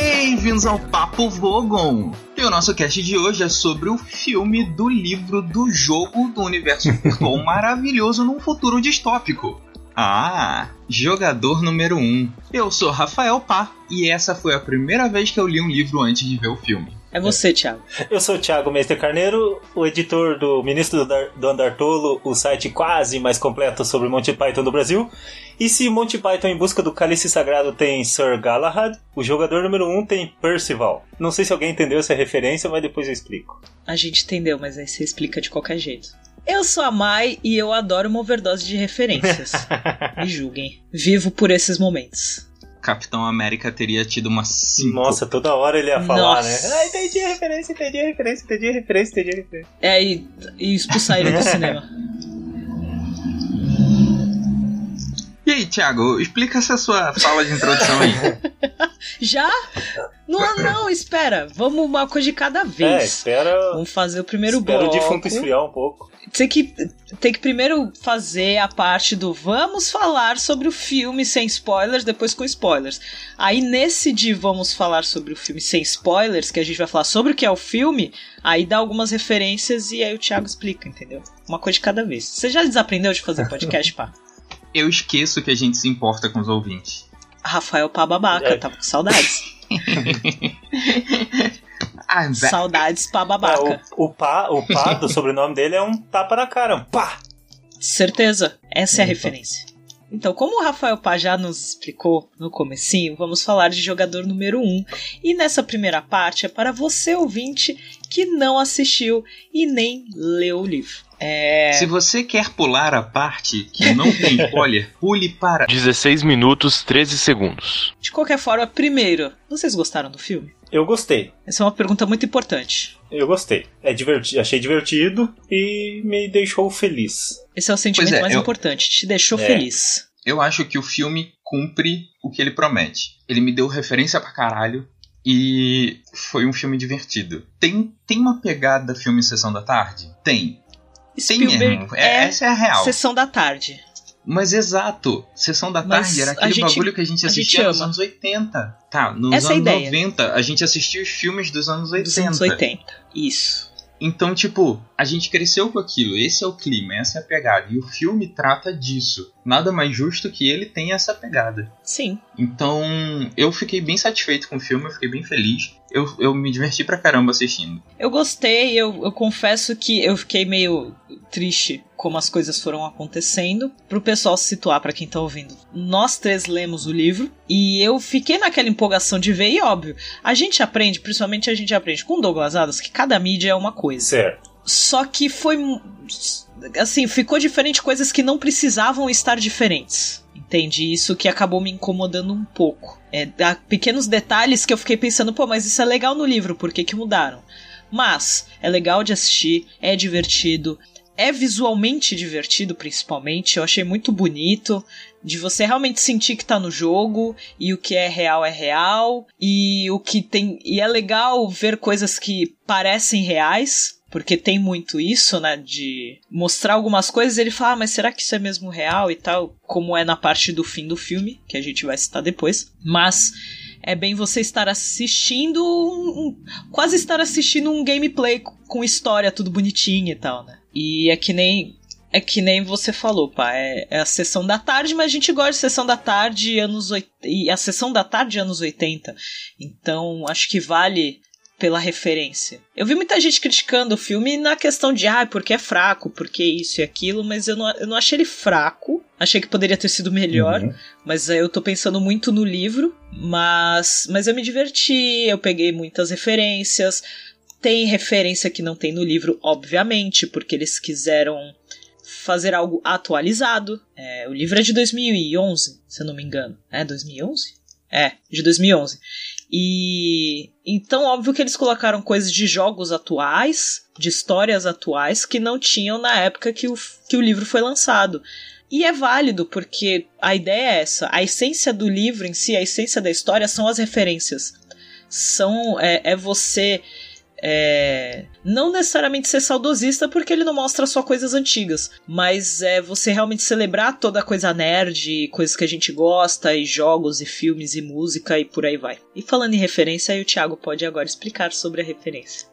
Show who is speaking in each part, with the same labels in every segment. Speaker 1: bem-vindos ao Papo Vogon. E o nosso cast de hoje é sobre o filme do livro do jogo do universo virtual maravilhoso num futuro distópico. Ah, jogador número 1. Um. Eu sou Rafael Pá e essa foi a primeira vez que eu li um livro antes de ver o filme.
Speaker 2: É você, Thiago.
Speaker 3: Eu sou o Thiago Mestre Carneiro, o editor do Ministro do Andartolo, o site quase mais completo sobre Monty Python do Brasil. E se Monty Python em busca do cálice sagrado tem Sir Galahad, o jogador número 1 um tem Percival. Não sei se alguém entendeu essa referência, mas depois eu explico.
Speaker 2: A gente entendeu, mas aí você explica de qualquer jeito. Eu sou a Mai e eu adoro uma overdose de referências. Me julguem. Vivo por esses momentos.
Speaker 1: Capitão América teria tido uma cinco.
Speaker 3: Nossa, toda hora ele ia falar, Nossa. né? Ah, entendi a referência, entendi a referência, entendi a referência, entendi a referência.
Speaker 2: É, e, e expulsar ele do cinema.
Speaker 1: E aí, Thiago, explica essa sua fala de introdução aí.
Speaker 2: Já? Não, não, espera. Vamos uma coisa de cada vez.
Speaker 3: É, espera.
Speaker 2: Vamos fazer o primeiro
Speaker 3: espera
Speaker 2: bloco.
Speaker 3: Espera o defunto esfriar um pouco.
Speaker 2: Tem que, tem que primeiro fazer a parte do vamos falar sobre o filme sem spoilers, depois com spoilers. Aí nesse de vamos falar sobre o filme sem spoilers, que a gente vai falar sobre o que é o filme, aí dá algumas referências e aí o Thiago explica, entendeu? Uma coisa de cada vez. Você já desaprendeu de fazer podcast, pá?
Speaker 1: eu esqueço que a gente se importa com os ouvintes.
Speaker 2: Rafael pá babaca, é. tava com saudades. saudades pá babaca.
Speaker 3: É, o, o pá, o pá do sobrenome dele é um tapa na cara, um pá.
Speaker 2: Certeza, essa é a referência. Então, como o Rafael Pá já nos explicou no comecinho, vamos falar de jogador número 1. Um, e nessa primeira parte é para você ouvinte que não assistiu e nem leu o livro. É...
Speaker 1: Se você quer pular a parte que não tem spoiler, pule para
Speaker 4: 16 minutos 13 segundos.
Speaker 2: De qualquer forma, primeiro, vocês gostaram do filme?
Speaker 3: Eu gostei.
Speaker 2: Essa é uma pergunta muito importante.
Speaker 3: Eu gostei. É diverti achei divertido e me deixou feliz.
Speaker 2: Esse é o sentimento é, mais eu... importante, te deixou é. feliz.
Speaker 1: Eu acho que o filme cumpre o que ele promete. Ele me deu referência pra caralho e foi um filme divertido. Tem, tem uma pegada filme Sessão da Tarde? Tem.
Speaker 2: Spielberg
Speaker 1: tem é, essa é a real.
Speaker 2: Sessão da Tarde.
Speaker 1: Mas exato, Sessão da Tarde Mas era aquele gente, bagulho que a gente assistia a gente nos anos 80. Tá, nos
Speaker 2: essa
Speaker 1: anos
Speaker 2: é
Speaker 1: 90 a gente assistia os filmes dos anos 80.
Speaker 2: Dos anos 80, isso.
Speaker 1: Então, tipo, a gente cresceu com aquilo, esse é o clima, essa é a pegada. E o filme trata disso. Nada mais justo que ele tenha essa pegada.
Speaker 2: Sim.
Speaker 1: Então, eu fiquei bem satisfeito com o filme, eu fiquei bem feliz. Eu, eu me diverti pra caramba assistindo.
Speaker 2: Eu gostei, eu, eu confesso que eu fiquei meio triste como as coisas foram acontecendo. Pro pessoal se situar, para quem tá ouvindo, nós três lemos o livro e eu fiquei naquela empolgação de ver, e óbvio, a gente aprende, principalmente a gente aprende com Douglas Adams, que cada mídia é uma coisa.
Speaker 3: Certo.
Speaker 2: Só que foi. Assim, ficou diferente coisas que não precisavam estar diferentes. Entende? Isso que acabou me incomodando um pouco. É, há pequenos detalhes que eu fiquei pensando, pô, mas isso é legal no livro, por que, que mudaram? Mas é legal de assistir, é divertido, é visualmente divertido, principalmente. Eu achei muito bonito. De você realmente sentir que tá no jogo e o que é real é real. E o que tem. E é legal ver coisas que parecem reais. Porque tem muito isso, né? De mostrar algumas coisas ele fala, ah, mas será que isso é mesmo real e tal? Como é na parte do fim do filme, que a gente vai citar depois. Mas é bem você estar assistindo um, um, quase estar assistindo um gameplay com história tudo bonitinho e tal, né? E é que nem é que nem você falou, pá, é, é a sessão da tarde, mas a gente gosta de sessão da tarde anos 80, e a sessão da tarde anos 80. Então, acho que vale pela referência. Eu vi muita gente criticando o filme na questão de, ah, porque é fraco, porque isso e aquilo, mas eu não, eu não achei ele fraco. Achei que poderia ter sido melhor, uhum. mas eu tô pensando muito no livro. Mas, mas eu me diverti, eu peguei muitas referências. Tem referência que não tem no livro, obviamente, porque eles quiseram fazer algo atualizado. É, o livro é de 2011, se eu não me engano. É 2011? É, de 2011. E então, óbvio que eles colocaram coisas de jogos atuais, de histórias atuais, que não tinham na época que o, que o livro foi lançado. E é válido, porque a ideia é essa. A essência do livro em si, a essência da história, são as referências. São. É, é você é, não necessariamente ser saudosista, porque ele não mostra só coisas antigas, mas é você realmente celebrar toda a coisa nerd, coisas que a gente gosta, e jogos, e filmes, e música, e por aí vai. E falando em referência, aí o Thiago pode agora explicar sobre a referência.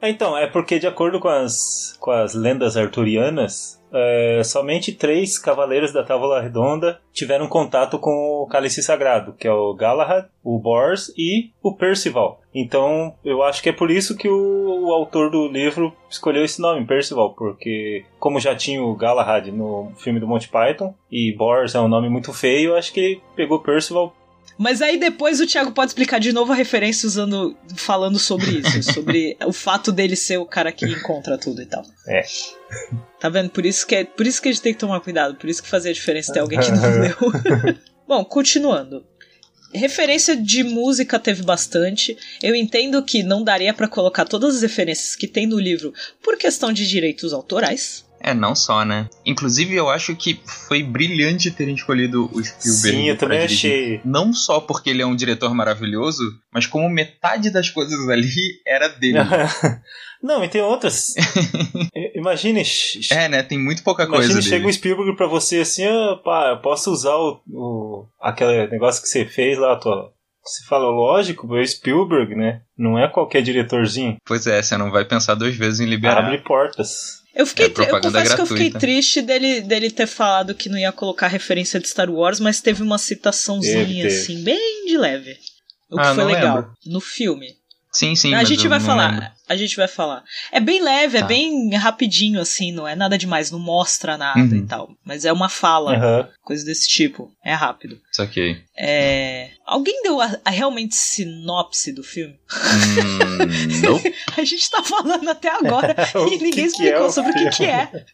Speaker 3: É, Então, é porque de acordo com as, com as lendas arturianas, é, somente três cavaleiros da Távola Redonda tiveram contato com o Cálice Sagrado, que é o Galahad, o Bors e o Percival. Então, eu acho que é por isso que o, o autor do livro escolheu esse nome, Percival, porque como já tinha o Galahad no filme do Monty Python, e Bors é um nome muito feio, eu acho que ele pegou Percival
Speaker 2: Mas aí depois o Thiago pode explicar de novo a referência usando, falando sobre isso, sobre o fato dele ser o cara que encontra tudo e tal.
Speaker 3: É.
Speaker 2: Tá vendo? Por isso que, é, por isso que a gente tem que tomar cuidado, por isso que fazia diferença ter alguém que não leu. Bom, continuando. Referência de música teve bastante. Eu entendo que não daria pra colocar todas as referências que tem no livro por questão de direitos autorais.
Speaker 1: É, não só, né? Inclusive, eu acho que foi brilhante terem escolhido o Spielberg.
Speaker 3: Sim, eu
Speaker 1: pra
Speaker 3: também
Speaker 1: dirigir.
Speaker 3: achei.
Speaker 1: Não só porque ele é um diretor maravilhoso, mas como metade das coisas ali era dele.
Speaker 3: Não, e tem outras. I- Imagine, sh-
Speaker 1: é, né? Tem muito pouca
Speaker 3: imagine
Speaker 1: coisa
Speaker 3: chega
Speaker 1: dele.
Speaker 3: o Spielberg pra você assim, ah, pá, eu posso usar o, o- aquele negócio que você fez lá, tua. Você fala, lógico, é Spielberg, né? Não é qualquer diretorzinho.
Speaker 1: Pois é, você não vai pensar duas vezes em liberar.
Speaker 3: Abre portas.
Speaker 2: Eu fiquei,
Speaker 1: É
Speaker 2: tri- eu
Speaker 1: propaganda
Speaker 2: confesso que eu fiquei
Speaker 1: gratuita.
Speaker 2: triste dele, dele ter falado que não ia colocar referência de Star Wars, mas teve uma citaçãozinha
Speaker 3: Teve, teve.
Speaker 2: assim, bem de leve. O que
Speaker 1: Ah,
Speaker 2: foi
Speaker 1: não
Speaker 2: legal
Speaker 1: lembro.
Speaker 2: no filme.
Speaker 1: Sim, sim.
Speaker 2: a
Speaker 1: mas
Speaker 2: gente
Speaker 1: eu
Speaker 2: vai
Speaker 1: não
Speaker 2: falar,
Speaker 1: lembro.
Speaker 2: a gente vai falar. É bem leve,
Speaker 1: Tá.
Speaker 2: é bem rapidinho assim, não é nada demais, não mostra nada
Speaker 1: Uhum.
Speaker 2: e tal, mas é uma fala,
Speaker 3: Aham.
Speaker 2: coisa desse tipo, é rápido.
Speaker 1: Saquei.
Speaker 2: É, alguém deu a, a realmente sinopse do filme?
Speaker 1: Hum, nope.
Speaker 2: A gente tá falando até agora
Speaker 3: O
Speaker 2: e ninguém
Speaker 3: que que
Speaker 2: explicou
Speaker 3: é o
Speaker 2: sobre o que que
Speaker 3: filme?
Speaker 2: é.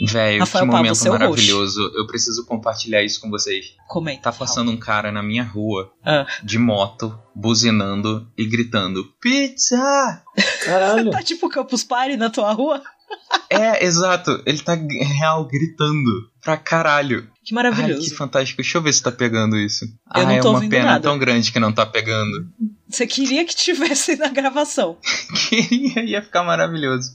Speaker 1: Velho, que
Speaker 2: Rafael Pablo,
Speaker 1: momento
Speaker 2: seu host.
Speaker 1: maravilhoso. Eu preciso compartilhar isso com vocês.
Speaker 2: Comenta.
Speaker 1: Tá
Speaker 2: fala.
Speaker 1: passando um cara na minha rua,
Speaker 2: Ah.
Speaker 1: de moto, buzinando e gritando: Pizza!
Speaker 3: Caralho.
Speaker 2: Tá tipo Campus Party na tua rua?
Speaker 1: É, exato. Ele tá g- real gritando pra caralho.
Speaker 2: Que
Speaker 1: Ai, que
Speaker 2: maravilhoso.
Speaker 1: fantástico. Deixa eu ver se tá pegando isso.
Speaker 2: Eu não
Speaker 1: ah, é
Speaker 2: tô
Speaker 1: uma
Speaker 2: ouvindo
Speaker 1: pena
Speaker 2: nada.
Speaker 1: tão grande que não tá pegando.
Speaker 2: Você queria que tivesse na gravação.
Speaker 1: Queria, ia ficar maravilhoso.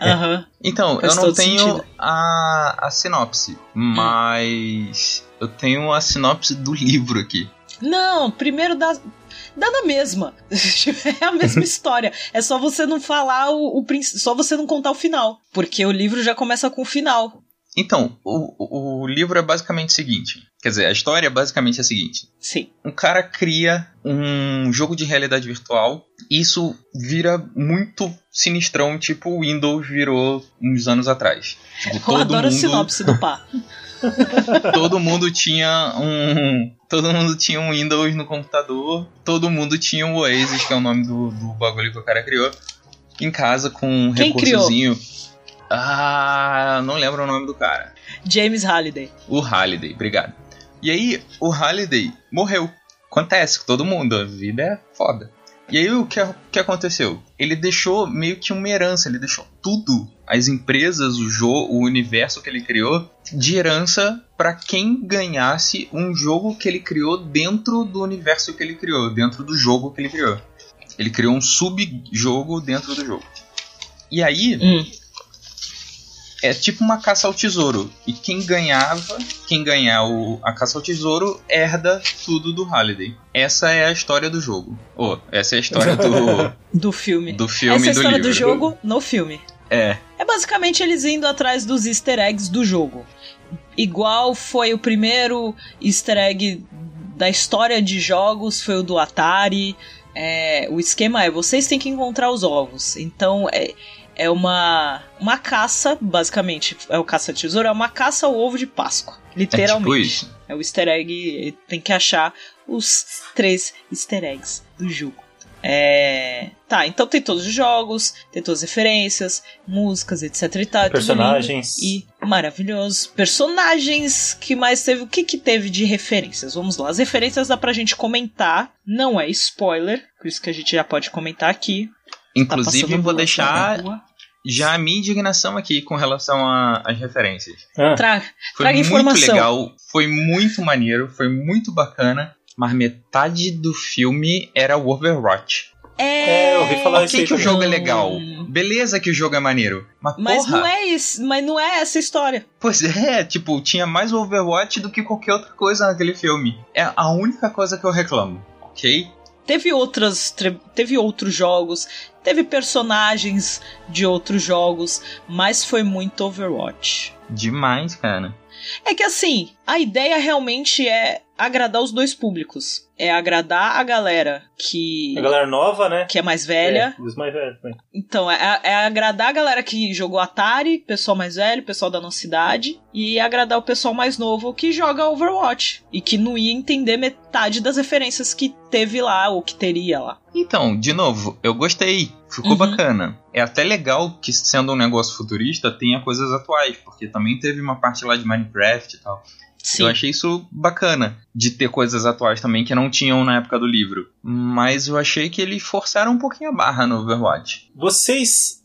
Speaker 2: Aham.
Speaker 1: Então,
Speaker 2: Faz
Speaker 1: eu não
Speaker 2: todo
Speaker 1: tenho
Speaker 2: sentido.
Speaker 1: a, a sinopse, mas eu tenho a sinopse do livro aqui.
Speaker 2: Não, primeiro dá. Dá na mesma. É a mesma história. É só você não falar o, o princ- Só você não contar o final. Porque o livro já começa com o final.
Speaker 1: Então, o, o- o livro é basicamente o seguinte. Quer dizer, a história é basicamente a seguinte.
Speaker 2: Sim.
Speaker 1: um cara cria um jogo de realidade virtual. Isso vira muito sinistrão, tipo o Windows virou uns anos atrás. Tipo,
Speaker 2: Eu adoro a sinopse do pá.
Speaker 1: todo mundo tinha um. Todo mundo tinha um Windows no computador. Todo mundo tinha o Oasis, que é o nome do, do bagulho que o cara criou. Em casa com um
Speaker 2: Quem criou?
Speaker 1: recursozinho. Ah, não lembro o nome do cara.
Speaker 2: James Halliday.
Speaker 1: O Halliday, obrigado. E aí, o Halliday morreu. Acontece com todo mundo, a vida é foda. E aí, o que, a- que aconteceu? Ele deixou meio que uma herança, ele deixou tudo, as empresas, o jogo, o universo que ele criou, de herança pra quem ganhasse um jogo que ele criou dentro do universo que ele criou, dentro do jogo que ele criou. Ele criou um subjogo dentro do jogo. E aí, é tipo uma caça ao tesouro. E quem ganhava, quem ganhar o- a caça ao tesouro, herda tudo do Halliday. Essa é a história do jogo. Ou, essa é a história do,
Speaker 2: Do filme.
Speaker 1: do filme
Speaker 2: Essa é a
Speaker 1: e do
Speaker 2: história
Speaker 1: livro.
Speaker 2: do jogo no filme.
Speaker 1: É,
Speaker 2: É basicamente eles indo atrás dos easter eggs do jogo. Igual foi o primeiro easter egg da história de jogos, foi o do Atari. É, o esquema é, vocês têm que encontrar os ovos. Então é, é uma, uma caça, basicamente, é o caça-tesouro, é uma caça ao ovo de Páscoa.
Speaker 1: é
Speaker 2: Literalmente.
Speaker 1: tipo isso.
Speaker 2: É o easter egg, tem que achar os três easter eggs do jogo. É. Tá, então tem todos os jogos, tem todas as referências, músicas, etc e tal. é tudo
Speaker 3: Personagens.
Speaker 2: lindo E maravilhoso. Personagens que mais teve. O que que teve de referências? Vamos lá. As referências dá pra gente comentar. Não é spoiler, por isso que a gente já pode comentar aqui. Tá
Speaker 1: Inclusive,
Speaker 2: passando
Speaker 1: vou
Speaker 2: na
Speaker 1: deixar
Speaker 2: rua.
Speaker 1: já a minha indignação aqui com relação a- às referências.
Speaker 3: Ah,
Speaker 2: Tra-
Speaker 1: Foi
Speaker 2: Traga
Speaker 1: muito
Speaker 2: informação.
Speaker 1: legal, foi muito maneiro, foi muito bacana, mas metade do filme era o Overwatch.
Speaker 2: É,
Speaker 3: É, eu ouvi falar isso
Speaker 1: Ok
Speaker 3: aí
Speaker 1: que o
Speaker 3: também.
Speaker 1: jogo é legal. Beleza que o jogo é maneiro. Mas,
Speaker 2: Mas
Speaker 1: porra,
Speaker 2: não é isso, mas não é essa história.
Speaker 1: Pois é, tipo, tinha mais Overwatch do que qualquer outra coisa naquele filme. É a única coisa que eu reclamo, ok?
Speaker 2: Teve outras, tre- teve outros jogos, teve personagens de outros jogos, mas foi muito Overwatch.
Speaker 1: Demais, cara.
Speaker 2: É que assim, a ideia realmente é agradar os dois públicos. É agradar a galera que
Speaker 3: A galera nova, né?
Speaker 2: que é mais velha.
Speaker 3: É, os mais velhos também.
Speaker 2: Então, é, é agradar a galera que jogou Atari, pessoal mais velho, pessoal da nossa idade, e agradar o pessoal mais novo que joga Overwatch e que não ia entender metade das referências que teve lá ou que teria lá.
Speaker 1: Então, de novo, eu gostei. Ficou
Speaker 2: Uhum.
Speaker 1: bacana. É até legal que, sendo um negócio futurista, tenha coisas atuais, porque também teve uma parte lá de Minecraft e tal.
Speaker 2: Sim.
Speaker 1: Eu achei isso bacana, de ter coisas atuais também que não tinham na época do livro. Mas eu achei que eles forçaram um pouquinho a barra no Overwatch.
Speaker 3: Vocês,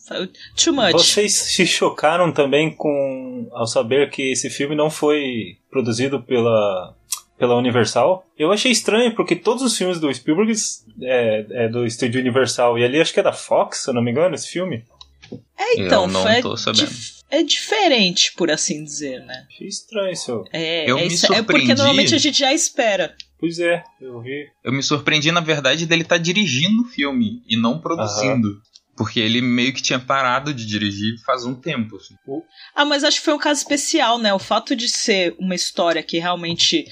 Speaker 2: Too much.
Speaker 3: vocês se chocaram também com ao saber que esse filme não foi produzido pela pela Universal? Eu achei estranho porque todos os filmes do Spielberg é, é do estúdio Universal e ali acho que é da Fox, se eu não me engano, esse filme.
Speaker 2: É, então,
Speaker 1: Eu não
Speaker 2: foi-
Speaker 1: tô
Speaker 2: é
Speaker 1: sabendo.
Speaker 2: dif- É diferente, por assim dizer, né?
Speaker 3: Achei estranho isso.
Speaker 2: É,
Speaker 1: Eu
Speaker 2: é,
Speaker 1: me
Speaker 2: isso- é porque
Speaker 1: surpreendi.
Speaker 2: normalmente a gente já espera.
Speaker 3: Pois é, eu vi.
Speaker 1: Eu me surpreendi, na verdade, dele estar dirigindo o filme e não produzindo. Porque ele meio que tinha parado de dirigir faz um tempo. assim.
Speaker 2: Ah, mas acho que foi um caso especial, né? O fato de ser uma história que realmente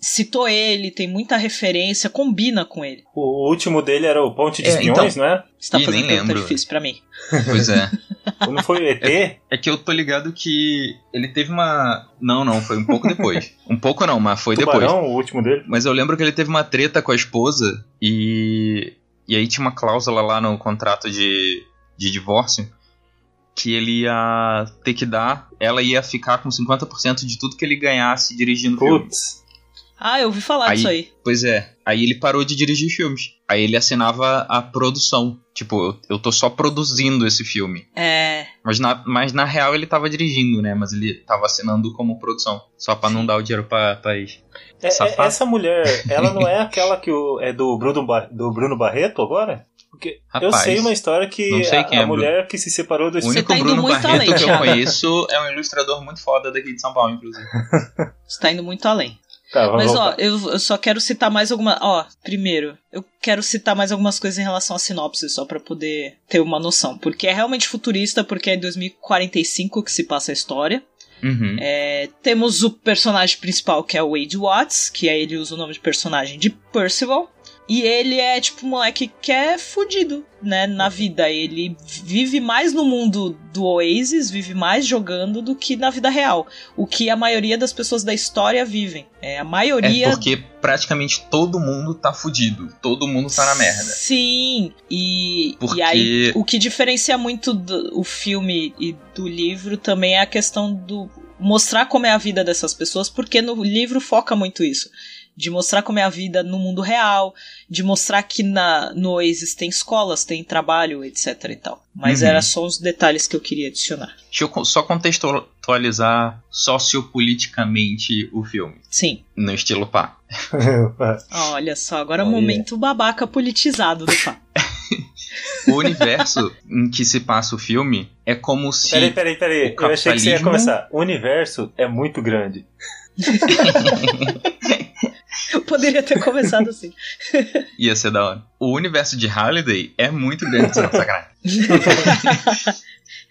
Speaker 2: citou ele, tem muita referência, combina com ele.
Speaker 3: O último dele era o Ponte de
Speaker 1: É,
Speaker 3: Espiões, né?
Speaker 2: Você tá
Speaker 1: Ih,
Speaker 2: fazendo
Speaker 1: nem
Speaker 2: pergunta
Speaker 1: lembro,
Speaker 2: difícil pra mim.
Speaker 1: Pois é.
Speaker 3: Ou não foi ET?
Speaker 1: É que eu tô ligado que ele teve uma. Não, não, foi um pouco depois. um pouco não, mas foi depois.
Speaker 3: Tubarão, o último dele?
Speaker 1: Mas eu lembro que ele teve uma treta com a esposa e. E aí tinha uma cláusula lá no contrato de, de divórcio que ele ia ter que dar. Ela ia ficar com 50% de tudo que ele ganhasse dirigindo o filme.
Speaker 3: Putz.
Speaker 2: Ah, eu ouvi falar
Speaker 1: Aí-
Speaker 2: disso aí.
Speaker 1: Pois é. Aí ele parou de dirigir filmes. Aí ele assinava a produção. Tipo, eu, eu tô só produzindo esse filme.
Speaker 2: É.
Speaker 1: Mas na, mas na real ele tava dirigindo, né? Mas ele tava assinando como produção. Só pra não dar o dinheiro pra Thaís.
Speaker 3: É- é-
Speaker 1: Safado.
Speaker 3: essa mulher, ela não é aquela que o, é do Bruno, Ba- do Bruno Barreto agora? Porque
Speaker 1: Rapaz,
Speaker 3: eu sei uma história que
Speaker 1: não sei
Speaker 3: a,
Speaker 1: quem
Speaker 3: a
Speaker 1: é, Bruno.
Speaker 3: mulher que se separou do
Speaker 1: O
Speaker 2: Você
Speaker 1: único
Speaker 2: tá indo
Speaker 1: Bruno
Speaker 2: muito
Speaker 1: Barreto
Speaker 2: além,
Speaker 1: que eu
Speaker 2: Thiago.
Speaker 1: conheço é um ilustrador muito foda daqui de São Paulo, inclusive.
Speaker 2: Você tá indo muito além.
Speaker 3: Tá, vamos
Speaker 2: Mas, ó,
Speaker 3: voltar.
Speaker 2: eu, eu só quero citar mais alguma. Ó, primeiro, eu quero citar mais algumas coisas em relação à sinopse, só pra poder ter uma noção. Porque é realmente futurista, porque é em 2045 que se passa a história.
Speaker 1: Uhum.
Speaker 2: É, temos o personagem principal, que é o Wade Watts, que aí ele usa o nome de personagem de Percival. E ele é tipo um moleque que é fudido, né, na vida. Ele vive mais no mundo do Oasis, vive mais jogando do que na vida real. O que a maioria das pessoas da história vivem. É, a maioria
Speaker 1: É porque praticamente todo mundo tá fudido. Todo mundo tá na merda.
Speaker 2: Sim, e,
Speaker 1: Porque-
Speaker 2: e aí o que diferencia muito do o filme e do livro também é a questão do mostrar como é a vida dessas pessoas, porque no livro foca muito isso. De mostrar como é a vida no mundo real, de mostrar que na, no Oasis tem escolas, tem trabalho, etc e tal. Mas
Speaker 1: Uhum.
Speaker 2: era só os detalhes que eu queria adicionar.
Speaker 1: Deixa eu co- só contextualizar sociopoliticamente o filme.
Speaker 2: Sim,
Speaker 1: No estilo pá.
Speaker 2: olha só, agora é o
Speaker 3: Olha.
Speaker 2: momento babaca politizado do Fá.
Speaker 1: O universo em que se passa o filme é como se.
Speaker 3: Peraí, peraí, peraí.
Speaker 1: O
Speaker 3: Eu achei que você ia
Speaker 1: capitalismo-
Speaker 3: começar. O universo é muito grande.
Speaker 2: Eu poderia ter começado assim.
Speaker 1: Ia ser da hora. O universo de Halliday é muito grande, não, sacanagem.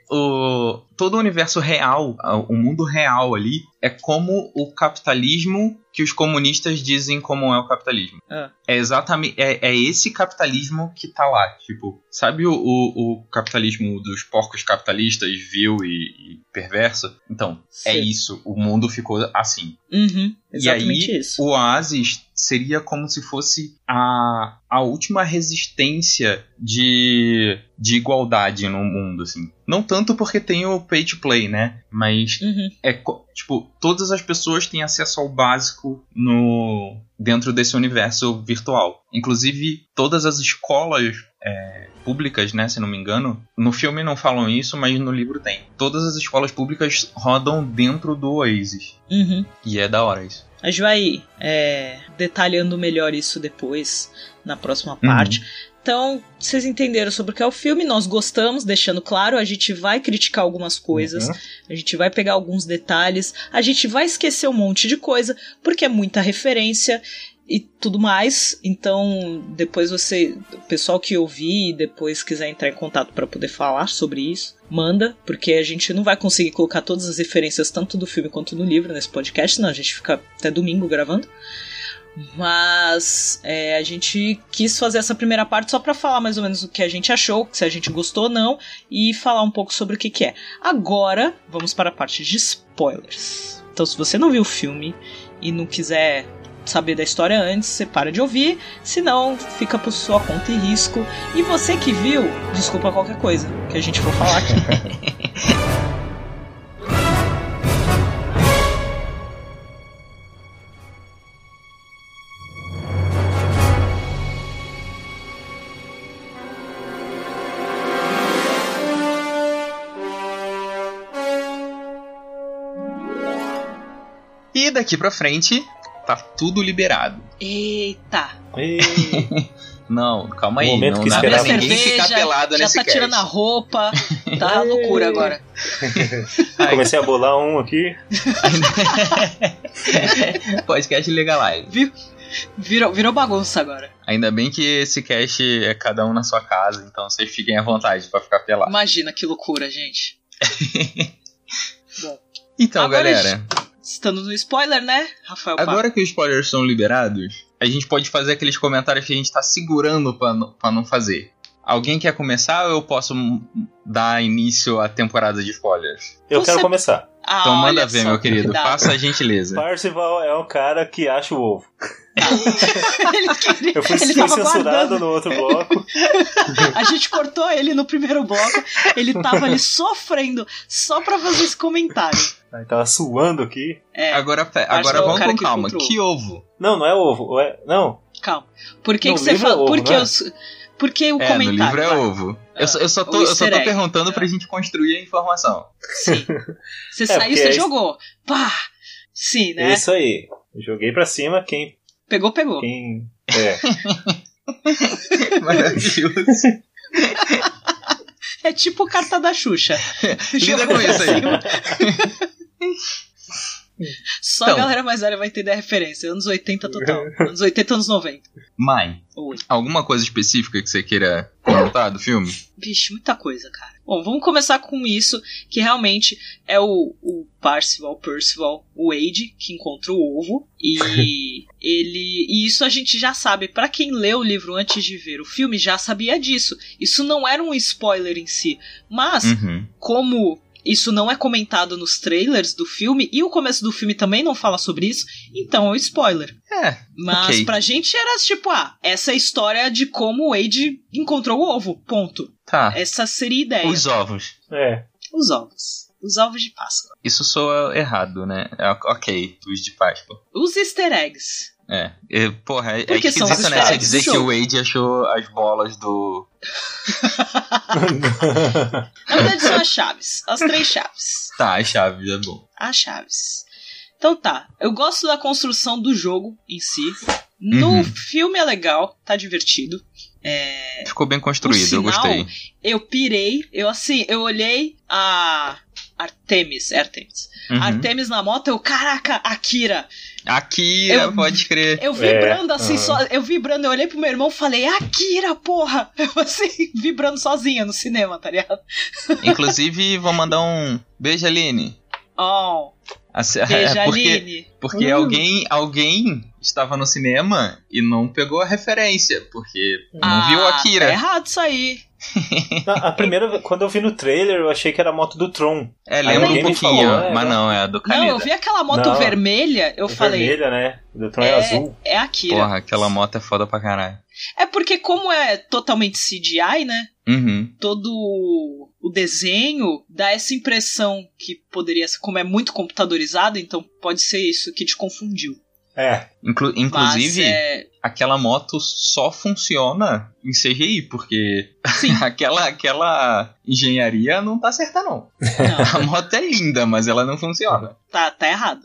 Speaker 1: o, todo o universo real, a- o mundo real ali, é como o capitalismo que os comunistas dizem como é o capitalismo.
Speaker 2: Ah.
Speaker 1: É exatamente. É, é esse capitalismo que tá lá. Tipo, sabe o, o- o capitalismo dos porcos capitalistas, vil e, e perverso? Então, é
Speaker 2: Sim.
Speaker 1: isso. O mundo ficou assim.
Speaker 2: Uhum,
Speaker 1: E aí,
Speaker 2: exatamente isso.
Speaker 1: O Oasis seria como se fosse a, a última resistência de, de igualdade no mundo, assim. Não tanto porque tem o pay to play, né? Mas
Speaker 2: Uhum.
Speaker 1: é co- tipo, todas as pessoas têm acesso ao básico no dentro desse universo virtual. Inclusive, todas as escolas é, públicas, né, se não me engano, no filme não falam isso, mas no livro tem. Todas as escolas públicas rodam dentro do Oasis.
Speaker 2: Uhum.
Speaker 1: E é da hora isso.
Speaker 2: A gente vai é, detalhando melhor isso depois, na próxima
Speaker 1: Uhum.
Speaker 2: parte. Então, vocês entenderam sobre o que é o filme, nós gostamos, deixando claro, a gente vai criticar algumas coisas,
Speaker 3: Uhum.
Speaker 2: a gente vai pegar alguns detalhes, a gente vai esquecer um monte de coisa, porque é muita referência e tudo mais. Então, depois você, o pessoal que ouvir e depois quiser entrar em contato para poder falar sobre isso, manda, porque a gente não vai conseguir colocar todas as referências tanto do filme quanto do livro nesse podcast, senão a gente fica até domingo gravando. Mas é, a gente quis fazer essa primeira parte só pra falar mais ou menos o que a gente achou, se a gente gostou ou não, e falar um pouco sobre o que, que é. Agora, vamos para a parte de spoilers. Então, se você não viu o filme e não quiser saber da história antes, você para de ouvir, senão fica por sua conta e risco. E você que viu, desculpa qualquer coisa que a gente for falar aqui.
Speaker 1: E daqui pra frente, tá tudo liberado.
Speaker 2: Eita!
Speaker 3: E...
Speaker 1: Não, calma
Speaker 3: O
Speaker 1: aí.
Speaker 3: momento
Speaker 1: não
Speaker 3: que
Speaker 1: dá
Speaker 2: Abre
Speaker 1: pra
Speaker 2: a
Speaker 3: esperava.
Speaker 1: ninguém
Speaker 2: cerveja,
Speaker 1: ficar pelado
Speaker 2: já
Speaker 1: nesse
Speaker 2: tá tirando a
Speaker 1: cast.
Speaker 2: roupa, tá uma loucura agora.
Speaker 3: Comecei a bolar um aqui.
Speaker 1: Podcast Legalize.
Speaker 2: Virou, virou bagunça agora.
Speaker 1: Ainda bem que esse cast é cada um na sua casa, então vocês fiquem à vontade pra ficar pelado.
Speaker 2: Imagina que loucura, gente.
Speaker 1: Então,
Speaker 2: Agora a
Speaker 1: galera,
Speaker 2: Estando no spoiler, né, Rafael? Pá?
Speaker 1: agora que os spoilers são liberados, a gente pode fazer aqueles comentários que a gente tá segurando pra não, pra não fazer. Alguém quer começar ou eu posso hum, dar início à temporada de spoilers?
Speaker 3: Eu
Speaker 2: Você-
Speaker 3: quero começar.
Speaker 2: Ah,
Speaker 1: Então manda
Speaker 2: olha
Speaker 1: ver,
Speaker 2: só,
Speaker 1: meu querido.
Speaker 2: cuidado.
Speaker 1: Faça a gentileza.
Speaker 3: Parzival é um cara que acha o ovo.
Speaker 2: ele queria,
Speaker 3: Eu fui,
Speaker 2: ele
Speaker 3: fui
Speaker 2: tava
Speaker 3: censurado
Speaker 2: guardando.
Speaker 3: no outro bloco.
Speaker 2: A gente cortou ele no primeiro bloco. Ele tava ali sofrendo só pra fazer esse comentário.
Speaker 3: Aí tava suando aqui.
Speaker 2: É,
Speaker 1: Agora, pe-
Speaker 2: Acho que
Speaker 1: agora
Speaker 2: é o
Speaker 1: vamos
Speaker 2: cara
Speaker 1: com
Speaker 2: que
Speaker 1: calma.
Speaker 2: encontrou.
Speaker 1: Que ovo?
Speaker 3: Não, não é ovo. É... Não.
Speaker 2: calma. Por que,
Speaker 3: No
Speaker 2: que você
Speaker 3: livro é
Speaker 2: falou?
Speaker 3: ovo,
Speaker 2: Por que
Speaker 3: né?
Speaker 2: eu su- por que o
Speaker 1: É,
Speaker 2: comentário?
Speaker 1: no livro é
Speaker 2: vai?
Speaker 1: ovo. Eu, só- eu só tô,
Speaker 2: o
Speaker 1: eu só
Speaker 2: easter
Speaker 1: tô
Speaker 2: egg. É.
Speaker 1: perguntando pra gente construir a informação.
Speaker 2: Sim. Você
Speaker 3: porque
Speaker 2: saiu, você
Speaker 3: é isso.
Speaker 2: jogou. Pá! Sim, né?
Speaker 3: é Isso aí. Joguei pra cima. Quem.
Speaker 2: Pegou, pegou.
Speaker 3: quem... É.
Speaker 1: Maravilhoso.
Speaker 2: É tipo carta da Xuxa.
Speaker 1: Lida com isso aí.
Speaker 2: assim. Só
Speaker 1: Então.
Speaker 2: a galera mais velha vai entender a referência. Anos 80 total. Anos 80, anos 90.
Speaker 1: Mãe,
Speaker 2: Oi.
Speaker 1: alguma coisa específica que você queira comentar do filme?
Speaker 2: Vixe, muita coisa, cara. Bom, vamos começar com isso, que realmente é o, o Parcival, Percival Wade, que encontra o ovo. E ele. E isso a gente já sabe. Pra quem leu o livro antes de ver o filme, já sabia disso. Isso não era um spoiler em si. Mas,
Speaker 1: Uhum.
Speaker 2: como isso não é comentado nos trailers do filme, e o começo do filme também não fala sobre isso, então é um spoiler.
Speaker 1: É,
Speaker 2: Mas
Speaker 1: Ok.
Speaker 2: pra gente era tipo, ah, essa é a história de como o Wade encontrou o ovo, ponto.
Speaker 1: tá.
Speaker 2: Essa seria a ideia.
Speaker 1: Os ovos.
Speaker 3: É.
Speaker 2: Os ovos. Os ovos de Páscoa.
Speaker 1: Isso soa errado, né? É, ok, os de Páscoa.
Speaker 2: Os easter eggs.
Speaker 1: É. E, porra, é, é
Speaker 2: Porque são os
Speaker 1: esquisito, né? Você
Speaker 3: estados do
Speaker 1: dizer que o
Speaker 2: jogo.
Speaker 1: Wade achou as bolas do.
Speaker 2: Na verdade são as chaves. As três chaves.
Speaker 1: Tá, as chaves, é bom.
Speaker 2: As chaves. Então tá. Eu gosto da construção do jogo em si. No
Speaker 1: Uhum.
Speaker 2: filme é legal, tá divertido. É,
Speaker 1: Ficou bem construído,
Speaker 2: sinal-
Speaker 1: eu gostei.
Speaker 2: eu pirei, eu assim, eu olhei a Artemis, é Artemis.
Speaker 1: Uhum.
Speaker 2: Artemis na moto, eu, caraca, Akira.
Speaker 1: Aqui,
Speaker 2: Eu-
Speaker 1: pode crer.
Speaker 2: Eu vibrando
Speaker 3: É,
Speaker 2: assim,
Speaker 3: ah.
Speaker 2: só, eu vibrando, eu olhei pro meu irmão e falei, Akira, porra! Eu assim, vibrando sozinha no cinema, tá ligado?
Speaker 1: Inclusive, vou mandar um. Beijo, Aline.
Speaker 2: Oh,
Speaker 1: A se-
Speaker 2: beijo,
Speaker 1: é, porque
Speaker 2: Aline.
Speaker 1: porque
Speaker 2: Hum.
Speaker 1: alguém, alguém estava no cinema e não pegou a referência. Porque não viu
Speaker 2: Ah,
Speaker 1: Akira.
Speaker 2: Tá errado isso aí.
Speaker 3: A a primeira vez, quando eu vi no trailer, eu achei que era a moto do Tron.
Speaker 1: É, lembra
Speaker 2: Aí
Speaker 1: um
Speaker 2: ele
Speaker 1: pouquinho,
Speaker 3: falou, é,
Speaker 1: mas
Speaker 3: né?
Speaker 1: não, é a do
Speaker 2: Não,
Speaker 1: Caneda.
Speaker 2: eu vi aquela moto
Speaker 3: Não.
Speaker 2: vermelha, eu
Speaker 3: É
Speaker 2: falei,
Speaker 3: Vermelha, né? O do Tron é,
Speaker 2: É.
Speaker 3: azul.
Speaker 2: é Akira.
Speaker 1: Porra, aquela moto é foda pra caralho.
Speaker 2: É porque como é totalmente CGI, né?
Speaker 1: Uhum.
Speaker 2: todo o desenho dá essa impressão que poderia ser, como é muito computadorizado, então pode ser isso que te confundiu.
Speaker 3: É.
Speaker 1: Inclu- inclusive,
Speaker 2: Mas, é,
Speaker 1: aquela moto só funciona em CGI, porque
Speaker 2: Sim.
Speaker 1: aquela, aquela engenharia não tá certa, não.
Speaker 2: não,
Speaker 1: A moto é linda, mas ela não funciona.
Speaker 2: tá, tá errado.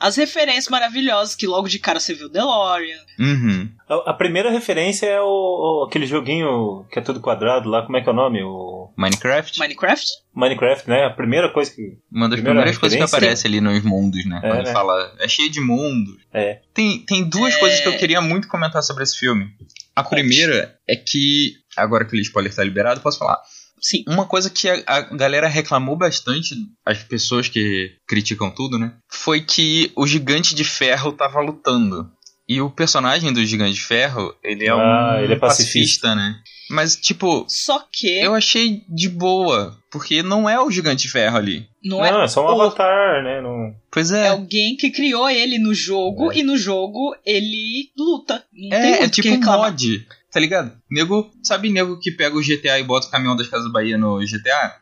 Speaker 2: as referências maravilhosas que logo de cara você viu DeLorean.
Speaker 1: Uhum.
Speaker 3: A, a primeira referência é o, o- aquele joguinho que é tudo quadrado lá, como é que é o nome? O
Speaker 1: Minecraft?
Speaker 2: Minecraft?
Speaker 3: Minecraft, né? A primeira coisa que.
Speaker 1: Uma das
Speaker 3: Primeira
Speaker 1: primeiras coisas que
Speaker 3: referência.
Speaker 1: aparece ali nos mundos, né?
Speaker 3: É,
Speaker 1: Quando
Speaker 3: né?
Speaker 1: fala, é cheio de mundos.
Speaker 3: É.
Speaker 1: Tem, tem duas
Speaker 2: É.
Speaker 1: coisas que eu queria muito comentar sobre esse filme. A
Speaker 2: Conte.
Speaker 1: primeira é que, agora que o spoiler tá liberado, eu posso falar.
Speaker 2: Sim.
Speaker 1: Uma coisa que a, a galera reclamou bastante, as pessoas que criticam tudo, né? Foi que o Gigante de Ferro tava lutando. E o personagem do Gigante de Ferro, ele é
Speaker 3: Ah,
Speaker 1: um
Speaker 3: ele é pacifista.
Speaker 1: pacifista, né? Mas, tipo,
Speaker 2: Só que
Speaker 1: eu achei de boa, porque não é o Gigante de Ferro ali.
Speaker 2: não,
Speaker 3: Não,
Speaker 2: é
Speaker 3: é só um
Speaker 2: o-
Speaker 3: avatar, né? Não...
Speaker 1: Pois
Speaker 2: É
Speaker 1: é.
Speaker 2: alguém que criou ele no jogo e no jogo ele luta. Não tem
Speaker 1: É,
Speaker 2: muito
Speaker 1: é
Speaker 2: o que
Speaker 1: tipo um
Speaker 2: reclamar.
Speaker 1: mod, tá ligado? Nego, sabe nego que pega o GTA e bota o caminhão das Casas Bahia no GTA?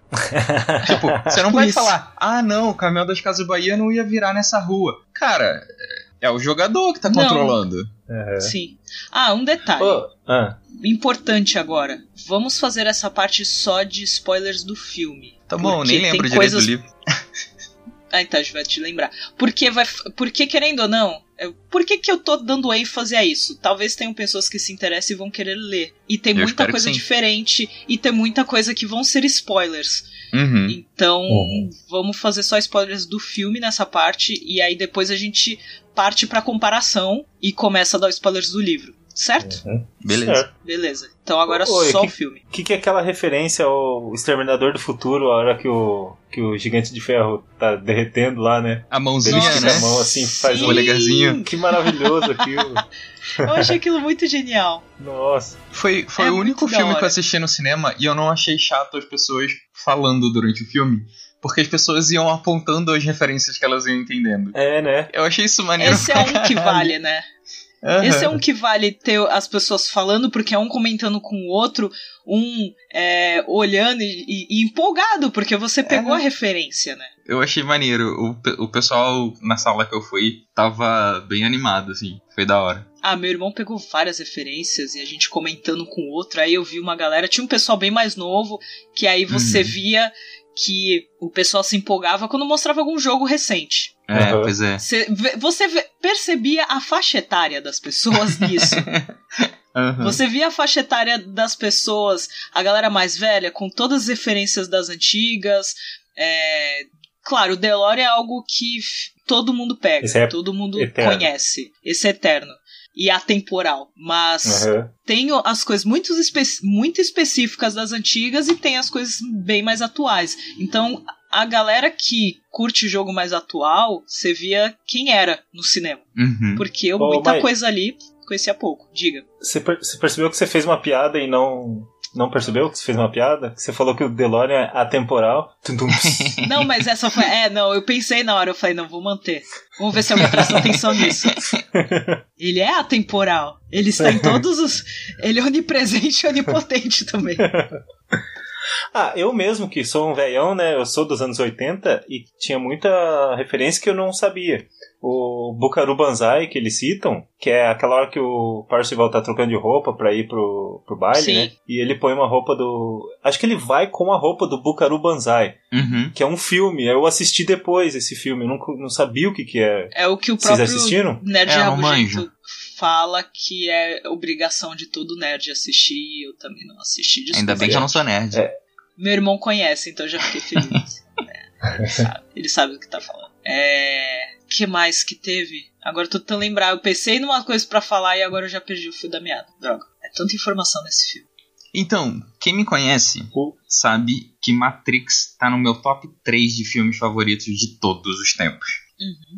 Speaker 1: tipo, você não
Speaker 2: Tipo
Speaker 1: vai
Speaker 2: isso.
Speaker 1: falar, ah não, o caminhão das Casas Bahia não ia virar nessa rua. Cara, é é o jogador que tá
Speaker 2: Não.
Speaker 1: controlando.
Speaker 3: É.
Speaker 2: Sim. Ah, um detalhe
Speaker 3: Ô, ah,
Speaker 2: importante agora. Vamos fazer essa parte só de spoilers do filme.
Speaker 1: Tá bom,
Speaker 2: Porque
Speaker 1: nem
Speaker 2: tem
Speaker 1: lembro direito
Speaker 2: coisas-
Speaker 1: do livro.
Speaker 2: Ah, então a gente vai te lembrar. Porque vai, porque querendo ou não, é- por que, que eu tô dando ênfase a isso? Talvez tenham pessoas que se interessem e vão querer ler. E tem
Speaker 1: Eu
Speaker 2: muita
Speaker 1: espero que
Speaker 2: coisa
Speaker 1: sim.
Speaker 2: diferente e tem muita coisa que vão ser spoilers.
Speaker 1: Uhum.
Speaker 2: Então,
Speaker 3: Uhum.
Speaker 2: vamos fazer só spoilers do filme nessa parte e aí depois a gente parte pra comparação e começa a dar spoilers do livro, certo?
Speaker 1: Beleza.
Speaker 3: certo.
Speaker 2: Beleza. Então agora
Speaker 3: Oi,
Speaker 2: só
Speaker 3: que-
Speaker 2: o filme.
Speaker 3: O que, que é aquela referência ao Exterminador do Futuro, a hora que o, que o Gigante de Ferro tá derretendo lá, né?
Speaker 1: A mãozinha,
Speaker 3: Ele estica
Speaker 1: né?
Speaker 3: a mão assim, faz
Speaker 2: Sim!
Speaker 3: um
Speaker 1: polegarzinho.
Speaker 3: Que maravilhoso aquilo.
Speaker 2: Eu achei aquilo muito genial.
Speaker 3: Nossa.
Speaker 1: Foi, foi
Speaker 2: É
Speaker 1: o único
Speaker 2: muito da
Speaker 1: filme que
Speaker 2: hora.
Speaker 1: eu assisti no cinema e eu não achei chato as pessoas falando durante o filme. Porque as pessoas iam apontando as referências que elas iam entendendo.
Speaker 3: É, né?
Speaker 1: Eu achei isso maneiro.
Speaker 2: Esse é um que vale, né?
Speaker 3: Uhum.
Speaker 1: Aham.
Speaker 2: Esse é um que vale ter as pessoas falando, porque é um comentando com o outro, um é, olhando e, e- e empolgado, porque
Speaker 3: É,
Speaker 2: você pegou
Speaker 1: né?
Speaker 2: a referência, né?
Speaker 1: Eu achei maneiro. O, pe- o pessoal na sala que eu fui tava bem animado, assim. Foi da hora.
Speaker 2: Ah, meu irmão pegou várias referências e a gente comentando com o outro. Aí eu vi uma galera, tinha um pessoal bem mais novo, que aí você
Speaker 1: Uhum.
Speaker 2: via que o pessoal se empolgava quando mostrava algum jogo recente.
Speaker 1: É,
Speaker 3: Aham.
Speaker 1: pois é.
Speaker 2: Você, vê- você vê- percebia a faixa etária das pessoas nisso.
Speaker 3: Hum.
Speaker 1: Aham.
Speaker 2: Você via a faixa etária das pessoas, a galera mais velha, com todas as referências das antigas. é, Claro, o DeLorean é algo que f- todo mundo pega,
Speaker 3: Esse é
Speaker 2: todo mundo
Speaker 3: eterno.
Speaker 2: conhece. Esse é eterno. E atemporal. Mas
Speaker 3: Aham.
Speaker 2: tem o- as coisas muito, espe- muito específicas das antigas e tem as coisas bem mais atuais. Então, a galera que curte jogo mais atual, você via quem era no cinema.
Speaker 1: Uhum.
Speaker 2: Porque eu,
Speaker 3: Ô,
Speaker 2: muita
Speaker 3: mas-
Speaker 2: coisa ali conhecia pouco. Diga.
Speaker 3: Você, per- você percebeu que você fez uma piada e não. Não percebeu que você fez uma piada? Que Você falou que o DeLorean é atemporal. Tum, tum, pss.
Speaker 2: Não, mas essa foi. É, não, eu pensei na hora, eu falei, não, vou manter. Vamos ver se alguém presta atenção nisso. Ele é atemporal. Ele está em todos os. Ele é onipresente e onipotente também.
Speaker 3: ah, eu mesmo que sou um velhão, né? Eu sou dos anos 80 e tinha muita referência que eu não sabia. O Bukaru Banzai que eles citam, que é aquela hora que o Parcival tá trocando de roupa pra ir pro, pro baile,
Speaker 2: Sim.
Speaker 3: né? E ele põe uma roupa do. Acho que ele vai com a roupa do Bukaru Banzai,
Speaker 1: Uhum.
Speaker 3: que é um filme. Eu assisti depois esse filme, eu não, não sabia o que, que é.
Speaker 2: É o que o
Speaker 3: Vocês
Speaker 2: próprio
Speaker 3: assistiram?
Speaker 2: Nerd
Speaker 1: É, eu não
Speaker 2: Rabugento
Speaker 1: manjo.
Speaker 2: fala que é obrigação de todo nerd assistir. Eu também não assisti. Desculpa.
Speaker 1: Ainda bem que eu não sou nerd.
Speaker 3: É.
Speaker 2: Meu irmão conhece, então eu já fiquei feliz. É, ele, sabe, ele sabe do que tá falando. É. que mais que teve? Agora eu tô tentando lembrar. Eu pensei numa coisa pra falar e agora eu já perdi o fio da meada. Droga. É tanta informação nesse filme.
Speaker 1: Então, quem me conhece
Speaker 3: Uhum.
Speaker 1: sabe que Matrix tá no meu top 3 de filmes favoritos de todos os tempos.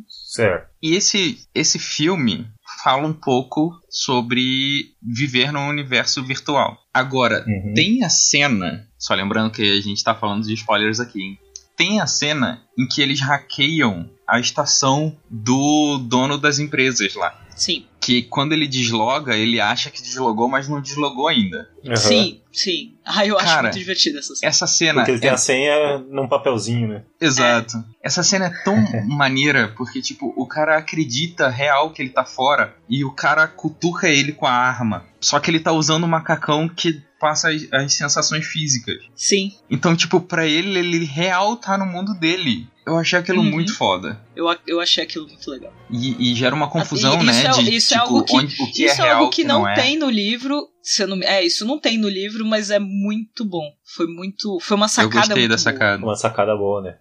Speaker 3: Certo.
Speaker 1: E esse, esse filme fala um pouco sobre viver num universo virtual. Agora,
Speaker 3: Uhum.
Speaker 1: tem a cena, só lembrando que a gente tá falando de spoilers aqui, hein? Tem a cena em que eles hackeiam a estação do dono das empresas lá.
Speaker 2: Sim.
Speaker 1: Que quando ele desloga, ele acha que deslogou, mas não deslogou ainda.
Speaker 3: Aham.
Speaker 2: Sim, né? sim. Ah, eu acho
Speaker 1: Cara,
Speaker 2: muito divertido essa cena.
Speaker 1: Essa cena.
Speaker 3: Porque ele tem
Speaker 1: é-
Speaker 3: a senha num papelzinho, né?
Speaker 1: Exato. Essa cena é tão maneira, porque, tipo, o cara acredita real que ele tá fora e o cara cutuca ele com a arma. Só que ele tá usando um macacão que passa as, as sensações físicas.
Speaker 2: Sim,
Speaker 1: Então, tipo, pra ele, ele real tá no mundo dele. Eu achei aquilo
Speaker 2: Uhum.
Speaker 1: muito foda.
Speaker 2: eu, a- eu achei aquilo muito legal.
Speaker 1: E, e gera uma confusão,
Speaker 2: Assim,
Speaker 1: né?
Speaker 2: isso é-
Speaker 1: de,
Speaker 2: isso é
Speaker 1: tipo,
Speaker 2: algo que-
Speaker 1: onde, o que
Speaker 2: isso
Speaker 1: é
Speaker 2: é,
Speaker 1: real,
Speaker 2: algo que, não,
Speaker 1: é.
Speaker 2: tem no livro. se eu não- é, isso não tem no livro, mas é muito bom. Foi muito. Foi uma
Speaker 1: Eu
Speaker 2: sacada.
Speaker 1: gostei
Speaker 2: muito
Speaker 1: da
Speaker 2: boa.
Speaker 1: sacada.
Speaker 3: Uma sacada boa, né?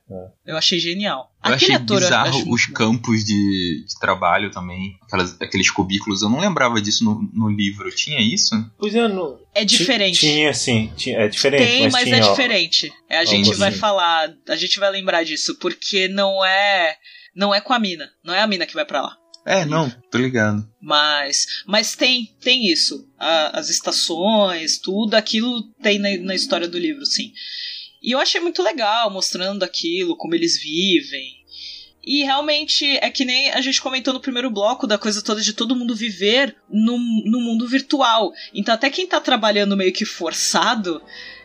Speaker 3: É.
Speaker 2: Eu achei genial.
Speaker 1: Eu
Speaker 2: Aquele
Speaker 1: achei
Speaker 2: ator, eu
Speaker 1: bizarro
Speaker 2: acho muito
Speaker 1: os
Speaker 2: bom.
Speaker 1: campos de, de trabalho também, aquelas- aqueles cubículos. Eu não lembrava disso no, no livro. Tinha isso?
Speaker 3: Pois é, não,
Speaker 2: É
Speaker 3: Ti-
Speaker 2: diferente.
Speaker 3: Tinha, sim. Tinha, é diferente.
Speaker 2: Tem, mas,
Speaker 3: tinha,
Speaker 2: é
Speaker 3: ó.
Speaker 2: diferente. É, a gente
Speaker 1: gostei.
Speaker 2: vai falar, a gente vai lembrar disso, porque não é, não é com a mina, não é a mina que vai pra lá.
Speaker 1: É, não, tô ligado.
Speaker 2: Mas, mas tem, tem isso. A- as estações, tudo aquilo tem na, na história do livro, sim. E eu achei muito legal mostrando aquilo, como eles vivem. E realmente é que nem a gente comentou no primeiro bloco da coisa toda de todo mundo viver no, no mundo virtual. Então até quem tá trabalhando meio que forçado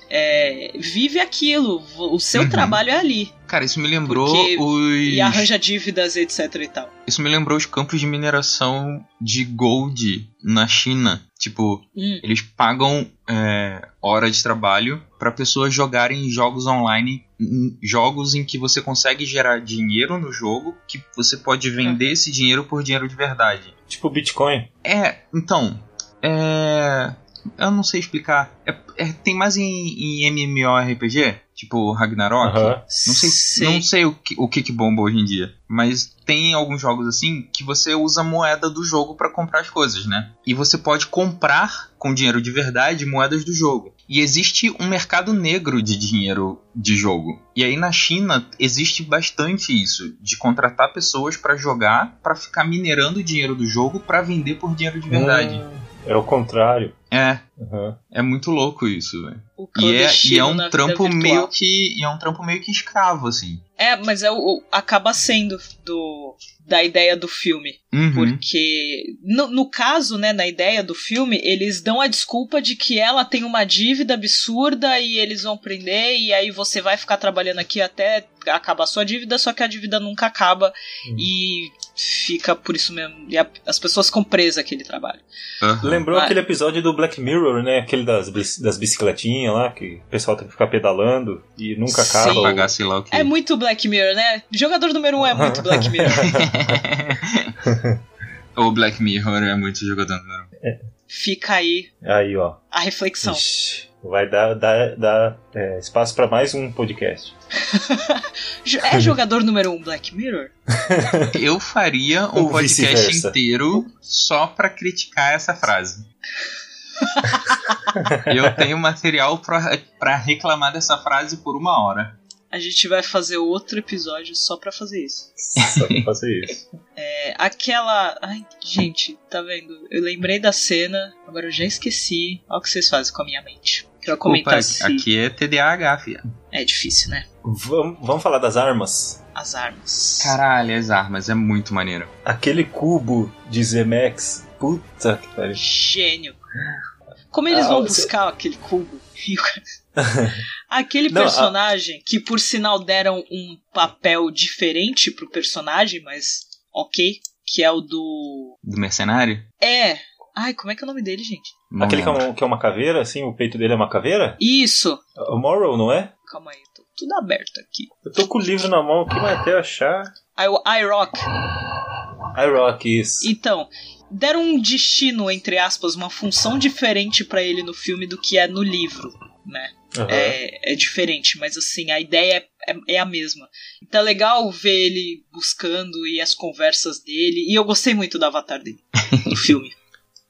Speaker 2: é, vive aquilo. O seu
Speaker 1: Uhum.
Speaker 2: trabalho é ali.
Speaker 1: Cara, isso me lembrou
Speaker 2: Porque- E
Speaker 1: os.
Speaker 2: arranja dívidas, etc e tal.
Speaker 1: Isso me lembrou os campos de mineração de gold na China. Tipo,
Speaker 2: Hum.
Speaker 1: eles pagam é, hora de trabalho pra pessoas jogarem jogos online, em- jogos em que você consegue gerar dinheiro no jogo, que você pode vender esse dinheiro por dinheiro de verdade.
Speaker 3: Tipo Bitcoin.
Speaker 1: É, então. É. Eu não sei explicar. É- é- tem mais em, em MMORPG? Tipo Ragnarok?
Speaker 3: Aham.
Speaker 1: Não sei, não sei o, que, o que que bomba hoje em dia. Mas tem alguns jogos assim que você usa a moeda do jogo pra comprar as coisas, né? E você pode comprar com dinheiro de verdade moedas do jogo. E existe um mercado negro de dinheiro de jogo. E aí na China existe bastante isso, de contratar pessoas pra jogar, pra ficar minerando o dinheiro do jogo pra vender por dinheiro de verdade.
Speaker 3: Hum, é o contrário.
Speaker 2: Ah.
Speaker 1: É,
Speaker 3: Aham.
Speaker 1: é muito louco isso, velho.
Speaker 2: O
Speaker 1: E é, e é
Speaker 2: clandestino na
Speaker 1: um
Speaker 2: vida
Speaker 1: trampo
Speaker 2: virtual.
Speaker 1: meio que e é um trampo meio que escravo assim.
Speaker 2: É, mas é o, o- acaba sendo do, da ideia do filme.
Speaker 1: Uhum.
Speaker 2: Porque, no, no caso, né, na ideia do filme, eles dão a desculpa de que ela tem uma dívida absurda e eles vão prender, e aí você vai ficar trabalhando aqui até acabar a sua dívida, só que a dívida nunca acaba
Speaker 3: Hum.
Speaker 2: e fica por isso mesmo. E a- as pessoas ficam presas àquele trabalho.
Speaker 1: Aham.
Speaker 3: Lembrou
Speaker 2: Vai.
Speaker 3: aquele episódio do Black Mirror, né? Aquele das, bis- das bicicletinhas lá, que o pessoal tem que ficar pedalando e nunca
Speaker 2: Sim.
Speaker 3: acaba.
Speaker 1: Pra
Speaker 3: o-
Speaker 1: pagar, sei lá o que.
Speaker 2: É muito Black Mirror, né? Jogador número um é muito Black Mirror.
Speaker 1: o Black Mirror é muito jogador número um.
Speaker 2: Fica aí
Speaker 3: Aí, ó.
Speaker 2: a reflexão.
Speaker 3: Ixi, vai dar, dar, dar é, espaço pra mais um podcast.
Speaker 2: Jo- É jogador número um Black Mirror?
Speaker 1: Eu faria um
Speaker 3: Ou
Speaker 1: podcast
Speaker 3: vice-versa.
Speaker 1: inteiro só pra criticar essa frase. Eu tenho material pra, pra reclamar dessa frase por uma hora.
Speaker 2: A gente vai fazer outro episódio só pra fazer isso.
Speaker 3: Só pra fazer isso.
Speaker 2: É, aquela. Ai, gente, tá vendo? Eu lembrei da cena, agora eu já esqueci. Olha o que vocês fazem com a minha mente. Que eu comentar
Speaker 1: Opa,
Speaker 2: se...
Speaker 1: aqui é TDAH, filha.
Speaker 2: É difícil, né?
Speaker 3: Vamos, vamos falar das armas?
Speaker 2: As armas.
Speaker 1: Caralho, as armas, é muito maneiro.
Speaker 3: Aquele cubo de Zemex. Puta que pariu.
Speaker 2: Gênio. Como eles
Speaker 3: É. Ah,
Speaker 2: vão
Speaker 3: você-
Speaker 2: buscar aquele cubo? Aquele
Speaker 3: Não, a-
Speaker 2: personagem que, por sinal, deram um papel diferente pro personagem, mas ok. Que é o do.
Speaker 1: Do mercenário?
Speaker 2: É. Ai, como é que é o nome dele, gente?
Speaker 1: Não
Speaker 3: Aquele que é,
Speaker 1: lembro.
Speaker 3: um- que é uma caveira, assim, o peito dele é uma caveira?
Speaker 2: Isso.
Speaker 3: O Morrow, não é?
Speaker 2: Calma aí, tô tudo aberto aqui.
Speaker 3: Eu tô com o livro na mão aqui, mas até eu achar.
Speaker 2: Aí o iRock.
Speaker 3: I Rock, isso.
Speaker 2: Então, deram um destino, entre aspas, uma função diferente pra ele no filme do que é no livro, né?
Speaker 3: Aham.
Speaker 2: É, é diferente, mas assim, a ideia é, é- é a mesma. Então é legal ver ele buscando e as conversas dele. E eu gostei muito do avatar dele no filme.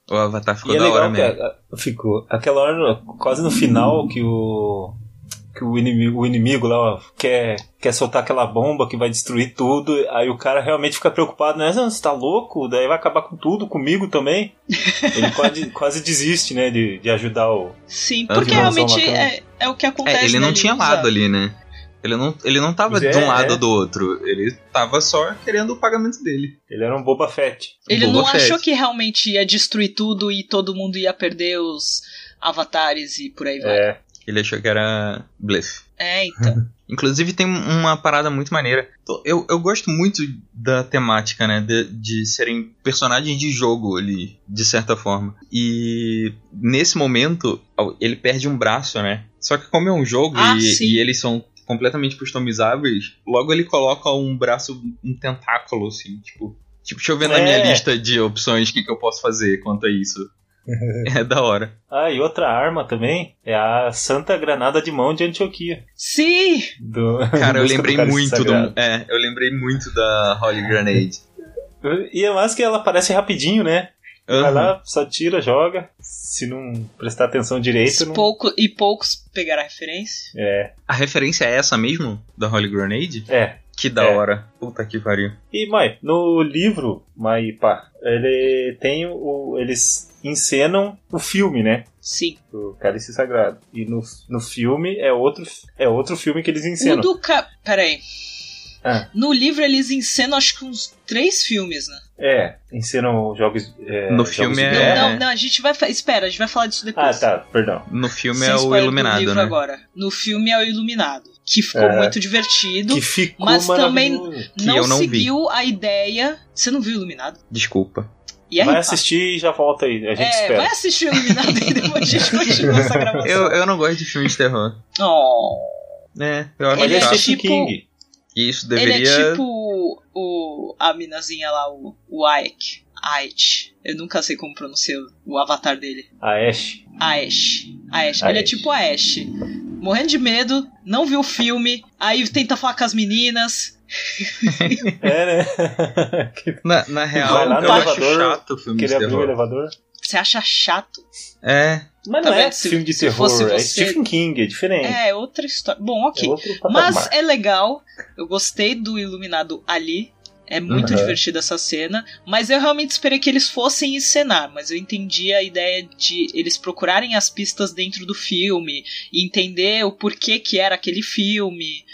Speaker 1: O Avatar ficou
Speaker 3: E é
Speaker 1: da hora
Speaker 3: legal que
Speaker 1: mesmo.
Speaker 3: a- a- ficou. Aquela hora, quase no final, que o. Que o inimigo, o inimigo lá ó, quer, quer soltar aquela bomba que vai destruir tudo. Aí o cara realmente fica preocupado, né? Não, você tá louco? Daí vai acabar com tudo, comigo também. Ele quase, quase desiste, né? De, de ajudar o.
Speaker 2: Sim,
Speaker 1: É
Speaker 2: porque
Speaker 1: uma
Speaker 3: visão
Speaker 2: realmente
Speaker 3: bacana.
Speaker 2: é, é o que acontece.
Speaker 1: É, ele
Speaker 2: né?
Speaker 1: não tinha
Speaker 2: usa-
Speaker 1: lado ali, né? Ele não, ele não tava
Speaker 3: Pois
Speaker 1: de um
Speaker 3: é,
Speaker 1: lado
Speaker 3: é.
Speaker 1: ou do outro. Ele tava só querendo o pagamento dele.
Speaker 3: Ele era um Boba Fett.
Speaker 2: Ele
Speaker 1: Boba
Speaker 2: não
Speaker 1: Fett.
Speaker 2: achou que realmente ia destruir tudo e todo mundo ia perder os avatares e por aí vai.
Speaker 3: É.
Speaker 1: Ele achou que era blefe.
Speaker 2: É, então.
Speaker 1: Inclusive tem uma parada muito maneira. Tô- Eu, eu gosto muito da temática, né? De, de serem personagens de jogo ali, de certa forma. E nesse momento, ao- ele perde um braço, né? Só que como é um jogo
Speaker 2: Ah,
Speaker 1: e,
Speaker 2: sim.
Speaker 1: e eles são completamente customizáveis, logo ele coloca um braço, um tentáculo, assim, tipo. Tipo, deixa eu ver na
Speaker 3: É.
Speaker 1: minha lista de opções o que, que eu posso fazer quanto a isso. é da hora.
Speaker 3: Ah, e outra arma também é a Santa Granada de Mão de Antioquia.
Speaker 2: Sim!
Speaker 3: do-
Speaker 1: Cara,
Speaker 3: Busca
Speaker 1: eu
Speaker 3: do
Speaker 1: lembrei
Speaker 3: Cálice
Speaker 1: muito do.
Speaker 3: Sagrado.
Speaker 1: É, eu lembrei muito da Holy Grenade.
Speaker 3: E é mais que ela aparece rapidinho, né? Vai lá, só tira, joga. Se não prestar atenção direito, não...
Speaker 2: Pouco, e poucos pegaram a referência.
Speaker 3: É,
Speaker 1: A referência é essa mesmo? Da Holy Grenade?
Speaker 3: é.
Speaker 1: Que da
Speaker 3: É.
Speaker 1: hora. Puta que pariu.
Speaker 3: E, mãe, no livro, mãe, pá, ele tem o. Eles encenam o filme, né?
Speaker 2: Sim.
Speaker 3: O Cálice Sagrado. E no, no filme é outro, é outro filme que eles
Speaker 2: O
Speaker 3: encenam.
Speaker 2: do ca... Peraí.
Speaker 3: Ah.
Speaker 2: No livro eles encenam acho que uns três filmes, né?
Speaker 3: É, encenam jogos. é,
Speaker 1: No
Speaker 3: jogos
Speaker 1: filme
Speaker 3: de
Speaker 1: é-
Speaker 2: Não,
Speaker 3: guerra.
Speaker 2: não, não, a gente vai. fa- Espera, a gente vai falar disso
Speaker 3: Ah,
Speaker 2: depois.
Speaker 3: tá, perdão.
Speaker 1: No filme
Speaker 2: Sem
Speaker 1: é o
Speaker 2: spoiler do
Speaker 1: Iluminado,
Speaker 2: livro
Speaker 1: né?
Speaker 2: agora. No filme é o Iluminado, que ficou
Speaker 3: É.
Speaker 2: muito divertido.
Speaker 3: Que ficou
Speaker 2: Mas também-
Speaker 3: maravilhoso.
Speaker 1: que
Speaker 2: não,
Speaker 1: eu não vi.
Speaker 2: seguiu a ideia. Você não viu o Iluminado?
Speaker 1: Desculpa.
Speaker 2: E aí?
Speaker 3: Vai
Speaker 2: tá.
Speaker 3: assistir e já volta aí, a gente
Speaker 2: é,
Speaker 3: espera.
Speaker 2: vai assistir o Iluminado e depois a gente continua essa gravação.
Speaker 1: Eu, eu não gosto de filme de terror.
Speaker 2: Oh.
Speaker 1: É, eu acho
Speaker 3: Mas
Speaker 2: Ele
Speaker 1: chato.
Speaker 3: assiste
Speaker 2: tipo-
Speaker 3: King.
Speaker 1: E isso
Speaker 2: Ele
Speaker 1: deveria.
Speaker 2: é tipo o, o- a minazinha lá, o, o Aek. Aet. Eu nunca sei como pronunciar o- o avatar dele.
Speaker 3: A Ash.
Speaker 2: Aesh. Aesh. Ele é
Speaker 3: Aesh.
Speaker 2: tipo Aesh. Morrendo de medo, não viu o filme, aí tenta falar com as meninas.
Speaker 3: É, né? que
Speaker 1: Na, na real,
Speaker 3: Vai lá no
Speaker 1: eu acho
Speaker 3: elevador,
Speaker 1: chato o filme
Speaker 3: que
Speaker 1: de
Speaker 3: ele é abriu o
Speaker 1: terror.
Speaker 3: elevador.
Speaker 2: Você acha chato?
Speaker 1: É.
Speaker 3: Mas
Speaker 2: Tá
Speaker 3: não é
Speaker 2: vendo? Se-
Speaker 3: filme de
Speaker 2: se
Speaker 3: terror,
Speaker 2: fosse
Speaker 3: é
Speaker 2: você-
Speaker 3: Stephen King, é diferente.
Speaker 2: É, outra história. Bom,
Speaker 3: É
Speaker 2: ok.
Speaker 3: outro patamar.
Speaker 2: Mas é legal. Eu gostei do Iluminado ali. É muito
Speaker 3: Uhum.
Speaker 2: divertida essa cena. Mas eu realmente esperei que eles fossem encenar. Mas eu entendi a ideia de eles procurarem as pistas dentro do filme. E entender o porquê que era aquele filme.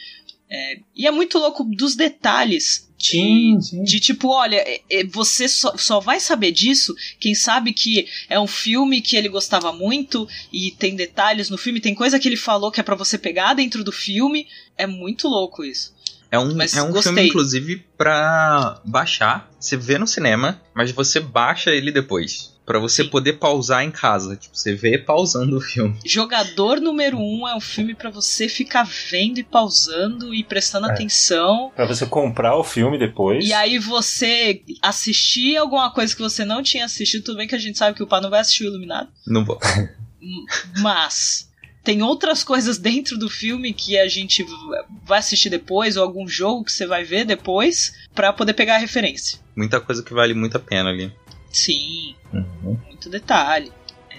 Speaker 2: É, e é muito louco dos detalhes. De,
Speaker 3: Sim, sim.
Speaker 2: de tipo, olha, é- é- você só, só vai saber disso quem sabe que é um filme que ele gostava muito e tem detalhes no filme, tem coisa que ele falou que é pra você pegar dentro do filme. É muito louco isso.
Speaker 1: É um,
Speaker 2: Mas
Speaker 1: é um
Speaker 2: gostei.
Speaker 1: filme, inclusive, pra baixar. Você vê no cinema, mas você baixa ele depois. Pra você
Speaker 2: Sim.
Speaker 1: poder pausar em casa. Tipo, você vê pausando o filme.
Speaker 2: Jogador número um é um filme pra você ficar vendo e pausando e prestando
Speaker 3: É.
Speaker 2: atenção.
Speaker 3: Pra você comprar o filme depois.
Speaker 2: E aí você assistir alguma coisa que você não tinha assistido, tudo bem que a gente sabe que o Pá não vai assistir o Iluminado.
Speaker 1: Não vou.
Speaker 2: Mas tem outras coisas dentro do filme que a gente v- vai assistir depois, ou algum jogo que você vai ver depois, pra poder pegar a referência.
Speaker 1: Muita coisa que vale muito a pena ali.
Speaker 2: Sim,
Speaker 1: Uhum.
Speaker 2: muito detalhe.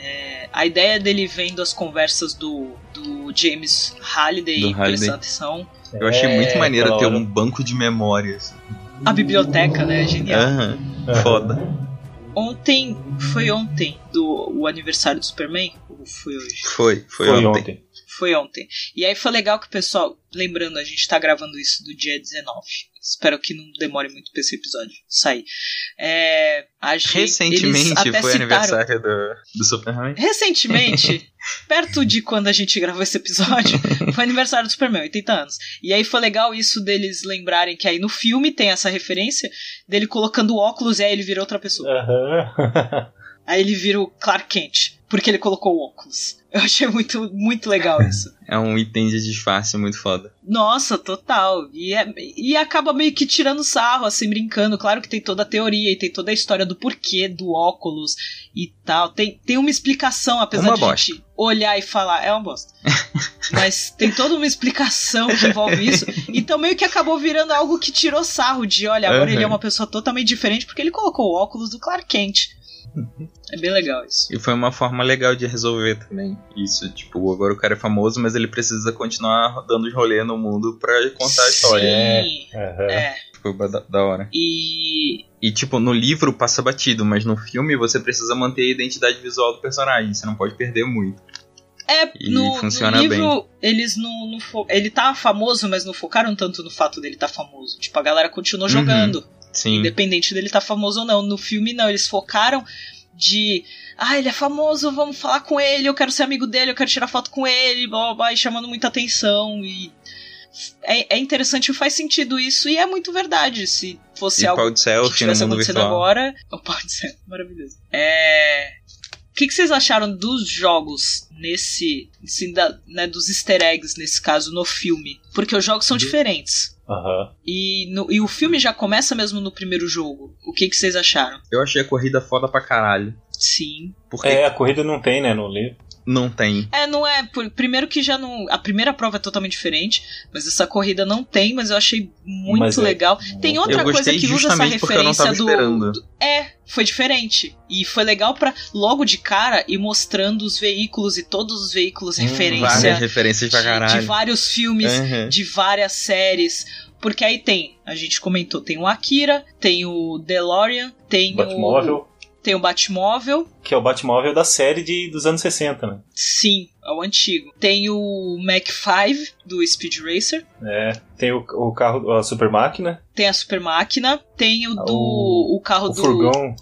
Speaker 2: É, a ideia dele vendo as conversas do, do James Halliday
Speaker 1: Do
Speaker 2: e
Speaker 1: Halliday.
Speaker 2: prestando atenção.
Speaker 1: Eu achei
Speaker 3: É,
Speaker 1: muito maneiro
Speaker 3: aquela
Speaker 1: ter
Speaker 3: hora.
Speaker 1: um banco de memórias.
Speaker 2: A biblioteca, né? Genial.
Speaker 1: Aham,
Speaker 3: Aham.
Speaker 1: Foda.
Speaker 2: Ontem, foi ontem do, o aniversário do Superman? Ou foi hoje?
Speaker 1: Foi, foi,
Speaker 3: Foi,
Speaker 1: ontem.
Speaker 3: ontem.
Speaker 2: Foi ontem. E aí foi legal que o pessoal, lembrando, a gente tá gravando isso do dia 19. Espero que não demore muito pra esse episódio sair. É, a gente, eles
Speaker 1: Recentemente
Speaker 2: até
Speaker 1: foi
Speaker 2: citaram-
Speaker 1: aniversário do, do Superman.
Speaker 2: Recentemente, perto de quando a gente gravou esse episódio, foi aniversário do Superman, 80 anos. E aí foi legal isso deles lembrarem que aí no filme tem essa referência dele colocando óculos e aí ele vira outra pessoa.
Speaker 3: Aham.
Speaker 2: Aí ele vira o Clark Kent, porque ele colocou o óculos. Eu achei muito, muito legal isso.
Speaker 1: É um item de disfarce muito foda.
Speaker 2: Nossa, total. E, é- e acaba meio que tirando sarro, assim, brincando. Claro que tem toda a teoria e tem toda a história do porquê do óculos e tal. Tem, tem uma explicação, apesar
Speaker 1: Uma
Speaker 2: de a gente olhar e falar, é um bosta. Mas tem toda uma explicação que envolve isso. Então meio que acabou virando algo que tirou sarro de, olha, agora
Speaker 1: Aham.
Speaker 2: ele é uma pessoa totalmente diferente porque ele colocou o óculos do Clark Kent. É bem legal isso.
Speaker 1: E foi uma forma legal de resolver também. Isso, tipo, agora o cara é famoso, mas ele precisa continuar dando os rolê no mundo pra contar a história.
Speaker 2: Sim,
Speaker 3: Aham.
Speaker 2: é.
Speaker 1: Ficou da, da hora.
Speaker 2: E
Speaker 1: E, tipo, no livro passa batido, mas no filme você precisa manter a identidade visual do personagem. Você não pode perder muito.
Speaker 2: É,
Speaker 1: E
Speaker 2: no,
Speaker 1: funciona
Speaker 2: no livro, eles não, não fo- ele tá famoso, mas não focaram tanto no fato dele tá famoso. Tipo, a galera continuou
Speaker 1: Uhum.
Speaker 2: jogando,
Speaker 1: Sim.
Speaker 2: independente dele tá famoso ou não. No filme, não, eles focaram de ah, ele é famoso, vamos falar com ele, eu quero ser amigo dele, eu quero tirar foto com ele, blá blá, blá e chamando muita atenção e é, é interessante e faz sentido isso e é muito verdade se fosse
Speaker 1: E é
Speaker 2: algo
Speaker 1: pau de selfie
Speaker 2: que tivesse
Speaker 1: no mundo
Speaker 2: acontecendo
Speaker 1: virtual.
Speaker 2: agora. Oh, pode ser, maravilhoso. É. O que, que vocês acharam dos jogos nesse. assim, da- né, dos easter eggs, nesse caso, no filme? Porque os jogos são
Speaker 1: Do-
Speaker 2: diferentes.
Speaker 3: Aham.
Speaker 2: E, no- e o filme já começa mesmo no primeiro jogo. O que, que vocês acharam?
Speaker 1: Eu achei a corrida foda pra caralho.
Speaker 2: Sim.
Speaker 1: Porque
Speaker 3: É, a corrida não tem, né, no livro.
Speaker 1: não tem.
Speaker 2: É, não é. por- primeiro que já não. A primeira prova é totalmente diferente, mas essa corrida não tem, mas eu achei muito
Speaker 3: Mas é-
Speaker 2: legal. Tem outra
Speaker 1: eu
Speaker 2: coisa
Speaker 1: gostei
Speaker 2: que usa essa
Speaker 1: justamente porque eu não
Speaker 2: referência
Speaker 1: tava
Speaker 2: do,
Speaker 1: esperando.
Speaker 2: É, foi diferente. E foi legal pra logo de cara ir mostrando os veículos e todos os veículos
Speaker 3: Hum,
Speaker 1: Várias
Speaker 2: referência
Speaker 1: referências pra
Speaker 2: de,
Speaker 1: caralho. É.
Speaker 2: de vários filmes,
Speaker 1: Aham.
Speaker 2: de várias séries. Porque aí tem, a gente comentou, tem o Akira, tem o DeLorean, tem o,
Speaker 3: Batmóvel,
Speaker 2: tem o Batmóvel.
Speaker 3: que é o Batmóvel da série de, dos anos 60, né?
Speaker 2: Sim, é o antigo. Tem o Mac 5 do Speed Racer.
Speaker 3: É, tem o, o carro, a super máquina,
Speaker 2: Tem a Super Máquina. Tem o do.
Speaker 3: O-
Speaker 2: O, carro
Speaker 3: o
Speaker 2: do.
Speaker 3: furgão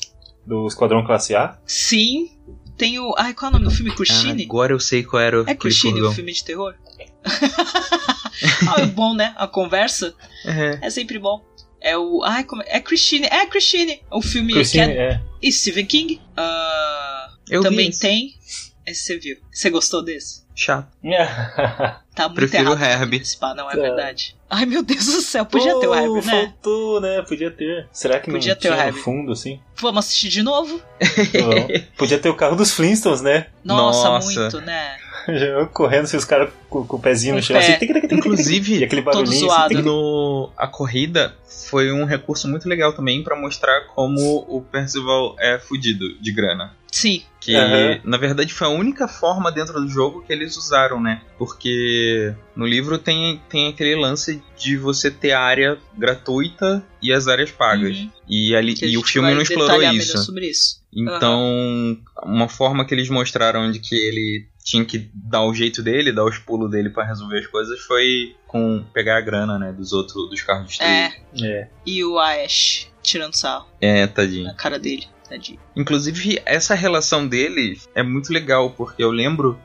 Speaker 3: do Esquadrão Classe A.
Speaker 2: Sim. Tem o. Ai, qual é o nome do filme? Cushine?
Speaker 1: Ah, Agora eu sei qual era o
Speaker 2: É
Speaker 1: aquele
Speaker 2: Cushine o
Speaker 1: furgão.
Speaker 2: filme de terror? ah, é bom, né? A conversa
Speaker 1: É.
Speaker 2: é sempre bom. É o. Ai, como é? É Christine. É Christine. O filme
Speaker 3: Christine,
Speaker 2: que
Speaker 3: é.
Speaker 2: é. E Stephen King. Ah,
Speaker 1: Eu vi
Speaker 2: também
Speaker 1: esse.
Speaker 2: tem. Esse você viu. Você gostou desse?
Speaker 1: Chato.
Speaker 3: É.
Speaker 2: Tá muito
Speaker 1: Prefiro o
Speaker 2: errado.
Speaker 1: Herb.
Speaker 2: Esse pá, não é
Speaker 3: É.
Speaker 2: verdade. Ai, meu Deus do céu. Podia ter o
Speaker 3: Pô,
Speaker 2: Herbie, né?
Speaker 3: Faltou, né? Podia ter. Será que
Speaker 2: Podia
Speaker 3: não
Speaker 2: ter o
Speaker 3: tinha no
Speaker 2: Herbie.
Speaker 3: fundo, assim?
Speaker 2: Vamos assistir de novo?
Speaker 3: Não. Podia ter o carro dos Flintstones, né?
Speaker 2: Nossa,
Speaker 1: Nossa.
Speaker 2: muito, né?
Speaker 3: Já Correndo, se os caras com, com o pezinho no
Speaker 2: Com o
Speaker 3: chão,
Speaker 2: pé.
Speaker 3: assim. tic, tic, tic, tic, E
Speaker 1: Inclusive,
Speaker 3: aquele barulhinho. assim,
Speaker 2: zoado.
Speaker 3: tic, tic.
Speaker 1: no a corrida foi um recurso muito legal também pra mostrar como o Percival é fudido de grana.
Speaker 2: Sim.
Speaker 1: Que
Speaker 3: Aham.
Speaker 1: na verdade foi a única forma dentro do jogo que eles usaram, né? Porque no livro tem, tem aquele lance de você ter a área gratuita e as áreas pagas.
Speaker 2: Uhum.
Speaker 1: E, ali,
Speaker 2: Que a
Speaker 1: e o
Speaker 2: gente
Speaker 1: filme
Speaker 2: vai
Speaker 1: não explorou
Speaker 2: detalhar
Speaker 1: isso.
Speaker 2: melhor sobre isso.
Speaker 1: Então, uma forma que eles mostraram de que ele tinha que dar o jeito dele, dar os pulos dele pra resolver as coisas foi com pegar a grana, né, dos outros dos carros de
Speaker 2: É.
Speaker 3: É.
Speaker 2: E o Ash tirando sal
Speaker 1: é, tadinho.
Speaker 2: na cara dele. Tadinho.
Speaker 1: Inclusive, essa relação dele é muito legal, porque eu lembro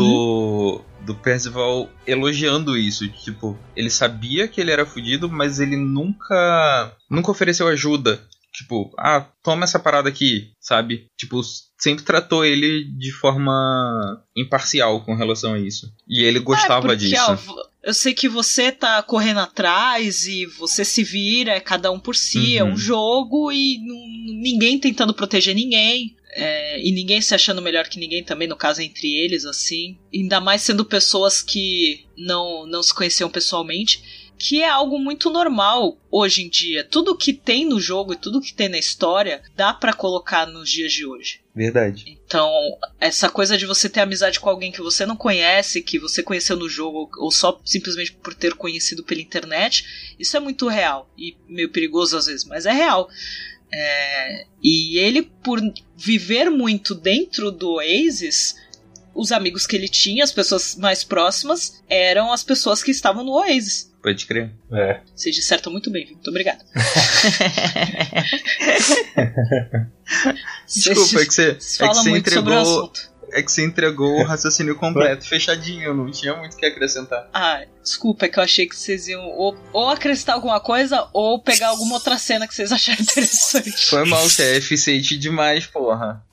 Speaker 1: do
Speaker 2: Uhum.
Speaker 1: do Percival elogiando isso, tipo, ele sabia que ele era fudido, mas ele nunca nunca ofereceu ajuda. Tipo, ah, toma essa parada aqui, sabe? Tipo, s- sempre tratou ele de forma imparcial com relação a isso. E ele
Speaker 2: É,
Speaker 1: gostava
Speaker 2: porque,
Speaker 1: disso.
Speaker 2: ó, vo- eu sei que você tá correndo atrás e você se vira, é cada um por si, é
Speaker 1: Uhum.
Speaker 2: um jogo e nu- ninguém tentando proteger ninguém. é, e ninguém se achando melhor que ninguém também, no caso entre eles, assim. Ainda mais sendo pessoas que não, não se conheciam pessoalmente. Que é algo muito normal hoje em dia. Tudo que tem no jogo e tudo que tem na história dá pra colocar nos dias de hoje.
Speaker 1: Verdade.
Speaker 2: Então, essa coisa de você ter amizade com alguém que você não conhece, que você conheceu no jogo, ou só simplesmente por ter conhecido pela internet, isso é muito real. E meio perigoso às vezes, mas é real. É, e ele, por viver muito dentro do Oasis, os amigos que ele tinha, as pessoas mais próximas, eram as pessoas que estavam no Oasis.
Speaker 1: Pode crer.
Speaker 3: É.
Speaker 2: Vocês dissertam muito bem, viu? muito obrigada.
Speaker 1: Desculpa, é que você, é que
Speaker 2: Vocês falam
Speaker 1: você
Speaker 2: muito sobre o
Speaker 1: entregou,
Speaker 2: assunto.
Speaker 1: é que você entregou o raciocínio completo, fechadinho, eu não tinha muito o que acrescentar.
Speaker 2: Ah, desculpa, é que eu achei que vocês iam ou, ou acrescentar alguma coisa ou pegar alguma outra cena que vocês acharam interessante.
Speaker 1: Foi mal, você é eficiente demais, porra.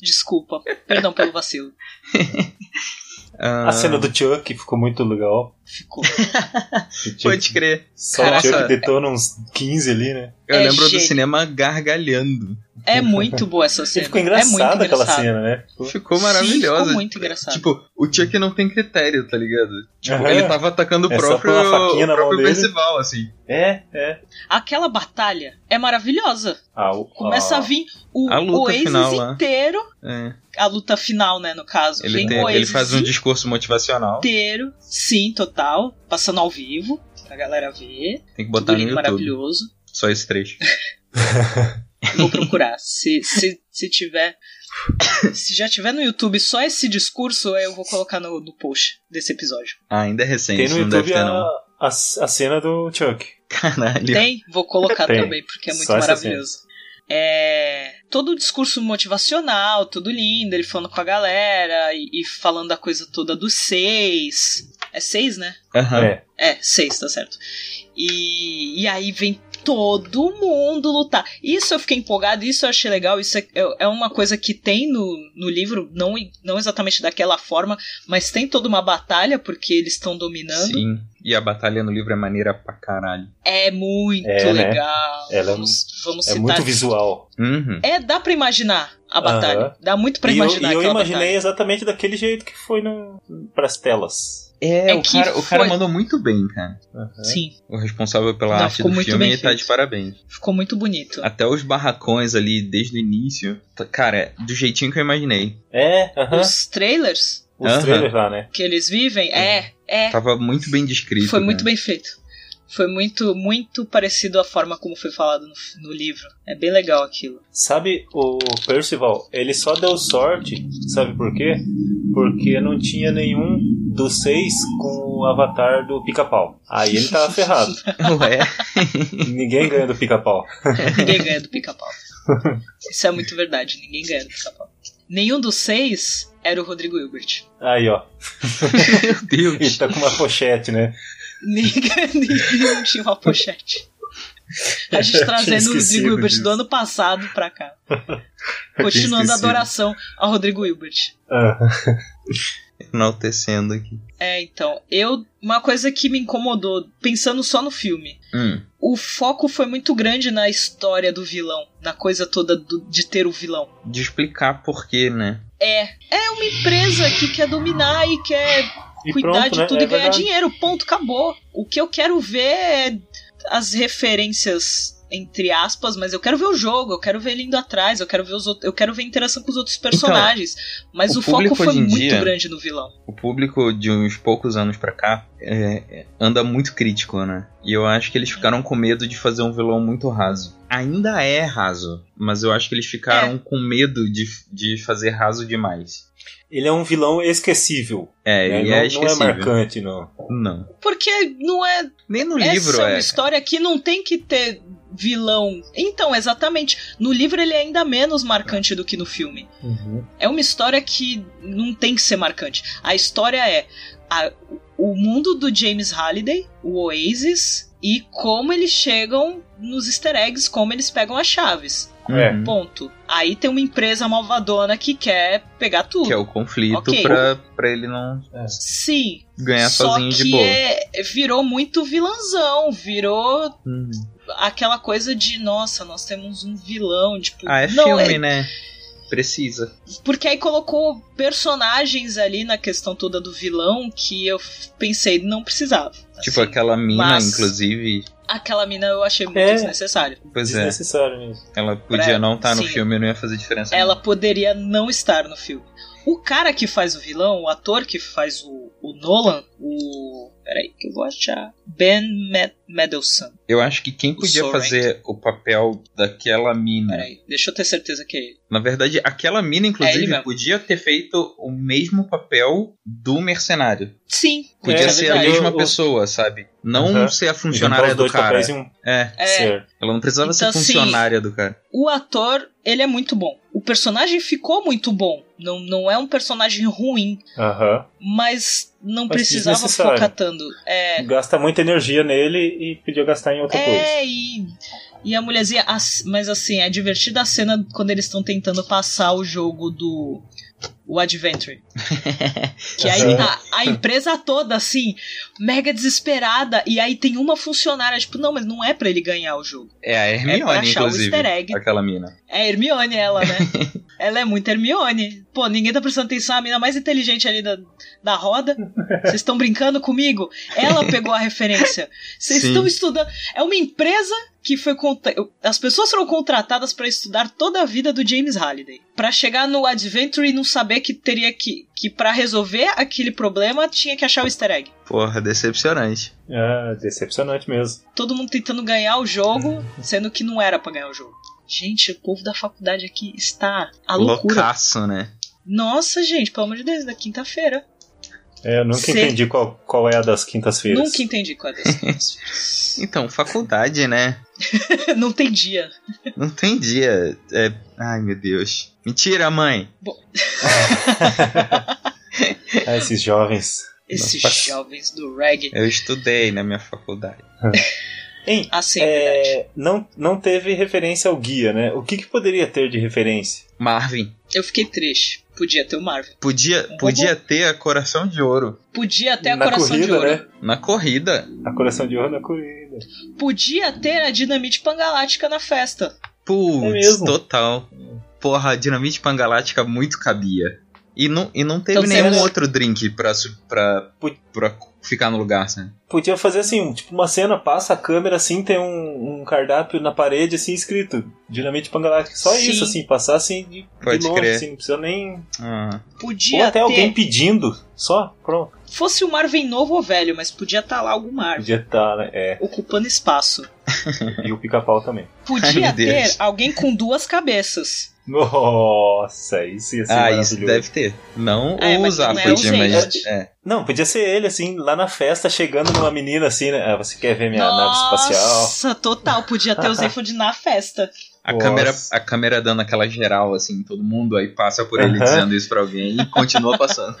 Speaker 2: Desculpa, perdão pelo vacilo.
Speaker 1: Ah,
Speaker 3: A cena do Chuck ficou muito legal.
Speaker 2: Ficou.
Speaker 3: O Chuck-
Speaker 1: Pode crer.
Speaker 3: Só
Speaker 2: Caraca.
Speaker 3: o Chuck detona uns 15 ali, né?
Speaker 1: Eu
Speaker 2: É
Speaker 1: lembro do
Speaker 2: gênio.
Speaker 1: cinema gargalhando.
Speaker 2: É muito boa essa
Speaker 3: E
Speaker 2: cena.
Speaker 3: ficou
Speaker 2: é
Speaker 3: engraçada
Speaker 2: muito
Speaker 3: aquela
Speaker 2: engraçado.
Speaker 3: cena, né?
Speaker 1: Ficou
Speaker 2: Tipo, Sim,
Speaker 1: maravilhosa.
Speaker 2: ficou muito engraçado.
Speaker 1: Tipo, o Chuck não tem critério, tá ligado? Tipo,
Speaker 3: Aham.
Speaker 1: ele tava atacando o
Speaker 3: É só
Speaker 1: próprio,
Speaker 3: pôr uma faquinha na
Speaker 1: o próprio
Speaker 3: mão dele.
Speaker 1: Percival, assim.
Speaker 3: É, é.
Speaker 2: Aquela batalha é maravilhosa.
Speaker 3: Ah, o-
Speaker 2: Começa
Speaker 3: ah,
Speaker 2: a vir o
Speaker 1: A luta
Speaker 2: Oasis
Speaker 1: final lá.
Speaker 2: inteiro,
Speaker 1: É.
Speaker 2: a luta final, né, no caso.
Speaker 1: Ele,
Speaker 2: Vem
Speaker 1: tem-
Speaker 2: o
Speaker 1: ele
Speaker 2: Oasis
Speaker 1: faz um discurso motivacional.
Speaker 2: inteiro, sim, total, passando ao vivo, pra galera ver.
Speaker 1: Tem que
Speaker 2: Tudo
Speaker 1: botar no
Speaker 2: lindo,
Speaker 1: YouTube.
Speaker 2: maravilhoso.
Speaker 1: Só esse trecho.
Speaker 2: Vou procurar. Se, se, se tiver. Se já tiver no YouTube só esse discurso, aí eu vou colocar no, no post desse episódio.
Speaker 1: Ah, ainda é recente,
Speaker 3: Tem no
Speaker 1: não deve
Speaker 3: YouTube
Speaker 1: ter, não.
Speaker 3: a, a, a cena do Chuck.
Speaker 1: Caralho.
Speaker 2: Tem? Vou colocar
Speaker 3: Tem.
Speaker 2: também, porque é muito
Speaker 3: Só essa
Speaker 2: maravilhoso. É, todo o discurso motivacional, tudo lindo, ele falando com a galera e, e falando a coisa toda dos seis. É seis, né?
Speaker 1: Aham.
Speaker 3: É.
Speaker 2: É, seis, tá certo. E, e aí vem todo mundo lutar. Isso eu fiquei empolgado, isso eu achei legal, isso é, é- é uma coisa que tem no, no livro, não, e- não exatamente daquela forma, mas tem toda uma batalha, porque eles estão dominando.
Speaker 1: Sim. E a batalha no livro é maneira pra caralho.
Speaker 2: É muito
Speaker 3: É, né?
Speaker 2: legal.
Speaker 3: Ela é
Speaker 2: vamos, vamos
Speaker 3: É
Speaker 2: citar
Speaker 3: muito
Speaker 2: aqui.
Speaker 3: visual.
Speaker 1: Uhum.
Speaker 2: É, dá pra imaginar a batalha.
Speaker 3: Aham.
Speaker 2: Dá muito pra
Speaker 3: e eu,
Speaker 2: imaginar
Speaker 3: e eu
Speaker 2: aquela
Speaker 3: imaginei
Speaker 2: batalha.
Speaker 3: exatamente daquele jeito que foi no, pras telas.
Speaker 1: É,
Speaker 2: É
Speaker 1: o,
Speaker 2: que
Speaker 1: cara, o cara
Speaker 2: foi-
Speaker 1: mandou muito bem, cara.
Speaker 3: Aham.
Speaker 2: Sim,
Speaker 1: O responsável pela
Speaker 2: Não,
Speaker 1: arte
Speaker 2: ficou
Speaker 1: do
Speaker 2: muito
Speaker 1: filme
Speaker 2: bem
Speaker 1: tá
Speaker 2: feito.
Speaker 1: de parabéns.
Speaker 2: ficou muito bonito.
Speaker 1: Até os barracões ali, desde o início. tá- Cara, é do jeitinho que eu imaginei.
Speaker 3: É, aham.
Speaker 2: Os trailers
Speaker 3: Os
Speaker 1: Aham.
Speaker 3: trailers lá, né?
Speaker 2: que eles vivem, é, é,
Speaker 1: Tava muito bem descrito.
Speaker 2: foi muito
Speaker 1: né?
Speaker 2: bem feito. Foi muito, muito parecido à forma como foi falado no, no livro. É bem legal aquilo.
Speaker 3: Sabe, o Percival, ele só deu sorte, sabe por quê? Porque não tinha nenhum dos seis com o avatar do pica-pau. Aí ele tava ferrado.
Speaker 1: Ué,
Speaker 3: Ninguém ganha do pica-pau.
Speaker 2: Ninguém ganha do pica-pau. Isso é muito verdade, ninguém ganha do pica-pau. Nenhum dos seis era o Rodrigo Hilbert.
Speaker 3: Aí, ó.
Speaker 1: meu
Speaker 3: Ele
Speaker 1: Deus.
Speaker 3: tá com uma pochete, né?
Speaker 2: Ninguém nenhum tinha uma pochete. A gente
Speaker 3: Eu tinha
Speaker 2: trazendo o Rodrigo
Speaker 3: esquecido
Speaker 2: Hilbert
Speaker 3: disso.
Speaker 2: do ano passado pra cá.
Speaker 3: tinha
Speaker 2: Continuando a
Speaker 3: esquecido.
Speaker 2: adoração ao Rodrigo Hilbert.
Speaker 3: Ah,
Speaker 1: Enaltecendo aqui.
Speaker 2: É, então, eu. Uma coisa que me incomodou, pensando só no filme.
Speaker 1: Hum.
Speaker 2: O foco foi muito grande na história do vilão, na coisa toda do- de ter o vilão.
Speaker 1: De explicar por quê, né?
Speaker 2: É. É uma empresa que quer dominar e quer
Speaker 3: e
Speaker 2: cuidar
Speaker 3: pronto,
Speaker 2: de
Speaker 3: né?
Speaker 2: tudo
Speaker 3: É
Speaker 2: e ganhar
Speaker 3: verdade.
Speaker 2: dinheiro. Ponto, acabou. O que eu quero ver é as referências, entre aspas, mas eu quero ver o jogo, eu quero ver ele indo atrás, eu quero ver os outros- eu quero ver a interação com os outros personagens. mas
Speaker 1: o
Speaker 2: o, foco
Speaker 1: público
Speaker 2: foi
Speaker 1: hoje em
Speaker 2: muito
Speaker 1: dia-
Speaker 2: grande no vilão.
Speaker 1: O público de uns poucos anos pra cá é, é, anda muito crítico, né? E eu acho que eles ficaram com medo de fazer um vilão muito raso. Ainda é raso, mas eu acho que eles ficaram
Speaker 2: É.
Speaker 1: com medo de, de fazer raso demais.
Speaker 3: Ele é um vilão esquecível.
Speaker 1: É,
Speaker 3: né?
Speaker 1: ele
Speaker 3: não,
Speaker 1: é
Speaker 3: não é
Speaker 1: esquecível.
Speaker 3: marcante, não.
Speaker 1: Não.
Speaker 2: Porque não é
Speaker 1: Nem no
Speaker 2: Essa
Speaker 1: livro
Speaker 2: é uma
Speaker 1: é.
Speaker 2: história que não tem que ter vilão. Então, exatamente. No livro ele é ainda menos marcante do que no filme.
Speaker 1: Uhum.
Speaker 3: Uhum.
Speaker 2: É uma história que não tem que ser marcante. A história é a- o mundo do James Halliday, o Oasis, e como eles chegam nos easter eggs, como eles pegam as chaves.
Speaker 1: cara.
Speaker 3: É.
Speaker 1: Uhum.
Speaker 2: Ponto. Aí tem uma empresa malvadona que quer pegar tudo.
Speaker 1: Que é o conflito
Speaker 2: Ok.
Speaker 1: pra, pra ele não
Speaker 2: Sim.
Speaker 1: ganhar
Speaker 2: só
Speaker 1: sozinho
Speaker 2: que
Speaker 1: de boa.
Speaker 2: é- virou muito vilãozão, virou
Speaker 1: Uhum.
Speaker 2: aquela coisa de, nossa, nós temos um vilão, tipo,
Speaker 1: Ah, é
Speaker 2: não,
Speaker 1: filme,
Speaker 2: é-
Speaker 1: né? Precisa.
Speaker 2: porque aí colocou personagens ali na questão toda do vilão que eu f- pensei, não precisava.
Speaker 1: Tipo,
Speaker 2: Assim,
Speaker 1: aquela mina,
Speaker 2: mas-
Speaker 1: inclusive.
Speaker 2: aquela mina eu achei muito
Speaker 3: É.
Speaker 2: desnecessário.
Speaker 1: Pois é.
Speaker 3: Desnecessário mesmo.
Speaker 1: Ela podia
Speaker 2: Pra-
Speaker 1: não estar no
Speaker 2: sim.
Speaker 1: filme, não ia fazer diferença.
Speaker 2: Ela poderia não estar no filme. O cara que faz o vilão, o ator que faz o, o Nolan, o. Peraí, que eu vou achar. Ben Med Mendelsohn.
Speaker 1: Eu acho que quem podia
Speaker 2: Sorrento.
Speaker 1: fazer o papel daquela mina.
Speaker 2: Peraí, deixa eu ter certeza que é ele.
Speaker 1: Na verdade, aquela mina,
Speaker 2: É ele
Speaker 1: inclusive,
Speaker 2: mesmo.
Speaker 1: podia ter feito o mesmo papel do mercenário.
Speaker 2: Sim,
Speaker 1: Podia
Speaker 2: é
Speaker 1: ser
Speaker 2: verdade.
Speaker 1: a mesma
Speaker 3: Eu- eu-
Speaker 1: pessoa, sabe? Não
Speaker 3: Aham.
Speaker 1: ser a
Speaker 3: Juntar
Speaker 1: funcionária
Speaker 3: os
Speaker 1: do
Speaker 3: dois
Speaker 1: cara.
Speaker 3: papéis em um
Speaker 1: É,
Speaker 2: É,
Speaker 3: certo.
Speaker 1: ela não precisava
Speaker 2: Então,
Speaker 1: ser
Speaker 2: assim,
Speaker 1: funcionária do cara.
Speaker 2: o ator, ele é muito bom. O personagem ficou muito bom. Não, não é um personagem ruim,
Speaker 3: Aham.
Speaker 2: mas não
Speaker 3: Mas
Speaker 2: precisava
Speaker 3: desnecessário.
Speaker 2: focar tanto. É,
Speaker 3: Gasta muita energia nele e podia gastar em outra coisa.
Speaker 2: é e, e a mulherzinha. as- Mas assim, é divertida a cena quando eles estão tentando passar o jogo do. O Adventure. Que aí
Speaker 3: Aham.
Speaker 2: tá a empresa toda, assim, mega desesperada. E aí tem uma funcionária, tipo, não, mas não é pra ele ganhar o jogo.
Speaker 1: É a
Speaker 2: É pra
Speaker 1: Hermione,
Speaker 2: achar o
Speaker 1: inclusive.
Speaker 2: easter egg
Speaker 1: Aquela mina.
Speaker 2: É a Hermione ela, né? ela é muito Hermione. Pô, ninguém tá prestando atenção, a mina mais inteligente ali da, da roda. Vocês estão brincando comigo? Ela pegou a referência. Vocês
Speaker 1: Sim.
Speaker 2: estão estudando. É uma empresa que foi. contra- As pessoas foram contratadas pra estudar toda a vida do James Halliday. Pra chegar no Adventure e não saber que teria que. que para resolver aquele problema tinha que achar o easter egg.
Speaker 1: Porra, decepcionante.
Speaker 3: Ah, decepcionante mesmo.
Speaker 2: Todo mundo tentando ganhar o jogo, sendo que não era pra ganhar o jogo. Gente, o povo da faculdade aqui está a loucura.
Speaker 1: Loucaço, né?
Speaker 2: Nossa, gente, pelo amor de Deus, na quinta-feira.
Speaker 3: É, eu nunca
Speaker 2: Sim.
Speaker 3: entendi qual, qual é a das quintas-feiras.
Speaker 2: Nunca entendi qual é das quintas-feiras.
Speaker 1: Então, faculdade, né?
Speaker 2: Não tem dia.
Speaker 1: Não tem dia. É Ai, meu Deus. Mentira, mãe.
Speaker 3: Ah, esses jovens.
Speaker 2: Esses
Speaker 3: Nossa.
Speaker 2: jovens do reggae.
Speaker 1: Eu estudei na minha faculdade.
Speaker 3: Hein,
Speaker 2: Assim, verdade.
Speaker 3: é, não, não teve referência ao guia, né? O que, que poderia ter de referência?
Speaker 1: Marvin,
Speaker 2: Eu fiquei triste. Podia ter o Marvel.
Speaker 1: podia,
Speaker 2: Um
Speaker 1: podia ter a Coração de Ouro
Speaker 2: Podia até a
Speaker 3: na
Speaker 2: Coração
Speaker 3: corrida,
Speaker 2: de Ouro.
Speaker 3: né?
Speaker 1: na corrida.
Speaker 3: A coração de ouro na corrida.
Speaker 2: Podia ter a Dinamite Pangalática na festa.
Speaker 3: É
Speaker 1: Putz,
Speaker 3: mesmo.
Speaker 1: total. Porra, a Dinamite Pangalática muito cabia. E não, e não teve
Speaker 2: Então,
Speaker 1: nenhum
Speaker 2: será-
Speaker 1: outro drink pra, su- pra,
Speaker 3: Pu-
Speaker 1: pra ficar no lugar, sabe?
Speaker 3: Podia fazer assim, um- tipo uma cena, passa a câmera assim, tem um, um cardápio na parede assim escrito. Dinamite Pangaláctica. Só
Speaker 2: Sim.
Speaker 3: isso, assim, passar assim de, de
Speaker 1: Pode
Speaker 3: longe,
Speaker 1: crer.
Speaker 3: assim, não precisa nem.
Speaker 1: Ah,
Speaker 2: Podia
Speaker 3: Ou até
Speaker 2: ter.
Speaker 3: alguém pedindo. Só, pronto.
Speaker 2: Fosse o Marvin novo ou velho, mas podia estar lá algum Marvin.
Speaker 3: Podia estar, né? É.
Speaker 2: Ocupando espaço.
Speaker 3: E o pica-pau também.
Speaker 2: Podia
Speaker 1: Ai, meu
Speaker 2: ter
Speaker 1: Deus.
Speaker 2: alguém com duas cabeças.
Speaker 3: Nossa, isso ia ser
Speaker 1: ah
Speaker 3: maravilhoso.
Speaker 1: isso deve ter. Não
Speaker 2: É,
Speaker 1: o
Speaker 2: mas não é o
Speaker 1: Zafod, mas.
Speaker 2: Zafod.
Speaker 1: É.
Speaker 3: Não, podia ser ele, assim, lá na festa, chegando numa menina assim, né? Ah, você quer ver minha nave espacial?
Speaker 2: Nossa, total. Podia ter o Zephyr na festa.
Speaker 1: A,
Speaker 3: Nossa.
Speaker 1: câmera, a câmera dando aquela geral, assim, em todo mundo, aí passa por ele
Speaker 3: Aham.
Speaker 1: dizendo isso pra alguém e continua passando.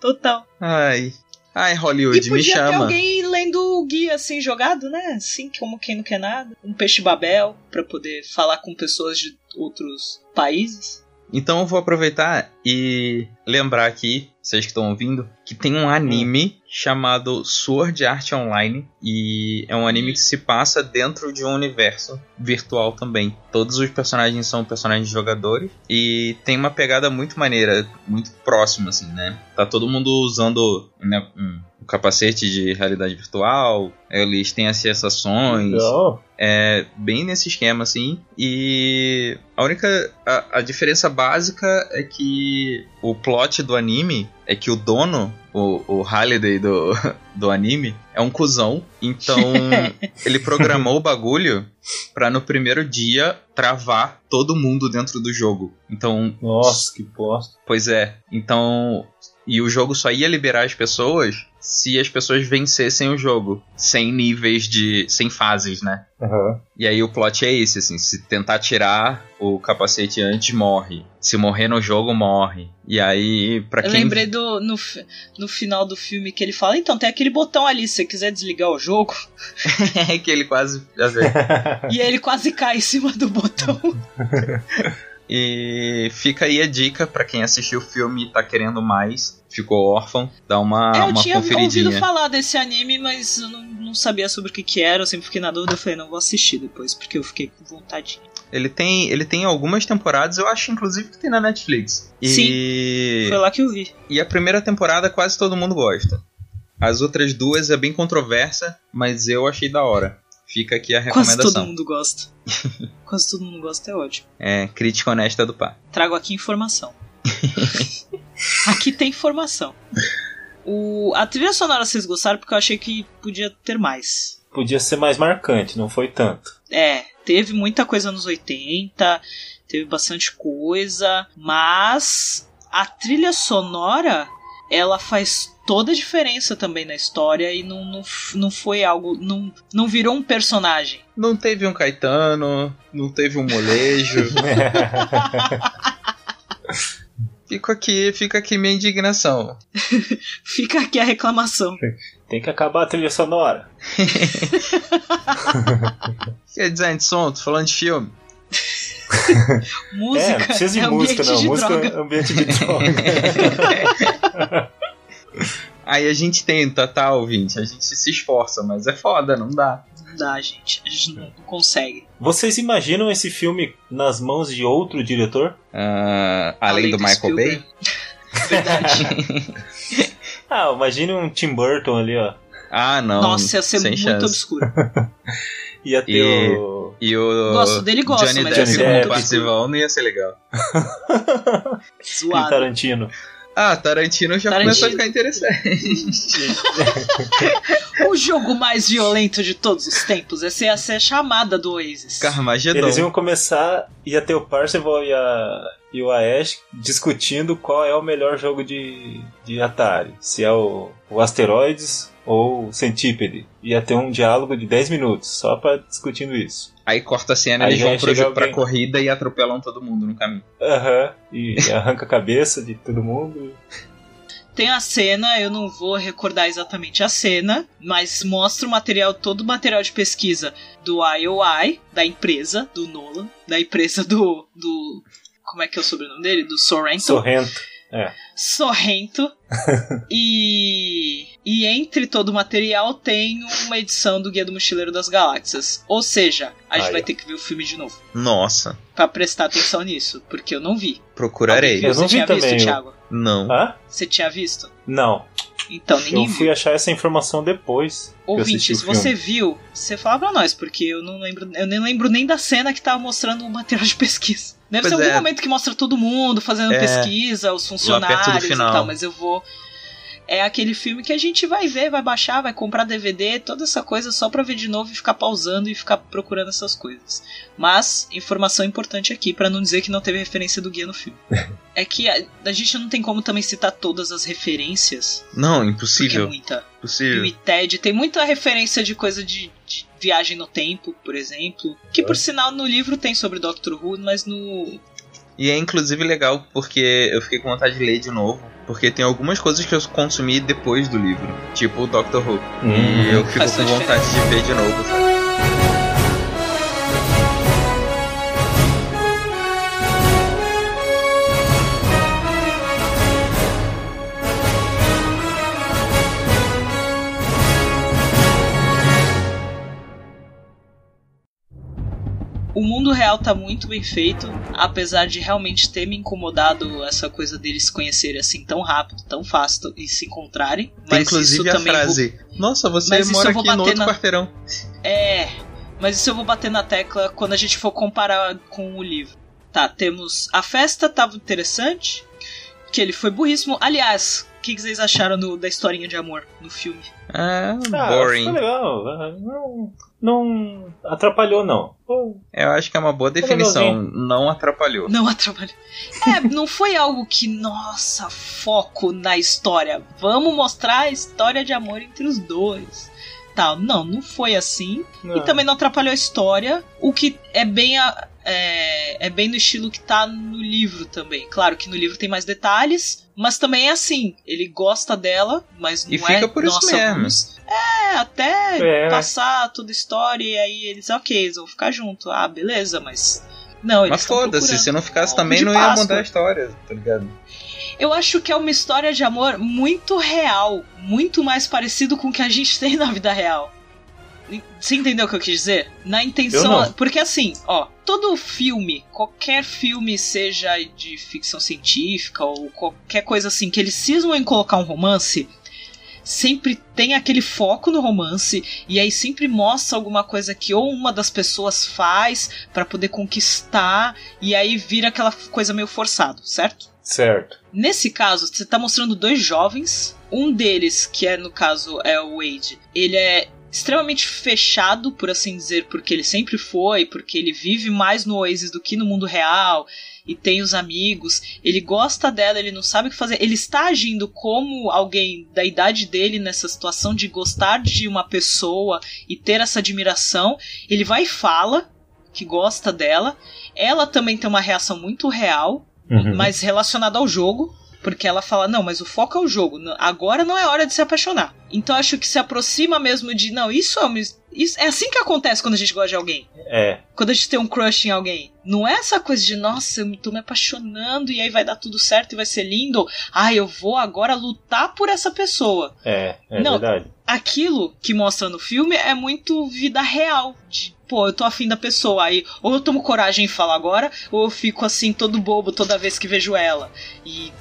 Speaker 2: Total.
Speaker 1: Ai. Ai,
Speaker 2: E
Speaker 1: Hollywood,
Speaker 2: podia
Speaker 1: me
Speaker 2: ter
Speaker 1: chama.
Speaker 2: alguém lendo o guia assim jogado, né? Assim, como quem não quer nada. Um peixe babel pra poder falar com pessoas de outros países.
Speaker 1: Então eu vou aproveitar e lembrar aqui, vocês que estão ouvindo, que tem um anime chamado Sword Art Online. E é um anime que se passa dentro de um universo virtual também. Todos os personagens são personagens jogadores. E tem uma pegada muito maneira, muito próxima, assim, né? Tá todo mundo usando né, um um capacete de realidade virtual. Eles têm as sensações.
Speaker 3: Não.
Speaker 1: É bem nesse esquema, assim. E a única. A, a diferença básica é que o plot do anime é que o dono, o, o Halliday do, do anime, é um cuzão. Então, ele programou o bagulho pra no primeiro dia travar todo mundo dentro do jogo. Então,
Speaker 3: Nossa, que bosta.
Speaker 1: Pois é. Então. E o jogo só ia liberar as pessoas se as pessoas vencessem o jogo. Sem níveis de. sem fases, né?
Speaker 3: Aham.
Speaker 1: E aí o plot é esse, assim, se tentar tirar o capacete antes, morre. Se morrer no jogo, morre. E aí, pra
Speaker 2: Eu
Speaker 1: quem.
Speaker 2: lembrei do, no, fi- no final do filme que ele fala: então, tem aquele botão ali, se você quiser desligar o jogo.
Speaker 1: É que ele quase. já vê.
Speaker 2: e aí ele quase cai em cima do botão.
Speaker 1: e fica aí a dica pra quem assistiu o filme e tá querendo mais, ficou órfão, dá uma,
Speaker 2: É, eu
Speaker 1: Ah, uma
Speaker 2: tinha ouvido
Speaker 1: conferidinha.
Speaker 2: falar desse anime, mas eu não, não sabia sobre o que, que era. Eu sempre fiquei na dúvida. Eu falei: não, vou assistir depois, porque eu fiquei com vontade.
Speaker 1: Ele tem, ele tem algumas temporadas, eu acho inclusive que tem na Netflix. E...
Speaker 2: Foi lá que eu vi.
Speaker 1: E a primeira temporada quase todo mundo gosta. As outras duas é bem controversa, mas eu achei da hora. Fica aqui a
Speaker 2: Quase todo
Speaker 1: recomendação.
Speaker 2: mundo gosta. Quase todo mundo gosta, é ótimo.
Speaker 1: É, crítica honesta do pá.
Speaker 2: trago aqui informação. aqui tem informação. O, a trilha sonora vocês gostaram porque eu achei que podia ter mais.
Speaker 3: Podia ser mais marcante, não foi tanto.
Speaker 2: É, teve muita coisa nos 80, teve bastante coisa, mas a trilha sonora ela faz toda a diferença também na história e não, não, f- não foi algo. Não, não virou um personagem.
Speaker 1: Não teve um Caetano, não teve um molejo. fico aqui, fica aqui minha indignação.
Speaker 2: Fica aqui a reclamação.
Speaker 3: É, Tem que acabar a trilha sonora.
Speaker 1: Que é design de som, tô falando de filme.
Speaker 2: Música
Speaker 3: é, não precisa de
Speaker 2: é
Speaker 3: música,
Speaker 2: ambiente
Speaker 3: não.
Speaker 2: de
Speaker 3: música
Speaker 2: droga.
Speaker 3: é ambiente de droga.
Speaker 1: Aí a gente tenta, tá, ouvinte? A gente se esforça, mas é foda, não dá.
Speaker 2: Não dá, gente. A gente não não consegue.
Speaker 3: Vocês imaginam esse filme nas mãos de outro diretor?
Speaker 1: Ah, além, do, Michael
Speaker 2: Spielberg.
Speaker 1: Bay?
Speaker 2: Verdade.
Speaker 3: Ah, imagine um Tim Burton ali, ó.
Speaker 1: Ah, não.
Speaker 2: Nossa, ia ser
Speaker 1: sem
Speaker 2: muito
Speaker 1: chance.
Speaker 2: obscuro.
Speaker 3: Ia ter
Speaker 1: E-
Speaker 3: o.
Speaker 1: E o
Speaker 2: Gosto dele, gosto,
Speaker 1: Johnny
Speaker 2: mas
Speaker 1: Depp é
Speaker 2: ia
Speaker 3: Johnny
Speaker 1: com
Speaker 2: ser
Speaker 1: o
Speaker 3: Depp.
Speaker 2: muito obscuro.
Speaker 1: Parzival não ia ser legal.
Speaker 3: E
Speaker 2: Zoado.
Speaker 3: Tarantino.
Speaker 1: Ah, Tarantino já
Speaker 2: Tarantino.
Speaker 1: começou a ficar interessante.
Speaker 2: O jogo mais violento de todos os tempos. Essa ia ser a chamada do Oasis.
Speaker 1: Carmageddon.
Speaker 3: Eles iam começar, ia ter o Parzival e, a, e o Ash discutindo qual é o melhor jogo de, de Atari. Se é o, o Asteroides ou o Centípede. Ia ter um diálogo de 10 minutos só pra discutindo isso.
Speaker 1: Aí corta a cena,
Speaker 3: Aí
Speaker 1: eles
Speaker 3: já
Speaker 1: vão
Speaker 3: ia
Speaker 1: pro,
Speaker 3: chegar
Speaker 1: pra
Speaker 3: alguém.
Speaker 1: corrida e atropelam todo mundo no caminho.
Speaker 3: Aham. E arranca a cabeça de todo mundo.
Speaker 2: Tem a cena, eu não vou recordar exatamente a cena, mas mostra o material, todo o material de pesquisa do IOI, da empresa, do Nolan, da empresa do. do como é que é o sobrenome dele? Do Sorrento.
Speaker 3: Sorrento.
Speaker 2: Sorrento. e, e entre todo o material tem uma edição do Guia do Mochileiro das Galáxias. Ou seja, a gente
Speaker 3: Aí,
Speaker 2: vai
Speaker 3: ó.
Speaker 2: ter que ver o filme de novo
Speaker 1: Nossa,
Speaker 2: Pra prestar atenção nisso, porque eu não vi.
Speaker 1: procurarei.
Speaker 3: Eu não
Speaker 2: Você
Speaker 3: vi
Speaker 2: tinha
Speaker 3: também,
Speaker 2: visto,
Speaker 3: eu-
Speaker 2: Thiago?
Speaker 1: Não.
Speaker 3: Hã?
Speaker 2: Você tinha visto?
Speaker 3: Não.
Speaker 2: Então, ninguém
Speaker 3: Eu
Speaker 2: viu.
Speaker 3: fui achar essa informação depois. que eu
Speaker 2: Ouvinte,
Speaker 3: assisti o
Speaker 2: se
Speaker 3: filme.
Speaker 2: você viu, você fala pra nós, porque eu não lembro, eu nem lembro nem da cena que tava mostrando o material de pesquisa. Deve
Speaker 1: Pois
Speaker 2: ser algum
Speaker 1: é.
Speaker 2: momento que mostra todo mundo fazendo
Speaker 1: É,
Speaker 2: pesquisa, os funcionários e
Speaker 1: final.
Speaker 2: tal, mas eu vou. É aquele filme que a gente vai ver, vai baixar, vai comprar DVD, toda essa coisa só pra ver de novo e ficar pausando e ficar procurando essas coisas. Mas, informação importante aqui, pra não dizer que não teve referência do guia no filme. é que a, a gente não tem como também citar todas as referências,
Speaker 1: Não,
Speaker 2: porque é
Speaker 1: impossível.
Speaker 2: muita. E o
Speaker 1: Impossível.
Speaker 2: Ted tem muita referência de coisa de, de viagem no tempo, por exemplo. Que
Speaker 1: É.
Speaker 2: por sinal no livro tem sobre Doctor Who, mas no.
Speaker 1: E é inclusive legal porque eu fiquei com vontade de ler de novo. Porque tem algumas coisas que eu consumi depois do livro. Tipo o Doctor Who.
Speaker 3: Hum.
Speaker 1: E eu fico
Speaker 2: Faz
Speaker 1: com
Speaker 2: toda a
Speaker 1: vontade de ver de novo. sabe?
Speaker 2: O mundo real tá muito bem feito, apesar de realmente ter me incomodado essa coisa deles se conhecerem assim tão rápido, tão fácil e se encontrarem.
Speaker 1: Tem
Speaker 2: Mas
Speaker 1: inclusive
Speaker 2: isso
Speaker 1: a
Speaker 2: também vou-
Speaker 1: frase: Nossa, você
Speaker 2: Mas isso
Speaker 1: mora
Speaker 2: eu vou
Speaker 1: aqui no
Speaker 2: bater
Speaker 1: outro
Speaker 2: na-
Speaker 1: quarteirão.
Speaker 2: É, mas isso eu vou bater na tecla quando a gente for comparar com o livro. Tá, temos. A festa tava interessante, que ele foi burríssimo. Aliás, o que, que vocês acharam do- da historinha de amor no filme?
Speaker 1: Ah,
Speaker 3: Ah,
Speaker 1: boring.
Speaker 3: Foi legal. Ah, Não, não atrapalhou, não. Pô,
Speaker 1: Eu acho que é uma boa definição. Não atrapalhou.
Speaker 2: Não atrapalhou. É, não foi algo que, nossa, foco na história. Vamos mostrar a história de amor entre os dois. Tal. Não, não foi assim.
Speaker 3: não.
Speaker 1: Ah.
Speaker 2: E também não atrapalhou a história, o que é bem a- é, é bem no estilo que tá no livro também. Claro que no livro tem mais detalhes, mas também é assim, ele gosta dela, mas não
Speaker 1: E
Speaker 2: é...
Speaker 1: fica por isso
Speaker 2: nossa,
Speaker 1: mesmo.
Speaker 2: vamos- É, até
Speaker 3: É, né?
Speaker 2: passar toda a história e aí eles, ok, eles vão ficar junto. Ah, beleza, mas... Não, eles
Speaker 1: Mas
Speaker 2: estão
Speaker 1: foda-se,
Speaker 2: procurando.
Speaker 1: se não ficasse
Speaker 2: Ovo
Speaker 1: também
Speaker 2: de
Speaker 1: não ia
Speaker 2: Páscoa.
Speaker 1: mudar a história, tá ligado?
Speaker 2: Eu acho que é uma história de amor muito real, muito mais parecido com o que a gente tem na vida real. Você entendeu o que eu quis dizer? Na intenção.
Speaker 3: Eu não.
Speaker 2: Porque assim, ó, todo filme, qualquer filme, seja de ficção científica ou qualquer coisa assim, que eles cismam em colocar um romance, sempre tem aquele foco no romance, e aí sempre mostra alguma coisa que ou uma das pessoas faz pra poder conquistar, e aí vira aquela coisa meio forçado, certo?
Speaker 3: Certo.
Speaker 2: Nesse caso, você tá mostrando dois jovens. Um deles, que é no caso é o Wade, ele é extremamente fechado, por assim dizer, porque ele sempre foi, porque ele vive mais no Oasis do que no mundo real e tem os amigos. Ele gosta dela, ele não sabe o que fazer. Ele está agindo como alguém da idade dele nessa situação de gostar de uma pessoa e ter essa admiração. Ele vai e fala que gosta dela. Ela também tem uma reação muito real
Speaker 3: Uhum.
Speaker 2: mas relacionado ao jogo, porque ela fala: não, mas o foco é o jogo, n- agora não é hora de se apaixonar. Então acho que se aproxima mesmo de: não, isso é, uma, isso é assim que acontece quando a gente gosta de alguém.
Speaker 3: É.
Speaker 2: Quando a gente tem um crush em alguém. Não é essa coisa de, nossa, eu tô me apaixonando e aí vai dar tudo certo e vai ser lindo. Ah, eu vou agora lutar por essa pessoa
Speaker 3: É, é
Speaker 2: Não.
Speaker 3: verdade.
Speaker 2: aquilo que mostra no filme é muito vida real. De, pô, eu tô afim da pessoa. Aí, ou eu tomo coragem e falo agora, ou eu fico assim, todo bobo toda vez que vejo ela. E,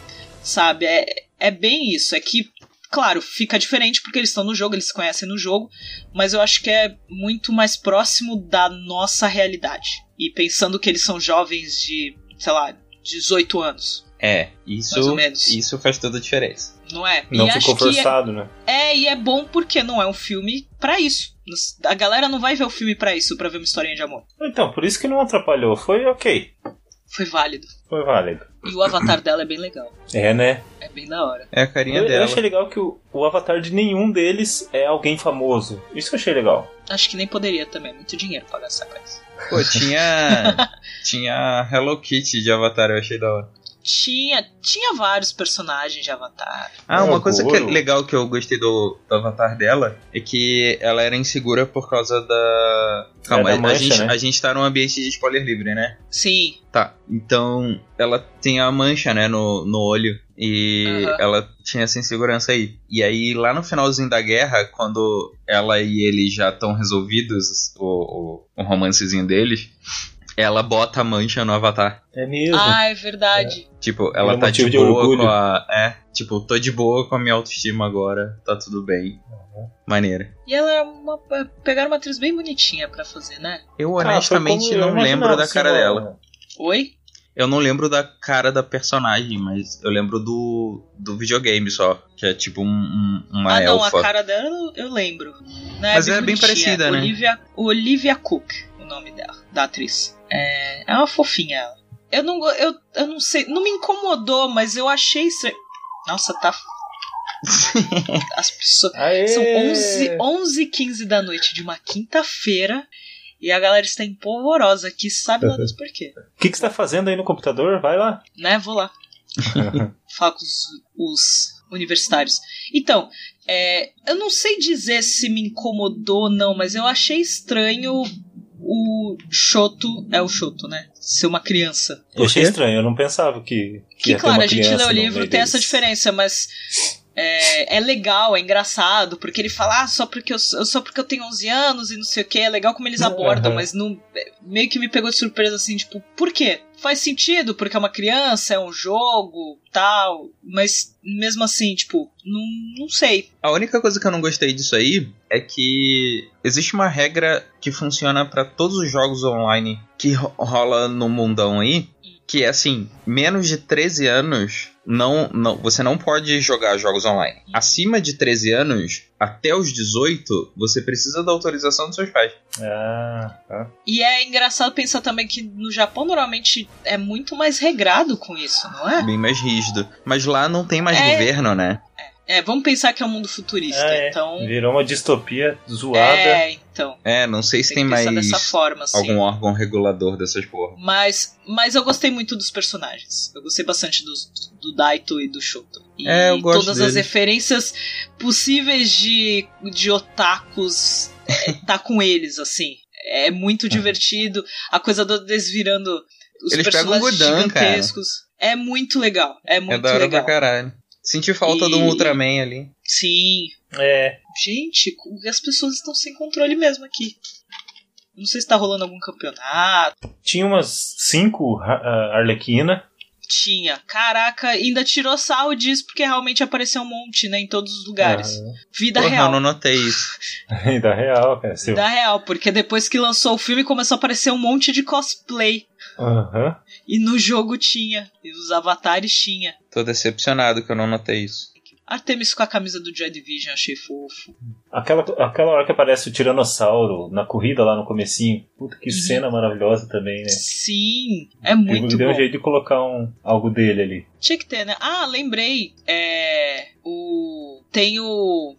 Speaker 2: sabe, é, é bem isso. É que, claro, fica diferente porque eles estão no jogo, eles se conhecem no jogo, mas eu acho que é muito mais próximo da nossa realidade. E pensando que eles são jovens de, sei lá, 18 anos,
Speaker 1: É,
Speaker 2: mais ou
Speaker 1: isso,
Speaker 2: menos.
Speaker 1: isso faz toda a diferença.
Speaker 2: Não é?
Speaker 3: Não
Speaker 2: e
Speaker 3: ficou
Speaker 2: acho que é-
Speaker 3: forçado, né?
Speaker 2: é, e é bom porque não é um filme pra isso. Nos- A galera não vai ver o filme pra isso, pra ver uma historinha de amor.
Speaker 3: Então, por isso que não atrapalhou. Foi ok.
Speaker 2: Foi válido.
Speaker 3: Foi válido.
Speaker 2: E o avatar dela é bem legal.
Speaker 3: É, né?
Speaker 2: É bem da hora.
Speaker 1: É a carinha
Speaker 3: Eu, eu
Speaker 1: dela.
Speaker 3: achei legal que o, o avatar de nenhum deles é alguém famoso. Isso eu achei legal.
Speaker 2: Acho que nem poderia também. é Muito dinheiro pagar essa coisa.
Speaker 1: Pô, tinha. tinha a Hello Kitty de Avatar, eu achei da hora.
Speaker 2: Tinha, tinha vários personagens de avatar.
Speaker 1: Ah,
Speaker 3: É,
Speaker 1: uma
Speaker 3: o
Speaker 1: coisa que é
Speaker 3: Goro.
Speaker 1: legal que eu gostei do, do avatar dela é que ela era insegura por causa da. Calma,
Speaker 3: da
Speaker 1: Ah, a- a,
Speaker 3: mancha,
Speaker 1: gente,
Speaker 3: né?
Speaker 1: a gente tá num ambiente de spoiler livre, né?
Speaker 2: Sim,
Speaker 1: Tá, então ela tem a mancha, né, no, no olho. E
Speaker 2: Aham.
Speaker 1: ela tinha essa insegurança aí. E aí, lá no finalzinho da guerra, quando ela e ele já estão resolvidos, o, o, o romancezinho deles, ela bota a mancha no avatar.
Speaker 3: É mesmo.
Speaker 2: Ah, é verdade.
Speaker 1: Tipo, ela
Speaker 3: É um
Speaker 1: tá de
Speaker 3: motivo de
Speaker 1: boa
Speaker 3: orgulho.
Speaker 1: com a. É, tipo, tô de boa com a minha autoestima agora, tá tudo bem. Maneira.
Speaker 2: E ela é uma. Pegaram uma atriz bem bonitinha pra fazer, né?
Speaker 1: Eu
Speaker 3: Ah, foi
Speaker 1: honestamente
Speaker 3: como eu
Speaker 1: não lembro
Speaker 3: imaginava,
Speaker 1: da
Speaker 3: assim,
Speaker 1: cara
Speaker 3: ó.
Speaker 1: dela.
Speaker 2: Oi?
Speaker 1: Eu não lembro da cara da personagem, mas eu lembro do, do videogame só. Que é tipo um, um- uma
Speaker 2: ah, não,
Speaker 1: elfa.
Speaker 2: a cara dela eu- eu lembro. Não,
Speaker 1: Mas é bem
Speaker 2: bonitinha.
Speaker 1: parecida, né?
Speaker 2: Olivia, Olivia Cook, o nome dela, da atriz. É, é uma fofinha ela. Eu não, go- eu, eu não sei, não me incomodou, mas eu achei estranho. Nossa, tá. As pessoas.
Speaker 3: Aê!
Speaker 2: São 11, 11 15 da noite de uma quinta-feira e a galera está empolvorosa aqui, sabe lá Deus por quê.
Speaker 3: O que, que você tá fazendo aí no computador? Vai lá.
Speaker 2: Né? Vou lá. Falar com os, os universitários. Então, é, eu não sei dizer se me incomodou ou não, mas eu achei estranho o Choto. É o Choto, né? Ser uma criança.
Speaker 3: Eu achei
Speaker 1: quê?
Speaker 3: estranho, eu não pensava que.
Speaker 2: Que,
Speaker 3: ia ter
Speaker 2: claro,
Speaker 3: uma
Speaker 2: a gente lê
Speaker 3: criança
Speaker 2: o
Speaker 3: no
Speaker 2: livro
Speaker 3: meio
Speaker 2: tem essa
Speaker 3: deles.
Speaker 2: diferença, mas é, é legal, é engraçado, porque ele fala ah, só, porque eu, só porque eu tenho 11 anos e não sei o que, é legal como eles abordam,
Speaker 3: Aham.
Speaker 2: mas não, é, meio que me pegou de surpresa assim, tipo, por quê? Faz sentido, porque é uma criança, é um jogo, tal, mas mesmo assim, tipo, não, não sei.
Speaker 1: A única coisa que eu não gostei disso aí é que existe uma regra que funciona pra todos os jogos online que ro- rola no mundão aí, que é assim, menos de 13 anos, não, não, você não pode jogar jogos online. Acima de 13 anos, até os 18, você precisa da autorização dos seus pais.
Speaker 3: Ah, tá.
Speaker 2: E é engraçado pensar também que no Japão normalmente é muito mais regrado com isso, não é?
Speaker 1: Bem mais rígido. Mas lá não tem mais
Speaker 2: É.
Speaker 1: governo, né?
Speaker 2: É, vamos pensar que é um mundo futurista,
Speaker 3: Ah, é.
Speaker 2: então.
Speaker 3: Virou uma distopia zoada.
Speaker 2: É, então.
Speaker 1: É, não sei se
Speaker 2: Tem,
Speaker 1: tem,
Speaker 2: que
Speaker 1: mais
Speaker 2: pensar dessa forma, assim.
Speaker 1: algum órgão regulador dessas porra.
Speaker 2: Mas, mas eu gostei muito dos personagens. Eu gostei bastante dos- do, Daito e do Shoto. E
Speaker 1: É, eu gosto
Speaker 2: todas as
Speaker 1: deles.
Speaker 2: referências possíveis de, de otakus é, tá com eles, assim. É muito divertido. A coisa do desvirando os
Speaker 1: Uhum. Eles pegam o
Speaker 2: personagens
Speaker 1: Godan, cara.
Speaker 2: gigantescos. É muito legal. É
Speaker 1: É
Speaker 2: muito
Speaker 1: da hora
Speaker 2: legal.
Speaker 1: pra caralho. Senti falta
Speaker 2: E-
Speaker 1: de um Ultraman ali.
Speaker 2: Sim.
Speaker 3: É.
Speaker 2: Gente, as pessoas estão sem controle mesmo aqui. Não sei se tá rolando algum campeonato.
Speaker 3: Tinha umas cinco ah, ah, Arlequina.
Speaker 2: Tinha. Caraca, ainda tirou sarro disso porque realmente apareceu um monte, né? Em todos os lugares. Vida
Speaker 1: Porra, eu
Speaker 2: real.
Speaker 1: não notei isso.
Speaker 3: Ah, da real, cara. Seu...
Speaker 2: Vida real, porque depois que lançou o filme começou a aparecer um monte de cosplay.
Speaker 3: Aham.
Speaker 2: E no jogo tinha. E os avatares tinha.
Speaker 1: Tô decepcionado que eu não notei isso.
Speaker 2: Artemis com a camisa do Joy Division, achei fofo.
Speaker 3: Aquela, aquela hora que aparece o Tiranossauro na corrida lá no comecinho. Puta
Speaker 2: Uhum.
Speaker 3: que cena maravilhosa também, né?
Speaker 2: Sim, é
Speaker 3: O
Speaker 2: muito
Speaker 3: deu um
Speaker 2: bom.
Speaker 3: jeito de colocar um, algo dele ali.
Speaker 2: Tinha que ter, né? Ah, lembrei. É. O. Tem o.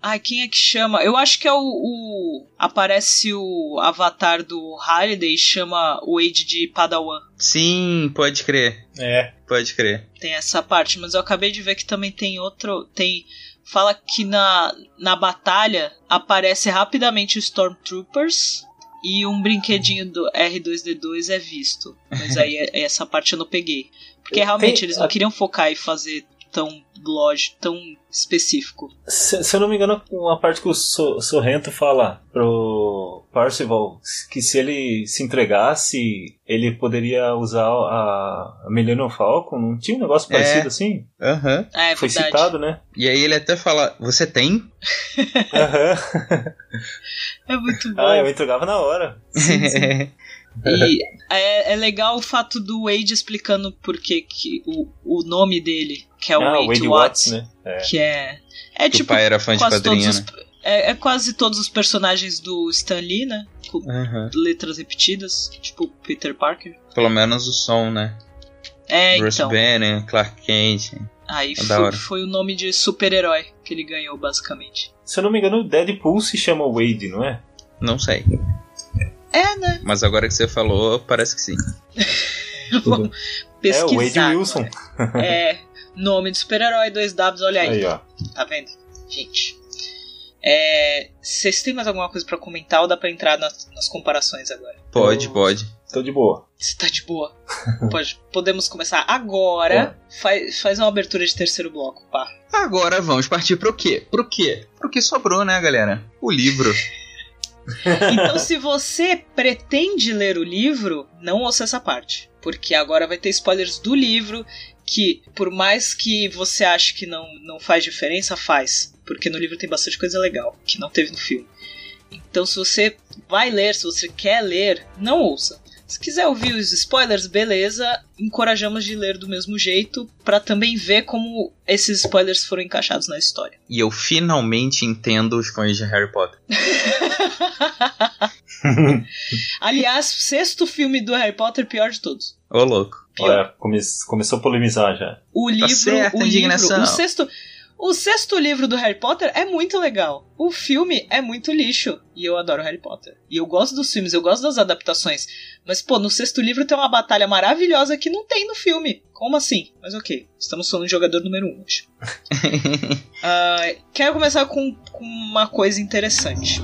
Speaker 2: Ai, quem é que chama? Eu acho que é o. o- Aparece o avatar do Halliday e chama o Wade de Padawan.
Speaker 1: Sim, pode crer.
Speaker 3: É.
Speaker 1: Pode crer.
Speaker 2: Tem essa parte, mas eu acabei de ver que também tem outro. Tem. Fala que na, na batalha aparece rapidamente o Stormtroopers e um brinquedinho do R2D2 é visto. Mas aí é- essa parte eu não peguei. Porque
Speaker 3: Tem-
Speaker 2: realmente eles não
Speaker 3: a-
Speaker 2: queriam focar e fazer tão lógico, tão específico.
Speaker 3: Se, se eu não me engano, uma parte que o So- Sorrento fala pro Parcival que se ele se entregasse, ele poderia usar a a Millennium Falcon. Não tinha um negócio
Speaker 1: É.
Speaker 3: parecido assim?
Speaker 1: Aham.
Speaker 2: Ah, é
Speaker 3: Foi
Speaker 2: verdade.
Speaker 3: citado, né?
Speaker 1: E aí ele até fala: Você tem?
Speaker 3: Aham.
Speaker 2: É muito bom.
Speaker 3: Ah, eu entregava na hora.
Speaker 2: E é, é legal o fato do Wade explicando por que, que o, o nome dele, que é o
Speaker 3: ah,
Speaker 2: Wade,
Speaker 3: Wade
Speaker 2: Watts,
Speaker 3: Watts, né?
Speaker 2: que é. É
Speaker 1: que o
Speaker 2: tipo
Speaker 1: pai era fã de
Speaker 2: quase
Speaker 1: quadrinho,
Speaker 2: todos os.
Speaker 1: né?
Speaker 2: É, é quase todos os personagens do Stan Lee, né? Com
Speaker 1: Aham.
Speaker 2: letras repetidas, tipo Peter Parker.
Speaker 1: Pelo menos o som, né?
Speaker 2: É,
Speaker 1: Bruce
Speaker 2: então.
Speaker 1: Banner, Clark Kent.
Speaker 2: Aí
Speaker 1: da
Speaker 2: foi,
Speaker 1: hora.
Speaker 2: foi o nome de super-herói que ele ganhou, basicamente.
Speaker 3: Se eu não me engano, o Deadpool se chama Wade, não é?
Speaker 1: Não sei.
Speaker 2: É, né?
Speaker 1: Mas agora que você falou, parece que sim.
Speaker 2: Vou
Speaker 3: é, o Wade
Speaker 2: pesquisar.
Speaker 3: Wilson.
Speaker 2: É, nome de super-herói, dois Ws, olha aí.
Speaker 3: Aí, ó.
Speaker 2: Tá vendo? Gente. É, vocês têm mais alguma coisa pra comentar ou dá pra entrar nas, nas comparações agora?
Speaker 1: Pode, pode.
Speaker 3: Tô de boa.
Speaker 2: Você tá de boa? Pode- podemos começar agora.
Speaker 1: É.
Speaker 2: Faz, faz uma abertura de terceiro bloco, pá.
Speaker 1: Agora vamos partir pro quê? Pro quê? Pro que sobrou, né, galera? O livro.
Speaker 2: Então, se você pretende ler o livro, não ouça essa parte. Porque agora vai ter spoilers do livro que, por mais que você ache que não, não faz diferença, faz. Porque no livro tem bastante coisa legal que não teve no filme. Então, se você vai ler, se você quer ler, não ouça. Se quiser ouvir os spoilers, beleza, encorajamos de ler do mesmo jeito pra também ver como esses spoilers foram encaixados na história.
Speaker 1: E eu finalmente entendo os fãs de Harry Potter.
Speaker 2: Aliás, sexto filme do Harry Potter, pior de todos.
Speaker 1: Ô, louco.
Speaker 3: Olha, come- começou a polemizar já.
Speaker 2: O livro,
Speaker 1: Tá certa
Speaker 2: o
Speaker 1: a indignação.
Speaker 2: livro, o sexto, o sexto livro do Harry Potter é muito legal. O filme é muito lixo e eu adoro Harry Potter. E eu gosto dos filmes, eu gosto das adaptações, mas pô, no sexto livro tem uma batalha maravilhosa que não tem no filme. Como assim? Mas OK, estamos falando de jogador número um hoje. Ah, quero começar com, com uma coisa interessante.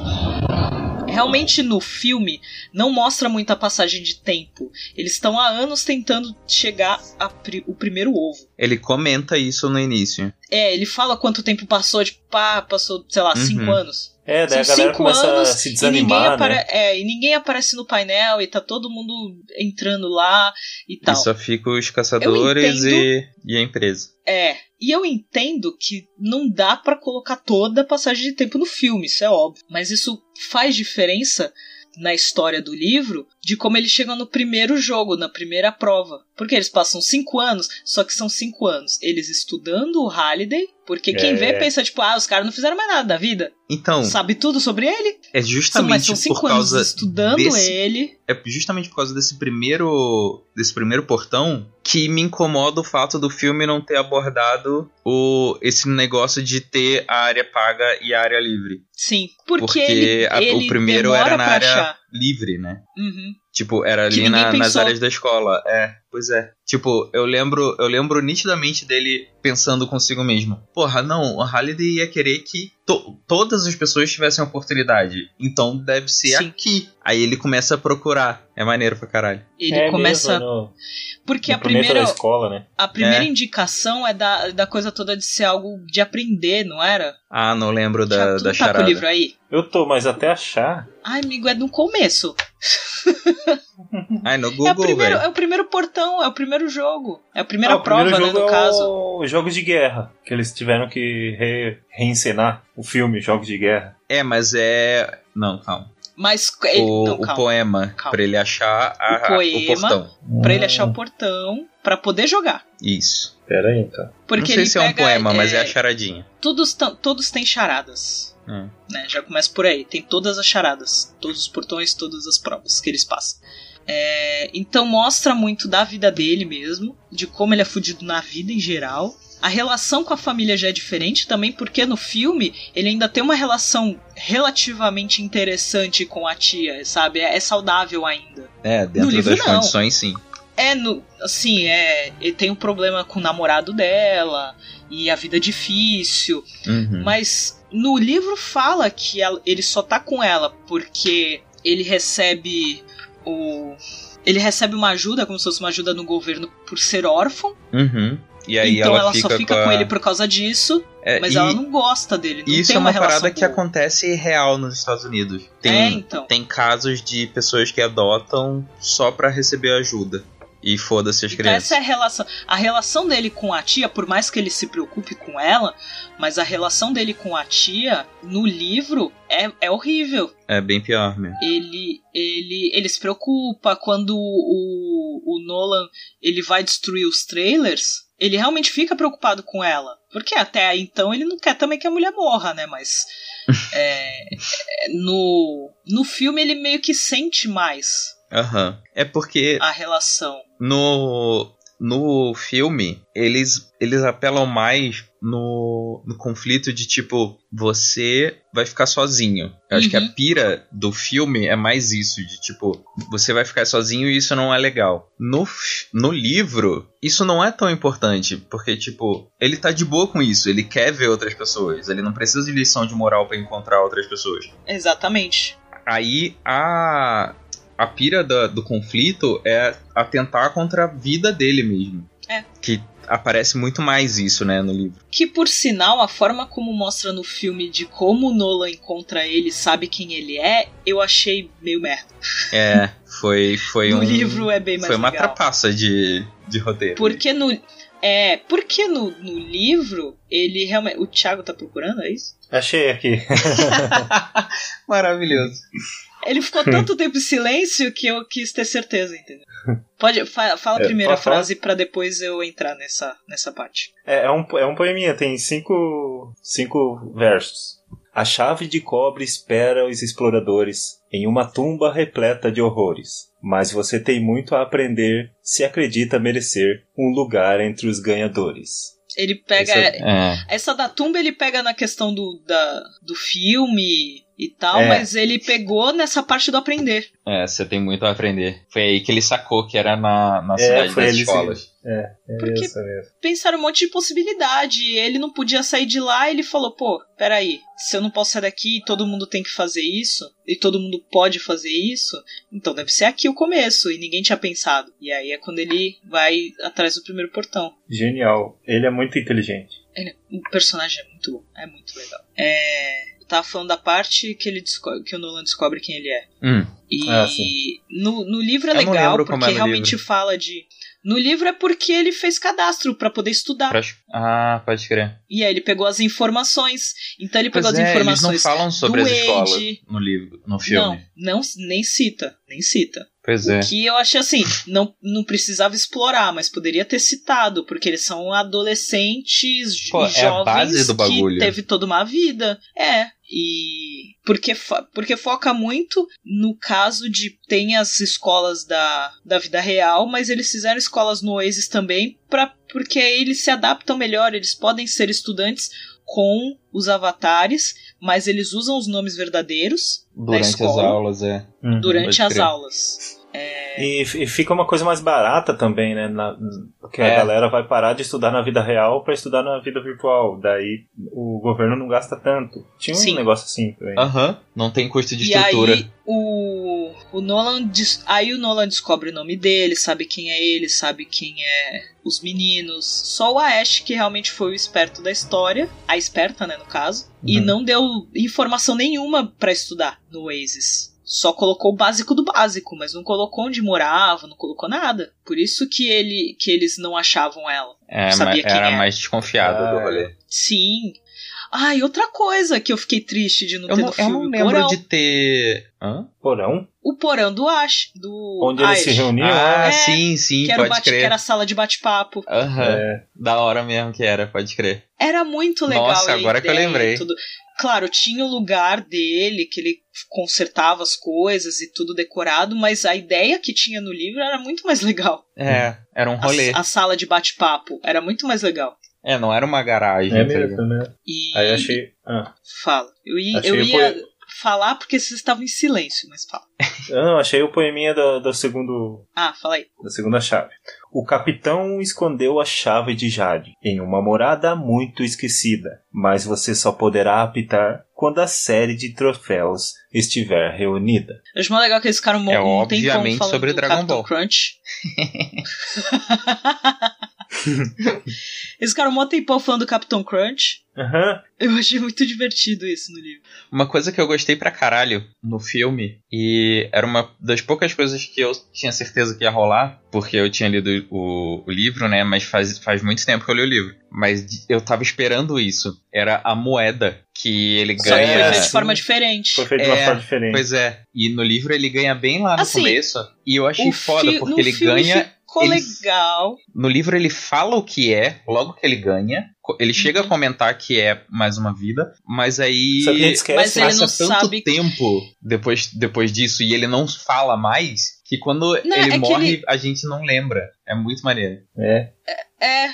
Speaker 2: Realmente no filme não mostra muita passagem de tempo. Eles estão há anos tentando chegar ao primeiro ovo.
Speaker 1: Ele comenta isso no início.
Speaker 2: É, ele fala quanto tempo passou, tipo, pá, passou, sei lá,
Speaker 1: Uhum.
Speaker 2: cinco anos.
Speaker 3: É, daí
Speaker 2: São
Speaker 3: a galera
Speaker 2: cinco
Speaker 3: começa
Speaker 2: anos
Speaker 3: a se
Speaker 2: e ninguém,
Speaker 3: desanimar,
Speaker 2: apare-
Speaker 3: né?
Speaker 2: é, e ninguém aparece no painel e tá todo mundo entrando lá e tal.
Speaker 1: E só fica os caçadores
Speaker 2: Eu
Speaker 1: e, e a empresa.
Speaker 2: É, e eu entendo que não dá pra colocar toda a passagem de tempo no filme, isso é óbvio. Mas isso faz diferença na história do livro de como eles chegam no primeiro jogo, na primeira prova. Porque eles passam cinco anos, só que são cinco anos eles estudando o Halliday, porque quem
Speaker 3: É.
Speaker 2: vê pensa, tipo, ah, os caras não fizeram mais nada da vida.
Speaker 1: Então,
Speaker 2: Sabe tudo sobre ele?
Speaker 1: é
Speaker 2: Sim, mas
Speaker 1: justamente
Speaker 2: são
Speaker 1: por
Speaker 2: cinco anos
Speaker 1: causa
Speaker 2: estudando
Speaker 1: desse-
Speaker 2: ele.
Speaker 1: é justamente por causa desse primeiro desse primeiro portão que me incomoda o fato do filme não ter abordado o esse negócio de ter a área paga e a área livre.
Speaker 2: Sim. Porque,
Speaker 1: Porque
Speaker 2: ele,
Speaker 1: a- o
Speaker 2: ele
Speaker 1: primeiro
Speaker 2: demora
Speaker 1: era na
Speaker 2: pra
Speaker 1: área-
Speaker 2: achar.
Speaker 1: Livre, né?
Speaker 2: Uhum.
Speaker 1: Tipo, era
Speaker 2: Que
Speaker 1: ali
Speaker 2: ninguém
Speaker 1: na- nas
Speaker 2: pensou.
Speaker 1: áreas da escola. É, pois é. Tipo, eu lembro, eu lembro nitidamente dele pensando consigo mesmo. Porra, não, a Halliday ia querer que to- todas as pessoas tivessem oportunidade. Então deve ser
Speaker 2: Sim.
Speaker 1: aqui. Aí ele começa a procurar. É maneiro pra caralho.
Speaker 2: Ele
Speaker 3: É
Speaker 2: começa.
Speaker 3: mesmo, no,
Speaker 2: porque
Speaker 3: no
Speaker 2: a
Speaker 3: planeta
Speaker 2: primeira.
Speaker 3: da escola, né?
Speaker 2: A primeira
Speaker 1: É.
Speaker 2: indicação é da, da coisa toda de ser algo de aprender, não era?
Speaker 1: Ah, não lembro
Speaker 2: Já
Speaker 1: da,
Speaker 2: tu
Speaker 1: da
Speaker 2: não tá com o
Speaker 1: charada.
Speaker 2: livro aí?
Speaker 3: Eu tô, mas até achar.
Speaker 2: Ai, amigo, é no começo.
Speaker 1: Ai, no
Speaker 2: é, o
Speaker 1: Google,
Speaker 2: primeiro,
Speaker 1: velho.
Speaker 2: é o primeiro portão, é o primeiro jogo. É a primeira
Speaker 3: Ah, o
Speaker 2: prova,
Speaker 3: primeiro
Speaker 2: né,
Speaker 3: jogo
Speaker 2: no
Speaker 3: é
Speaker 2: caso.
Speaker 3: o Jogos de Guerra, que eles tiveram que re, reencenar o filme Jogos de Guerra.
Speaker 1: É, mas é. Não, calma.
Speaker 2: Mas ele,
Speaker 1: o,
Speaker 2: não,
Speaker 1: o
Speaker 2: calma.
Speaker 1: poema.
Speaker 2: calma.
Speaker 1: Pra ele achar a-
Speaker 2: O
Speaker 1: a- o,
Speaker 2: poema.
Speaker 1: portão.
Speaker 2: Pra ele achar o portão, pra poder jogar.
Speaker 1: Isso.
Speaker 3: Pera aí, então.
Speaker 2: Porque
Speaker 1: não sei
Speaker 2: ele
Speaker 1: se é um
Speaker 2: pega,
Speaker 1: poema, mas é a charadinha.
Speaker 2: todos, tão- todos têm charadas.
Speaker 1: Hum.
Speaker 2: Né? Já começa por aí. Tem todas as charadas, todos os portões, todas as provas que eles passam. É, então mostra muito da vida dele mesmo, de como ele é fudido na vida em geral. A relação com a família já é diferente também, porque no filme ele ainda tem uma relação relativamente interessante com a tia, sabe? É- é saudável ainda.
Speaker 1: É, dentro
Speaker 2: livro,
Speaker 1: das
Speaker 2: não.
Speaker 1: condições, sim.
Speaker 2: É, no, assim, é. Ele tem um problema com o namorado dela e a vida é difícil.
Speaker 1: Uhum.
Speaker 2: Mas no livro fala que ela- ele só tá com ela porque ele recebe o. Ele recebe uma ajuda, como se fosse uma ajuda no governo por ser órfão.
Speaker 1: Uhum. E aí
Speaker 2: então
Speaker 1: ela,
Speaker 2: ela, só fica com,
Speaker 1: a-
Speaker 2: ele por causa disso,
Speaker 1: É,
Speaker 2: mas
Speaker 1: e
Speaker 2: ela não gosta dele. Não
Speaker 1: Isso
Speaker 2: tem
Speaker 1: é uma,
Speaker 2: relação
Speaker 1: parada que
Speaker 2: boa.
Speaker 1: acontece real nos Estados Unidos.
Speaker 2: É,
Speaker 1: Tem,
Speaker 2: então.
Speaker 1: tem casos de pessoas que adotam só pra receber ajuda. E foda-se as
Speaker 2: Então
Speaker 1: crianças.
Speaker 2: essa é a relação. A relação dele com a tia, por mais que ele se preocupe com ela, mas a relação dele com a tia no livro é, é horrível.
Speaker 1: É bem pior mesmo.
Speaker 2: Ele, ele, ele se preocupa quando o, o Nolan ele vai destruir os trailers. Ele realmente fica preocupado com ela. Porque até então ele não quer também que a mulher morra, né? Mas é, é, no, no filme ele meio que sente mais
Speaker 1: Aham. É porque
Speaker 2: a relação.
Speaker 1: no, no filme eles, eles apelam mais no, no conflito de tipo, você vai ficar sozinho. Eu acho que a
Speaker 2: Uhum.
Speaker 1: pira do filme é mais isso, de tipo, você vai ficar sozinho e isso não é legal. No, f- no livro, isso não é tão importante, porque, tipo, ele tá de boa com isso, ele quer ver outras pessoas, ele não precisa de lição de moral pra encontrar outras pessoas
Speaker 2: Exatamente.
Speaker 1: aí a, a pira da- do conflito é atentar contra a vida dele mesmo.
Speaker 2: É.
Speaker 1: Que aparece muito mais isso, né, no livro.
Speaker 2: Que por sinal, a forma como mostra no filme de como o Nolan encontra ele, sabe quem ele é, eu achei meio merda.
Speaker 1: É, foi, foi
Speaker 2: no
Speaker 1: um.
Speaker 2: livro é bem mais
Speaker 1: foi uma
Speaker 2: legal.
Speaker 1: trapaça de, de roteiro.
Speaker 2: Porque no é, porque no, no livro ele realmente o Thiago tá procurando, é isso?
Speaker 3: Achei aqui.
Speaker 1: Maravilhoso.
Speaker 2: Ele ficou tanto tempo em silêncio que eu quis ter certeza, entendeu? Pode fa- fala a
Speaker 3: É,
Speaker 2: primeira
Speaker 3: pode falar.
Speaker 2: frase pra depois eu entrar nessa nessa parte.
Speaker 3: É, é um, é um poeminha, tem cinco, cinco versos. A chave de cobre espera os exploradores em uma tumba repleta de horrores. Mas você tem muito a aprender se acredita merecer um lugar entre os ganhadores.
Speaker 2: Ele pega
Speaker 3: Esse é-
Speaker 1: É.
Speaker 2: Essa da tumba ele pega na questão do, da, do filme e tal,
Speaker 3: É.
Speaker 2: mas ele pegou nessa parte do aprender.
Speaker 1: É, você tem muito a aprender. Foi aí que ele sacou que era na, na
Speaker 3: É,
Speaker 1: cidade
Speaker 3: foi
Speaker 1: das
Speaker 3: ele, sim.
Speaker 1: escolas.
Speaker 2: Porque-
Speaker 3: isso É mesmo.
Speaker 2: Pensaram um monte de possibilidade. e Ele não podia sair de lá e ele falou: pô, peraí, se eu não posso sair daqui e todo mundo tem que fazer isso, e todo mundo pode fazer isso, então deve ser aqui o começo, e ninguém tinha pensado. E aí é quando ele vai atrás do primeiro portão.
Speaker 3: Genial. Ele é muito inteligente.
Speaker 2: Ele, o personagem é muito bom, é muito legal. É, eu tava falando da parte que, ele descobre, que o Nolan descobre quem ele é.
Speaker 1: Hum.
Speaker 2: E
Speaker 3: Ah, sim.
Speaker 2: no, no livro é
Speaker 1: Eu não
Speaker 2: legal,
Speaker 1: lembro como
Speaker 2: porque
Speaker 1: é no
Speaker 2: realmente
Speaker 1: livro.
Speaker 2: fala de. No livro é porque ele fez cadastro pra poder estudar.
Speaker 1: pra- Ah, pode crer.
Speaker 2: E aí ele pegou as informações. Então ele
Speaker 1: Pois
Speaker 2: pegou
Speaker 1: é,
Speaker 2: as
Speaker 1: eles não
Speaker 2: informações.
Speaker 1: falam sobre
Speaker 2: do
Speaker 1: as escolas
Speaker 2: Ed.
Speaker 1: no livro, no filme.
Speaker 2: não, não- nem cita, nem cita.
Speaker 1: Pois é.
Speaker 2: O que eu achei assim, não, não precisava explorar, mas poderia ter citado, porque eles são adolescentes
Speaker 1: Pô,
Speaker 2: e jovens
Speaker 1: é a base do bagulho.
Speaker 2: que teve toda uma vida. É, e porque, fo- porque foca muito no caso de tem as escolas da, da vida real, mas eles fizeram escolas no Oasis também, pra, porque eles se adaptam melhor, eles podem ser estudantes com os avatares, mas eles usam os nomes verdadeiros
Speaker 1: Durante as
Speaker 2: escola.
Speaker 1: aulas, é.
Speaker 2: durante
Speaker 1: pode
Speaker 2: as
Speaker 1: crer.
Speaker 2: aulas. É,
Speaker 3: E, f- e fica uma coisa mais barata também, né? Na, porque
Speaker 1: É.
Speaker 3: a galera vai parar de estudar na vida real pra estudar na vida virtual. Daí o governo não gasta tanto. Tinha um
Speaker 2: Sim.
Speaker 3: negócio assim também.
Speaker 1: Aham. Não tem custo de
Speaker 2: e
Speaker 1: estrutura.
Speaker 2: aí o, o Nolan des- aí o Nolan descobre o nome dele, sabe quem é ele, sabe quem é os meninos. Só o Ash que realmente foi o esperto da história, a esperta, né, no caso, e
Speaker 3: Uhum.
Speaker 2: não deu informação nenhuma pra estudar no Oasis. Só colocou o básico do básico, mas não colocou onde morava, não colocou nada. Por isso que ele que eles não achavam ela.
Speaker 1: É,
Speaker 2: Sabia
Speaker 1: mas
Speaker 2: quem
Speaker 1: era
Speaker 2: era.
Speaker 1: mais desconfiada do
Speaker 3: Ah,
Speaker 1: rolê.
Speaker 2: Sim. Ah, e outra coisa que eu fiquei triste de não
Speaker 1: Eu
Speaker 2: ter
Speaker 1: não,
Speaker 2: no filme.
Speaker 1: eu não
Speaker 2: o
Speaker 1: lembro
Speaker 2: porão.
Speaker 1: de ter. Hã?
Speaker 3: Porão?
Speaker 2: O porão do Ash. Do
Speaker 3: Onde eles se
Speaker 2: Ash.
Speaker 3: reuniam.
Speaker 1: Ah,
Speaker 2: tipo, É,
Speaker 1: sim, sim,
Speaker 2: que era, o
Speaker 1: pode
Speaker 2: bate, que
Speaker 1: crer.
Speaker 2: era a sala de bate-papo.
Speaker 1: Aham,
Speaker 3: É.
Speaker 1: Da hora mesmo que era, pode crer.
Speaker 2: Era muito legal.
Speaker 1: Nossa,
Speaker 2: a
Speaker 1: agora que eu
Speaker 2: ideia e
Speaker 1: lembrei.
Speaker 2: tudo. Claro, tinha o lugar dele, que ele consertava as coisas e tudo decorado, mas a ideia que tinha no livro era muito mais legal.
Speaker 3: Hum.
Speaker 1: É, era um
Speaker 2: A,
Speaker 1: rolê.
Speaker 2: a sala de bate-papo era muito mais legal.
Speaker 1: É, não era uma garagem.
Speaker 3: É
Speaker 1: tá ligado?
Speaker 3: mesmo, né?
Speaker 2: E
Speaker 3: Aí eu achei. Ah,
Speaker 2: fala. Eu ia,
Speaker 3: Achei
Speaker 2: eu
Speaker 3: o
Speaker 2: ia
Speaker 3: poe-
Speaker 2: falar porque vocês estavam em silêncio, mas fala.
Speaker 3: eu não, achei o poeminha da, da, segundo,
Speaker 2: Ah, fala aí.
Speaker 3: da segunda chave. O capitão escondeu a chave de Jade em uma morada muito esquecida, mas você só poderá apitar quando a série de troféus estiver reunida.
Speaker 2: Eu acho mais legal que eles ficaram um,
Speaker 1: É
Speaker 2: um tempão
Speaker 1: obviamente
Speaker 2: falando
Speaker 1: sobre
Speaker 2: do
Speaker 1: Dragon
Speaker 2: Capitão
Speaker 1: Ball.
Speaker 2: Crunch. eles ficaram um tempão falando do Capitão Crunch.
Speaker 3: Aham.
Speaker 2: Eu achei muito divertido isso no livro.
Speaker 1: Uma coisa que eu gostei pra caralho no filme, e era uma das poucas coisas que eu tinha certeza que ia rolar, porque eu tinha lido o, o livro, né? Mas faz, faz muito tempo que eu li o livro. Mas de- eu tava esperando isso. Era a moeda que ele
Speaker 2: Só que foi
Speaker 1: ganha.
Speaker 2: feito de
Speaker 3: sim.
Speaker 2: forma diferente.
Speaker 3: Foi feito de uma
Speaker 1: É,
Speaker 3: forma diferente.
Speaker 1: Pois é, e no livro ele ganha bem lá no
Speaker 2: Assim,
Speaker 1: começo. E eu achei
Speaker 2: o
Speaker 1: foda,
Speaker 2: fi-
Speaker 1: porque
Speaker 2: no
Speaker 1: ele
Speaker 2: filme
Speaker 1: ganha
Speaker 2: Ficou
Speaker 1: Ele-
Speaker 2: legal.
Speaker 1: No livro ele fala o que é, logo que ele ganha. Co- Ele
Speaker 2: Uhum.
Speaker 1: chega a comentar que é mais uma vida, mas aí
Speaker 3: Só que a gente esquece. né?
Speaker 2: Mas ele
Speaker 1: passa
Speaker 2: não
Speaker 1: tanto
Speaker 2: sabe-
Speaker 1: tempo depois, depois disso e ele não fala mais que quando
Speaker 2: Não, é
Speaker 1: ele
Speaker 2: que
Speaker 1: morre
Speaker 2: ele-
Speaker 1: a gente não lembra. É muito maneiro. É.
Speaker 2: É,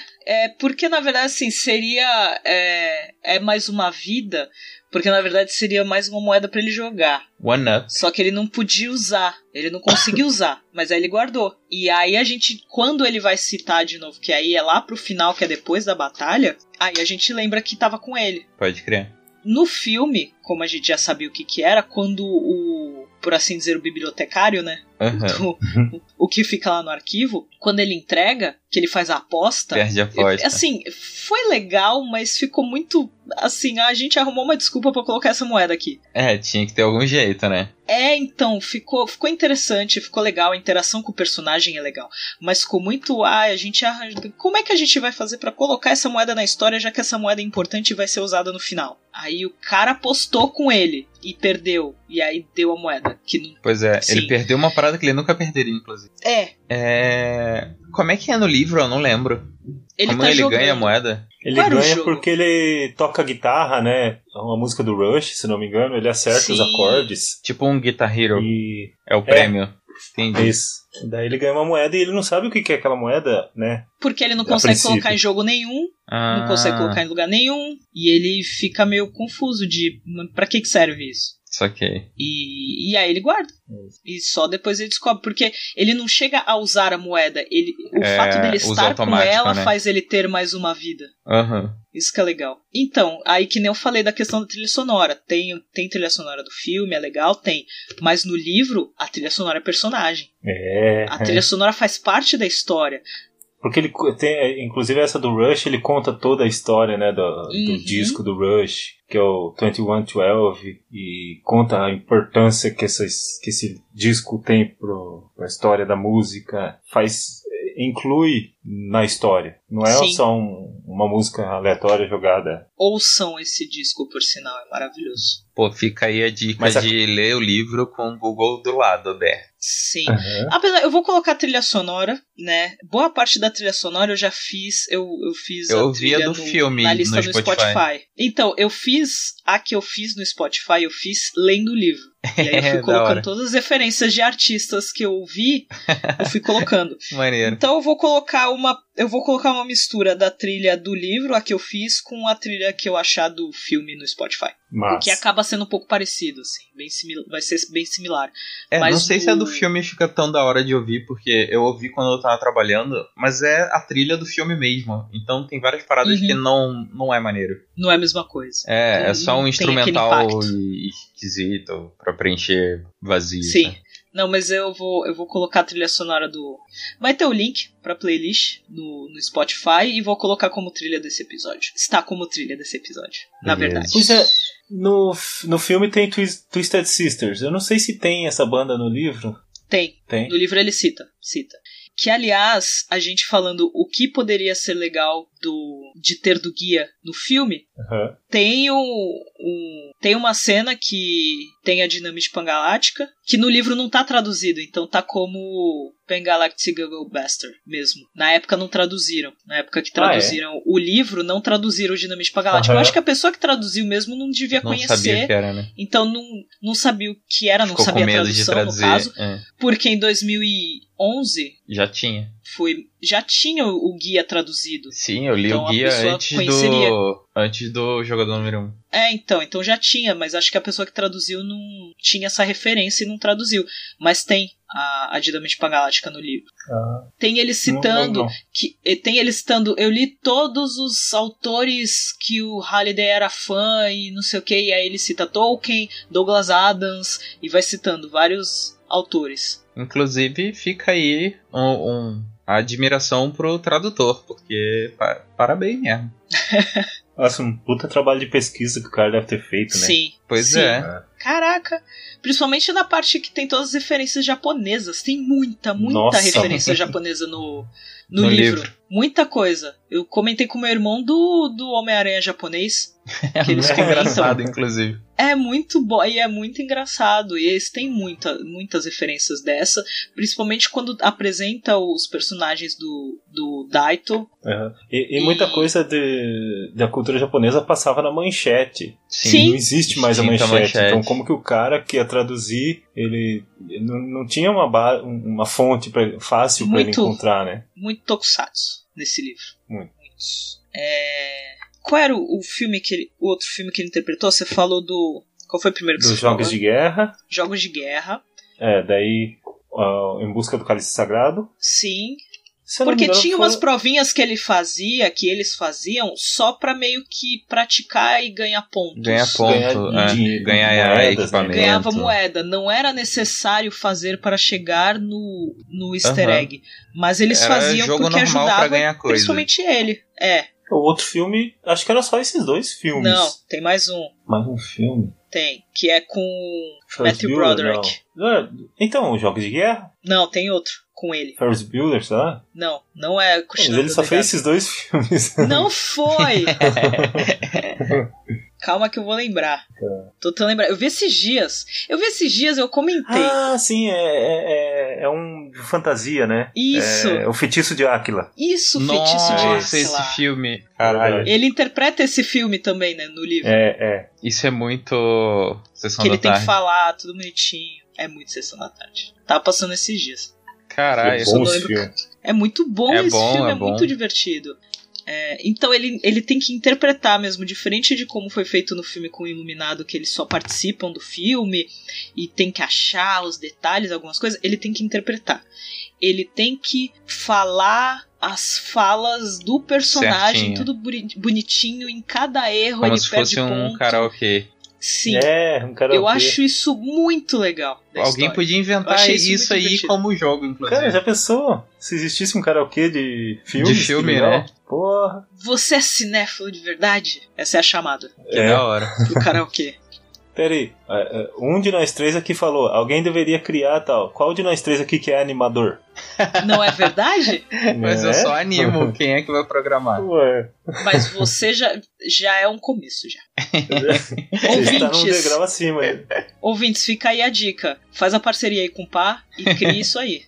Speaker 2: é, porque na verdade, assim, seria. É, é mais uma vida, porque na verdade seria mais uma moeda pra ele jogar.
Speaker 1: One Up.
Speaker 2: Só que ele não podia usar, ele não conseguiu usar, mas aí ele guardou. E aí a gente, quando ele vai citar de novo, que aí é lá pro final, que é depois da batalha, aí a gente lembra que tava com ele.
Speaker 1: Pode crer.
Speaker 2: No filme, como a gente já sabia o que que era, quando o, por assim dizer, o bibliotecário, né?
Speaker 1: Aham.
Speaker 2: O, o que fica lá no arquivo, quando ele entrega, que ele faz a aposta.
Speaker 1: Perde a É, aposta.
Speaker 2: Assim, foi legal, mas ficou muito. Assim, a gente arrumou uma desculpa pra colocar essa moeda aqui.
Speaker 1: É, tinha que ter algum jeito, né?
Speaker 2: É, então, ficou, ficou interessante, ficou legal, a interação com o personagem é legal. Mas ficou muito. Ai, a gente arranja. Como é que a gente vai fazer pra colocar essa moeda na história, já que essa moeda é importante e vai ser usada no final? Aí o cara apostou com ele e perdeu. E aí deu a moeda. Que não.
Speaker 1: Pois é, ele
Speaker 2: Sim.
Speaker 1: perdeu uma parada que ele nunca perderia, inclusive.
Speaker 2: É,
Speaker 1: É. Como é que é no livro? Eu não lembro.
Speaker 2: ele
Speaker 1: Como
Speaker 2: tá
Speaker 1: ele
Speaker 2: jogando.
Speaker 1: ganha a moeda?
Speaker 3: Ele
Speaker 2: Qual era o
Speaker 3: ganha
Speaker 2: jogo?
Speaker 3: porque ele toca guitarra, né? É uma música do Rush, se não me engano. Ele acerta os
Speaker 2: Sim.
Speaker 3: acordes.
Speaker 1: Tipo um Guitar Hero.
Speaker 3: E
Speaker 1: É o prêmio. Entendi.
Speaker 3: isso. Daí ele ganha uma moeda e ele não sabe o que que é aquela moeda, né?
Speaker 2: Porque ele não
Speaker 3: A
Speaker 2: consegue
Speaker 3: princípio.
Speaker 2: colocar em jogo nenhum, não
Speaker 1: Ah,
Speaker 2: consegue colocar em lugar nenhum. E ele fica meio confuso de "Mas pra que que serve isso?
Speaker 1: Saquei.
Speaker 2: E, e aí ele guarda. E só depois ele descobre. Porque ele não chega a usar a moeda. Ele, o
Speaker 1: É,
Speaker 2: fato dele
Speaker 1: usa
Speaker 2: estar com
Speaker 1: automático,
Speaker 2: ela
Speaker 1: né?
Speaker 2: faz ele ter mais uma vida.
Speaker 1: Aham.
Speaker 2: Isso que é legal. Então, aí que nem eu falei da questão da trilha sonora. Tem, tem trilha sonora do filme, é legal, tem. Mas no livro, a trilha sonora é personagem.
Speaker 3: É.
Speaker 2: A trilha sonora faz parte da história.
Speaker 3: Porque ele co- tem, inclusive essa do Rush, ele conta toda a história, né, do, do
Speaker 2: Uhum.
Speaker 3: disco do Rush, que é o 2112, e conta a importância que, essas, que esse disco tem pro, pra história da música, faz, inclui na história. Não é
Speaker 2: Sim.
Speaker 3: só um- uma música aleatória jogada.
Speaker 2: Ouçam esse disco, por sinal, é maravilhoso.
Speaker 1: Pô, fica aí a dica
Speaker 3: Mas a-
Speaker 1: de ler o livro com o Google do lado aberto.
Speaker 2: Sim. Apesar, eu vou colocar a trilha sonora, né? Boa parte da trilha sonora eu já fiz, eu, eu fiz
Speaker 1: Eu
Speaker 2: a
Speaker 1: ouvia
Speaker 2: trilha
Speaker 1: do
Speaker 2: no-
Speaker 1: filme
Speaker 2: na lista
Speaker 1: no
Speaker 2: do
Speaker 1: Spotify.
Speaker 2: Então, eu fiz a que eu fiz no Spotify, eu fiz lendo o livro. E aí eu
Speaker 1: É,
Speaker 2: fui
Speaker 1: da hora.
Speaker 2: colocando todas as referências de artistas que eu ouvi, eu fui colocando.
Speaker 1: Maneiro.
Speaker 2: Então eu vou colocar uma, eu vou colocar uma mistura da trilha do livro, a que eu fiz, com a trilha que eu achar do filme no Spotify. O
Speaker 3: Mas,
Speaker 2: que acaba sendo um pouco parecido, assim, bem simil- vai ser bem similar.
Speaker 1: É,
Speaker 2: Mas
Speaker 1: não sei se a do
Speaker 2: o-
Speaker 1: filme fica tão da hora de ouvir, porque eu ouvi quando eu tava trabalhando, mas é a trilha do filme mesmo. Então tem várias paradas
Speaker 2: Uhum.
Speaker 1: que não, não é maneiro.
Speaker 2: Não é a mesma coisa.
Speaker 1: É, é só um
Speaker 2: Tem
Speaker 1: instrumental
Speaker 2: aquele impacto.
Speaker 1: e- esquisito pra preencher vazio. né?
Speaker 2: Sim.
Speaker 1: sabe?
Speaker 2: Não, mas eu vou, eu vou colocar a trilha sonora do. Vai ter o link pra playlist no, no Spotify e vou colocar como trilha desse episódio. Está como trilha desse episódio, na
Speaker 1: Beleza.
Speaker 2: verdade.
Speaker 3: Pois é, no, f- no filme tem Twi- Twisted Sisters. Eu não sei se tem essa banda no livro.
Speaker 2: Tem.
Speaker 3: Tem.
Speaker 2: No livro ele cita, cita. Que, aliás, a gente falando o que poderia ser legal do de ter do guia no filme,
Speaker 3: Aham.
Speaker 2: tem o, o- tem uma cena que tem a Dinamite Pangaláctica, que no livro não tá traduzido, então tá como Pangalactic Google Bastard mesmo. Na época não traduziram. Na época
Speaker 1: Ah,
Speaker 2: que
Speaker 1: é?
Speaker 2: traduziram o livro, não traduziram o Dinamite Pangaláctica. Eu
Speaker 3: Aham.
Speaker 2: acho que a pessoa que traduziu mesmo não devia
Speaker 1: Não
Speaker 2: conhecer.
Speaker 1: sabia que era, né?
Speaker 2: Então não, não sabia o que era, não
Speaker 1: Ficou
Speaker 2: sabia
Speaker 1: com medo
Speaker 2: a tradução,
Speaker 1: de traduzir.
Speaker 2: no caso.
Speaker 1: É,
Speaker 2: Porque em 2011
Speaker 1: já tinha.
Speaker 2: foi, já tinha o o guia traduzido.
Speaker 1: Sim, eu li
Speaker 2: Então,
Speaker 1: o
Speaker 2: a
Speaker 1: guia
Speaker 2: pessoa
Speaker 1: antes
Speaker 2: conheceria.
Speaker 1: do. Antes do jogador número 1. Um.
Speaker 2: É, então, então já tinha, mas acho que a pessoa que traduziu não tinha essa referência e não traduziu. Mas tem a, a Dinamite Galáctica no livro.
Speaker 3: Ah,
Speaker 2: Tem ele
Speaker 3: não- não-
Speaker 2: citando
Speaker 3: não.
Speaker 2: que e tem ele citando, eu li todos os autores que o Halliday era fã e não sei o que, e aí ele cita Tolkien, Douglas Adams e vai citando vários autores.
Speaker 1: Inclusive, fica aí um, um- a admiração pro tradutor, porque pa- parabéns mesmo.
Speaker 3: Nossa, um puta trabalho de pesquisa que o cara deve ter feito, né?
Speaker 2: Sim.
Speaker 1: Pois
Speaker 2: sim.
Speaker 1: é.
Speaker 2: Caraca! Principalmente na parte que tem todas as referências japonesas. Tem muita, muita
Speaker 3: Nossa.
Speaker 2: referência japonesa no, no,
Speaker 1: No
Speaker 2: livro.
Speaker 1: livro.
Speaker 2: Muita coisa. Eu comentei com meu irmão do, do Homem-Aranha japonês. Que eles
Speaker 1: É
Speaker 2: comentam.
Speaker 1: engraçado, inclusive.
Speaker 2: É muito bom e é muito engraçado. E eles têm muita, muitas referências dessa, principalmente quando apresenta os personagens do, do Daito.
Speaker 3: Aham. E, e muita
Speaker 2: E-
Speaker 3: coisa de- da cultura japonesa passava na manchete.
Speaker 2: Sim.
Speaker 3: Não existe mais a
Speaker 5: Extinta
Speaker 3: manchete.
Speaker 5: a manchete.
Speaker 3: Então, como que o cara que ia traduzir, ele ele não, não tinha uma, ba- um, uma fonte pra- fácil pra ele
Speaker 2: Muito.
Speaker 3: encontrar, né?
Speaker 2: Muito tokusatsu nesse livro.
Speaker 3: Muito.
Speaker 2: Muitos. É... Qual era o, o filme que ele, o outro filme que ele interpretou? Você falou do. Qual foi o primeiro que
Speaker 3: Dos
Speaker 2: você falou?
Speaker 3: jogos de guerra,
Speaker 2: Jogos de Guerra.
Speaker 3: é, daí ó, em busca do cálice sagrado.
Speaker 2: Sim.
Speaker 3: Se eu não me
Speaker 2: Porque
Speaker 3: engano,
Speaker 2: tinha
Speaker 3: foram-
Speaker 2: umas provinhas que ele fazia, que eles faziam, só pra meio que praticar e ganhar pontos.
Speaker 5: Ganhar ponto,
Speaker 3: Ganhar
Speaker 5: é,
Speaker 3: dinheiro,
Speaker 5: ganhar
Speaker 3: moedas, né?
Speaker 5: equipamento.
Speaker 2: Ganhava moeda. Não era necessário fazer para chegar no, no easter
Speaker 5: Aham.
Speaker 2: egg. Mas eles
Speaker 5: Era
Speaker 2: faziam
Speaker 5: jogo
Speaker 2: porque
Speaker 5: normal pra
Speaker 2: ajudava
Speaker 5: ganhar coisa.
Speaker 2: principalmente ele. É.
Speaker 3: O outro filme, acho que era só esses dois filmes.
Speaker 2: Não, tem mais um.
Speaker 3: Mais um filme.
Speaker 2: Tem. Que é com.
Speaker 3: Ferris
Speaker 2: Matthew
Speaker 3: Bueller,
Speaker 2: Broderick.
Speaker 3: Não. É, Então, jogos de guerra,
Speaker 2: Não, tem outro. Com ele.
Speaker 3: Ferris Bueller, tá?
Speaker 2: Não, não é com
Speaker 3: Mas ele só
Speaker 2: Shinobukami.
Speaker 3: fez esses dois filmes.
Speaker 2: Não foi! Calma que eu vou lembrar.
Speaker 3: Tá.
Speaker 2: Tô tentando lembrar. Eu vi esses dias. Eu vi esses dias, eu comentei.
Speaker 3: Ah, sim, é, é, é- é um de fantasia, né?
Speaker 2: Isso.
Speaker 3: É, o feitiço de Áquila.
Speaker 2: Isso, feitiço de
Speaker 5: Nossa,
Speaker 2: Axel
Speaker 5: esse
Speaker 2: lá.
Speaker 5: filme.
Speaker 3: Caralho.
Speaker 5: Caralho.
Speaker 2: Ele interpreta esse filme também, né? No livro.
Speaker 3: É, é.
Speaker 5: Isso é muito. Sessão
Speaker 2: que ele
Speaker 5: da
Speaker 2: tem que
Speaker 5: tarde.
Speaker 2: falar, tudo bonitinho. É muito sessão da tarde. Tá passando esses dias.
Speaker 1: Ah,
Speaker 5: Caralho.
Speaker 3: é bom
Speaker 2: eu
Speaker 3: esse
Speaker 2: lembro.
Speaker 3: filme.
Speaker 2: É muito bom
Speaker 5: É
Speaker 2: esse
Speaker 5: bom,
Speaker 2: filme, é,
Speaker 5: é bom.
Speaker 2: muito divertido. É, então ele, ele tem que interpretar mesmo, diferente de como foi feito no filme com o Iluminado, que eles só participam do filme e tem que achar os detalhes, algumas coisas, ele tem que interpretar. Ele tem que falar as falas do personagem,
Speaker 5: Certinho.
Speaker 2: tudo boni- bonitinho, em cada erro
Speaker 5: Como
Speaker 2: ele
Speaker 5: se
Speaker 2: perde
Speaker 5: fosse um
Speaker 2: ponto.
Speaker 5: karaokê.
Speaker 2: Sim.
Speaker 3: É, um cara.
Speaker 2: Eu acho isso muito legal. da
Speaker 5: Alguém
Speaker 2: história.
Speaker 5: podia
Speaker 2: Eu
Speaker 5: inventar
Speaker 2: achei isso
Speaker 5: isso,
Speaker 2: muito
Speaker 5: aí
Speaker 2: divertido.
Speaker 5: como jogo,
Speaker 3: Cara,
Speaker 5: inclusive.
Speaker 3: já pensou? Se existisse um karaokê de filmes?
Speaker 5: De filme,
Speaker 3: que legal.
Speaker 5: né?
Speaker 3: Porra.
Speaker 2: Você é cinéfilo de verdade? Essa é a chamada
Speaker 5: Que
Speaker 3: É.
Speaker 5: da hora.
Speaker 2: do karaokê.
Speaker 3: Pera aí. É, é, Um de nós três aqui falou: alguém deveria criar tal. Qual de nós três aqui que é animador?
Speaker 2: Não é verdade?
Speaker 5: Mas eu
Speaker 3: Né?
Speaker 5: só animo. Quem é que vai programar?
Speaker 3: Ué.
Speaker 2: Mas você já, já é um começo já.
Speaker 3: Ele tá num
Speaker 2: ouvintes,
Speaker 3: degrau acima. aí.
Speaker 2: ouvintes, fica aí a dica. Faz a parceria aí com o Pá e cria isso aí.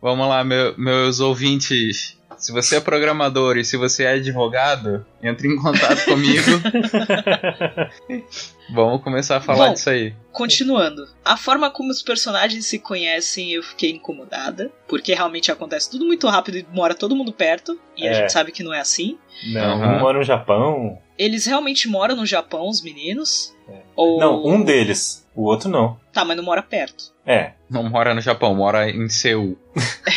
Speaker 5: Vamos lá, meu- meus ouvintes. Se você é programador e se você é advogado, entre em contato comigo. Vamos começar a falar
Speaker 2: Bom.
Speaker 5: disso aí.
Speaker 2: Continuando. A forma como os personagens se conhecem, eu fiquei incomodada. Porque realmente acontece tudo muito rápido e mora todo mundo perto. E a
Speaker 3: É.
Speaker 2: gente sabe que não é assim.
Speaker 3: Não,
Speaker 5: Aham.
Speaker 3: um mora no Japão.
Speaker 2: Eles realmente moram no Japão, os meninos? Ou...
Speaker 3: Não, um deles. O outro não.
Speaker 2: Tá, mas não mora perto.
Speaker 3: É.
Speaker 5: Não mora no Japão, mora em Seul.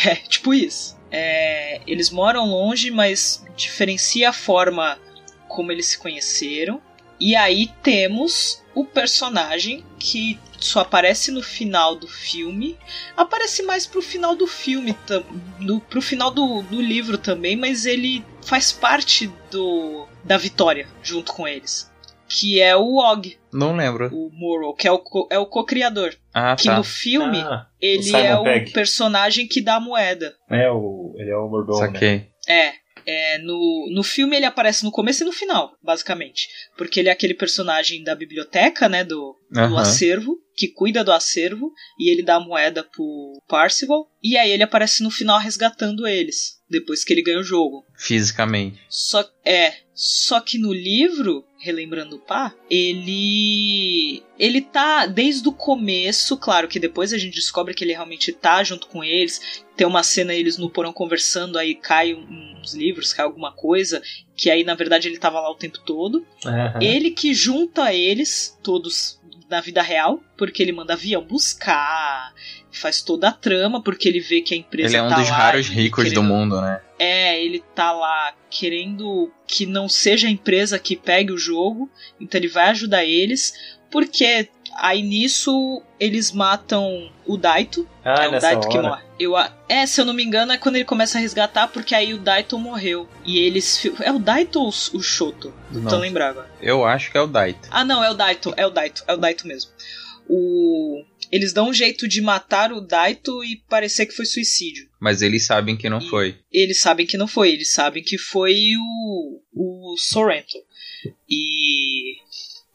Speaker 2: É, tipo isso. É, eles moram longe, mas diferencia a forma como eles se conheceram. E aí temos o personagem que só aparece no final do filme. Aparece mais pro final do filme, tam- do, pro final do, do livro também, mas ele faz parte do da vitória junto com eles. Que é o Og,
Speaker 5: Não lembro.
Speaker 2: o Morrow, que é o, co- é o co-criador.
Speaker 5: Ah,
Speaker 2: Que
Speaker 5: tá.
Speaker 2: no filme
Speaker 3: Ah,
Speaker 2: ele
Speaker 3: Simon
Speaker 2: é o
Speaker 3: Pegg.
Speaker 2: personagem que dá a moeda.
Speaker 3: é o, ele é o mordomo. Né?
Speaker 5: Saquei.
Speaker 2: É. é, no, no filme ele aparece no começo e no final, basicamente. Porque ele é aquele personagem da biblioteca, né? Do, do
Speaker 5: Aham.
Speaker 2: acervo, que cuida do acervo, e ele dá a moeda pro Parcival. E aí ele aparece no final resgatando eles, depois que ele ganha o jogo.
Speaker 5: Fisicamente.
Speaker 2: Só, é, só que no livro, relembrando o Pá, ele. Ele tá desde o começo, claro que depois a gente descobre que ele realmente tá junto com eles. Tem uma cena eles no porão conversando, aí cai um- uns livros, cai alguma coisa, que aí na verdade ele tava lá o tempo todo.
Speaker 3: Aham.
Speaker 5: É.
Speaker 2: Ele que junta eles, todos na vida real, porque ele manda avião buscar, faz toda a trama, porque ele vê que a empresa
Speaker 5: Ele é um
Speaker 2: tá
Speaker 5: dos
Speaker 2: lá
Speaker 5: raros
Speaker 2: e
Speaker 5: ricos do
Speaker 2: querendo
Speaker 5: mundo, né?
Speaker 2: é, ele tá lá querendo que não seja a empresa que pegue o jogo, então ele vai ajudar eles, porque aí nisso eles matam o Daito,
Speaker 3: Ah,
Speaker 2: é o
Speaker 3: nessa
Speaker 2: Daito que
Speaker 3: hora.
Speaker 2: morre. Eu, a- é, se eu não me engano, é quando ele começa a resgatar, porque aí o Daito morreu. E eles. fi- É o Daito ou o Shoto? Não tô
Speaker 5: Não.
Speaker 2: lembrando agora.
Speaker 5: Eu acho que é o Daito.
Speaker 2: Ah, não, é o Daito, é o Daito, é o Daito mesmo. O. Eles dão um jeito de matar o Daito e parecer que foi suicídio.
Speaker 5: Mas eles sabem que não
Speaker 2: E-
Speaker 5: foi.
Speaker 2: eles sabem que não foi, eles sabem que foi o, o Sorrento. E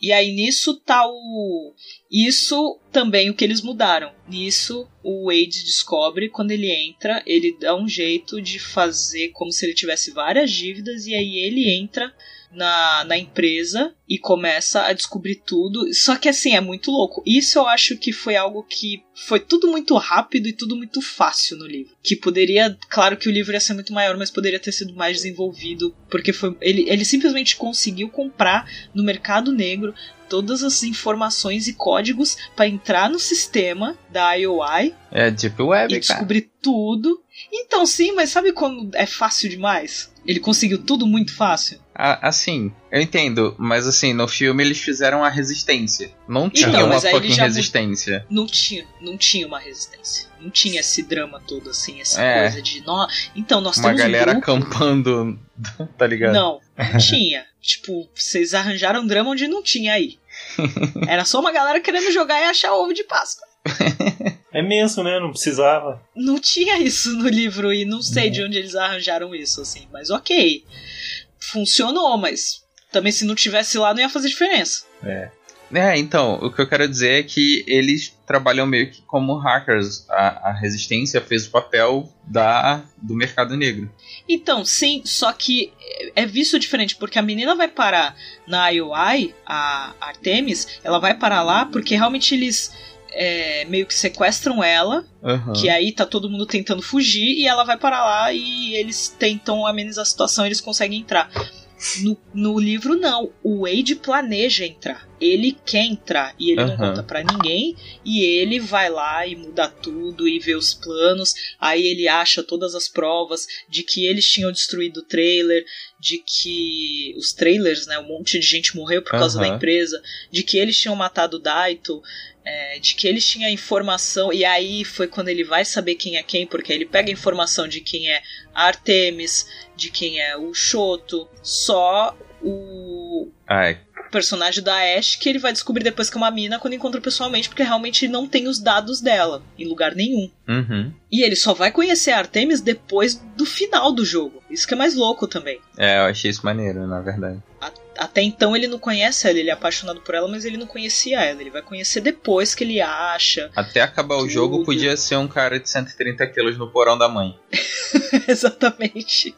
Speaker 2: E aí nisso tá o. Isso também o que eles mudaram. Nisso o Wade descobre, quando ele entra, ele dá um jeito de fazer como se ele tivesse várias dívidas, e aí ele entra na, na empresa e começa a descobrir tudo. Só que assim, é muito louco. Isso eu acho que foi algo que foi tudo muito rápido e tudo muito fácil no livro. Que poderia, claro que o livro ia ser muito maior, mas poderia ter sido mais desenvolvido, porque foi, ele, ele simplesmente conseguiu comprar no mercado negro todas as informações e códigos para entrar no sistema da IOI
Speaker 1: É Deep Web,
Speaker 2: e
Speaker 1: cara.
Speaker 2: descobrir tudo. Então sim, mas sabe quando é fácil demais? Ele conseguiu tudo muito fácil.
Speaker 1: A- assim, eu entendo, mas assim, no filme eles fizeram a resistência. Não tinha
Speaker 2: Então,
Speaker 1: uma
Speaker 2: mas aí ele
Speaker 1: fucking
Speaker 2: já mu-
Speaker 1: resistência.
Speaker 2: não tinha, não tinha uma resistência. Não tinha esse drama todo, assim, essa
Speaker 1: É.
Speaker 2: coisa de nó. Então, nós
Speaker 1: Uma
Speaker 2: temos
Speaker 1: galera
Speaker 2: um grupo.
Speaker 1: acampando, tá ligado?
Speaker 2: Não, não tinha. tipo, vocês arranjaram um drama onde não tinha aí. Era só uma galera querendo jogar e achar ovo de Páscoa.
Speaker 3: É mesmo, né? Não precisava.
Speaker 2: Não tinha isso no livro e não
Speaker 1: Uhum.
Speaker 2: sei de onde eles arranjaram isso, assim. Mas ok. Funcionou, mas também se não tivesse lá não ia fazer diferença.
Speaker 1: É, então, o que eu quero dizer é que eles trabalham meio que como hackers. A, a resistência fez o papel da, do mercado negro.
Speaker 2: Então, sim, só que é visto diferente, porque a menina vai parar na IOI, a Artemis, ela vai parar lá porque realmente eles é, meio que sequestram ela,
Speaker 1: Aham.
Speaker 2: que aí tá todo mundo tentando fugir, e ela vai parar lá e eles tentam amenizar a situação, eles conseguem entrar. No, no livro, não. O Wade planeja entrar. Ele quer entrar e ele não
Speaker 1: Aham.
Speaker 2: conta pra ninguém. E ele vai lá e muda tudo e vê os planos. Aí ele acha todas as provas de que eles tinham destruído o trailer, de que os trailers, né, um monte de gente morreu por causa
Speaker 1: Aham.
Speaker 2: da empresa, de que eles tinham matado o Daito, é, de que eles tinham informação. E aí foi quando ele vai saber quem é quem, porque ele pega a informação de quem é a Artemis, de quem é o Shoto, só o
Speaker 1: Ai,
Speaker 2: personagem da Ash que ele vai descobrir depois que é uma mina quando encontra pessoalmente, porque realmente não tem os dados dela em lugar nenhum.
Speaker 1: uhum.
Speaker 2: E ele só vai conhecer a Artemis depois do final do jogo. Isso que é mais louco também.
Speaker 1: É, eu achei isso maneiro, na verdade.
Speaker 2: Até então ele não conhece ela, ele é apaixonado por ela, mas ele não conhecia ela. Ele vai conhecer depois que ele acha.
Speaker 1: Até acabar o
Speaker 2: Tudo.
Speaker 1: jogo, podia ser um cara de 130 quilos no porão da mãe.
Speaker 2: Exatamente.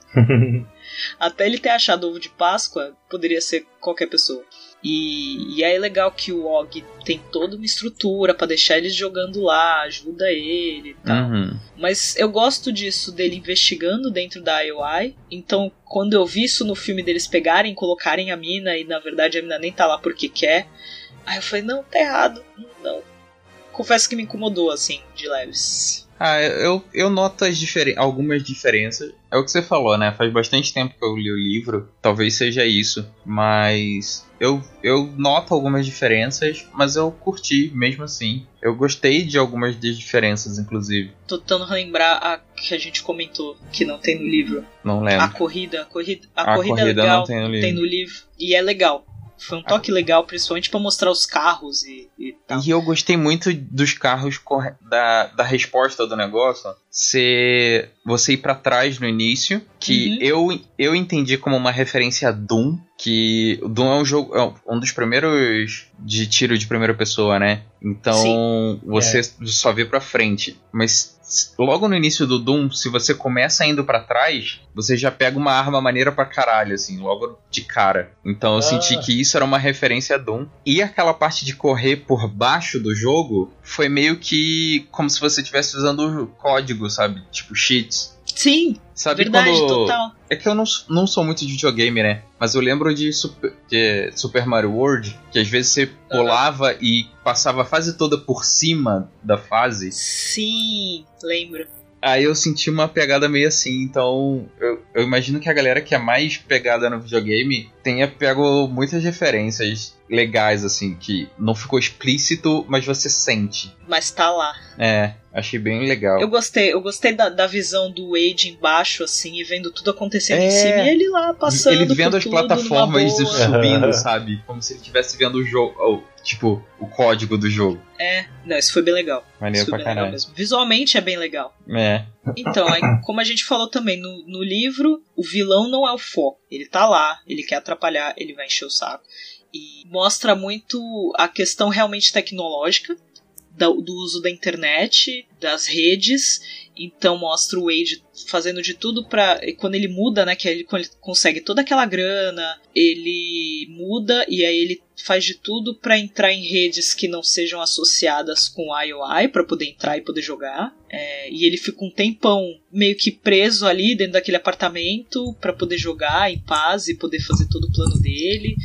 Speaker 2: Até ele ter achado ovo de Páscoa, poderia ser qualquer pessoa. E, e aí é legal que o Og tem toda uma estrutura pra deixar ele jogando lá, ajuda ele e tal.
Speaker 1: Uhum.
Speaker 2: Mas eu gosto disso dele investigando dentro da IOI. Então, quando eu vi isso no filme deles pegarem, colocarem a mina e na verdade a mina nem tá lá porque quer, aí eu falei: não, tá errado, não. Confesso que me incomodou assim, de leves.
Speaker 1: Ah, eu, eu noto as diferen algumas diferenças. É o que você falou, né? Faz bastante tempo que eu li o livro. Talvez seja isso. Mas eu, eu noto algumas diferenças, mas eu curti mesmo assim. Eu gostei de algumas das diferenças, inclusive.
Speaker 2: Tô tentando relembrar a que a gente comentou, que não tem no livro.
Speaker 1: Não
Speaker 2: A
Speaker 1: lembro.
Speaker 2: corrida, a corrida,
Speaker 1: É. A,
Speaker 2: a corrida,
Speaker 1: corrida
Speaker 2: legal
Speaker 1: não tem no livro.
Speaker 2: tem no livro. E é legal. Foi um toque legal, principalmente pra mostrar os carros e, e tal.
Speaker 1: E eu gostei muito dos carros corre- da, da resposta do negócio. Ser você ir pra trás no início, que eu, eu entendi como uma referência a Doom, que o Doom é um jogo, é um- um dos primeiros de tiro de primeira pessoa, né? Então você só vê pra frente, mas s- logo no início do Doom, se você começa indo pra trás, você já pega uma arma maneira pra caralho assim, logo de cara. Então eu
Speaker 3: Ah.
Speaker 1: senti que isso era uma referência a Doom. E aquela parte de correr por baixo do jogo foi meio que como se você estivesse usando o código, sabe? Tipo cheats.
Speaker 2: Sim,
Speaker 1: Sabe
Speaker 2: verdade,
Speaker 1: quando...
Speaker 2: total.
Speaker 1: É que eu não, não sou muito de videogame, né? Mas eu lembro de Super, de Super Mario World, que às vezes você pulava e passava a fase toda por cima da fase.
Speaker 2: Sim, lembro.
Speaker 1: Aí eu senti uma pegada meio assim, então eu, eu imagino que a galera que é mais pegada no videogame tenha pego muitas referências legais, assim, que não ficou explícito, mas você sente.
Speaker 2: Mas tá lá.
Speaker 1: É, achei bem legal.
Speaker 2: Eu gostei, eu gostei da, da visão do Wade embaixo, assim, e vendo tudo acontecendo
Speaker 1: É.
Speaker 2: em cima. E ele lá passando.
Speaker 1: ele vendo
Speaker 2: por
Speaker 1: as
Speaker 2: tudo, numa
Speaker 1: plataformas e
Speaker 2: boa.
Speaker 1: subindo, sabe? Como se ele estivesse vendo o jogo, ou, tipo, o código do jogo.
Speaker 2: É, não, isso foi bem legal.
Speaker 1: Maneiro
Speaker 2: Isso
Speaker 1: pra
Speaker 2: foi bem legal
Speaker 1: caralho.
Speaker 2: mesmo. Visualmente é bem legal.
Speaker 1: É.
Speaker 2: Então, aí, como a gente falou também no, no livro, o vilão não é o foco. Ele tá lá, ele quer atrapalhar, ele vai encher o saco. e mostra muito a questão realmente tecnológica da- do uso da internet, das redes. Então mostra o Wade fazendo de tudo para quando ele muda, né, que ele, quando ele consegue toda aquela grana, ele muda e aí ele faz de tudo para entrar em redes que não sejam associadas com IOI para poder entrar e poder jogar. É, e ele fica um tempão meio que preso ali dentro daquele apartamento para poder jogar em paz e poder fazer todo o plano dele.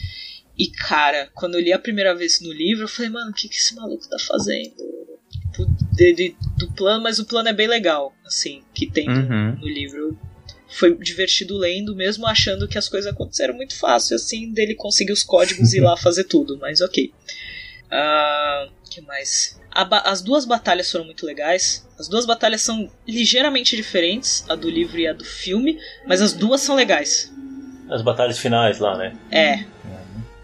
Speaker 2: E cara, quando eu li a primeira vez no livro, eu falei, mano, o que, que esse maluco tá fazendo? Tipo, dele, do plano, mas o plano é bem legal, assim, que tem no-
Speaker 1: Uhum.
Speaker 2: no livro. Foi divertido lendo, mesmo achando que as coisas aconteceram muito fácil, assim, dele conseguir os códigos e ir lá fazer tudo, mas ok. Ah, que mais? A ba- as duas batalhas foram muito legais. As duas batalhas são ligeiramente diferentes, a do livro e a do filme, mas as duas são legais.
Speaker 3: As batalhas finais lá, né?
Speaker 2: É.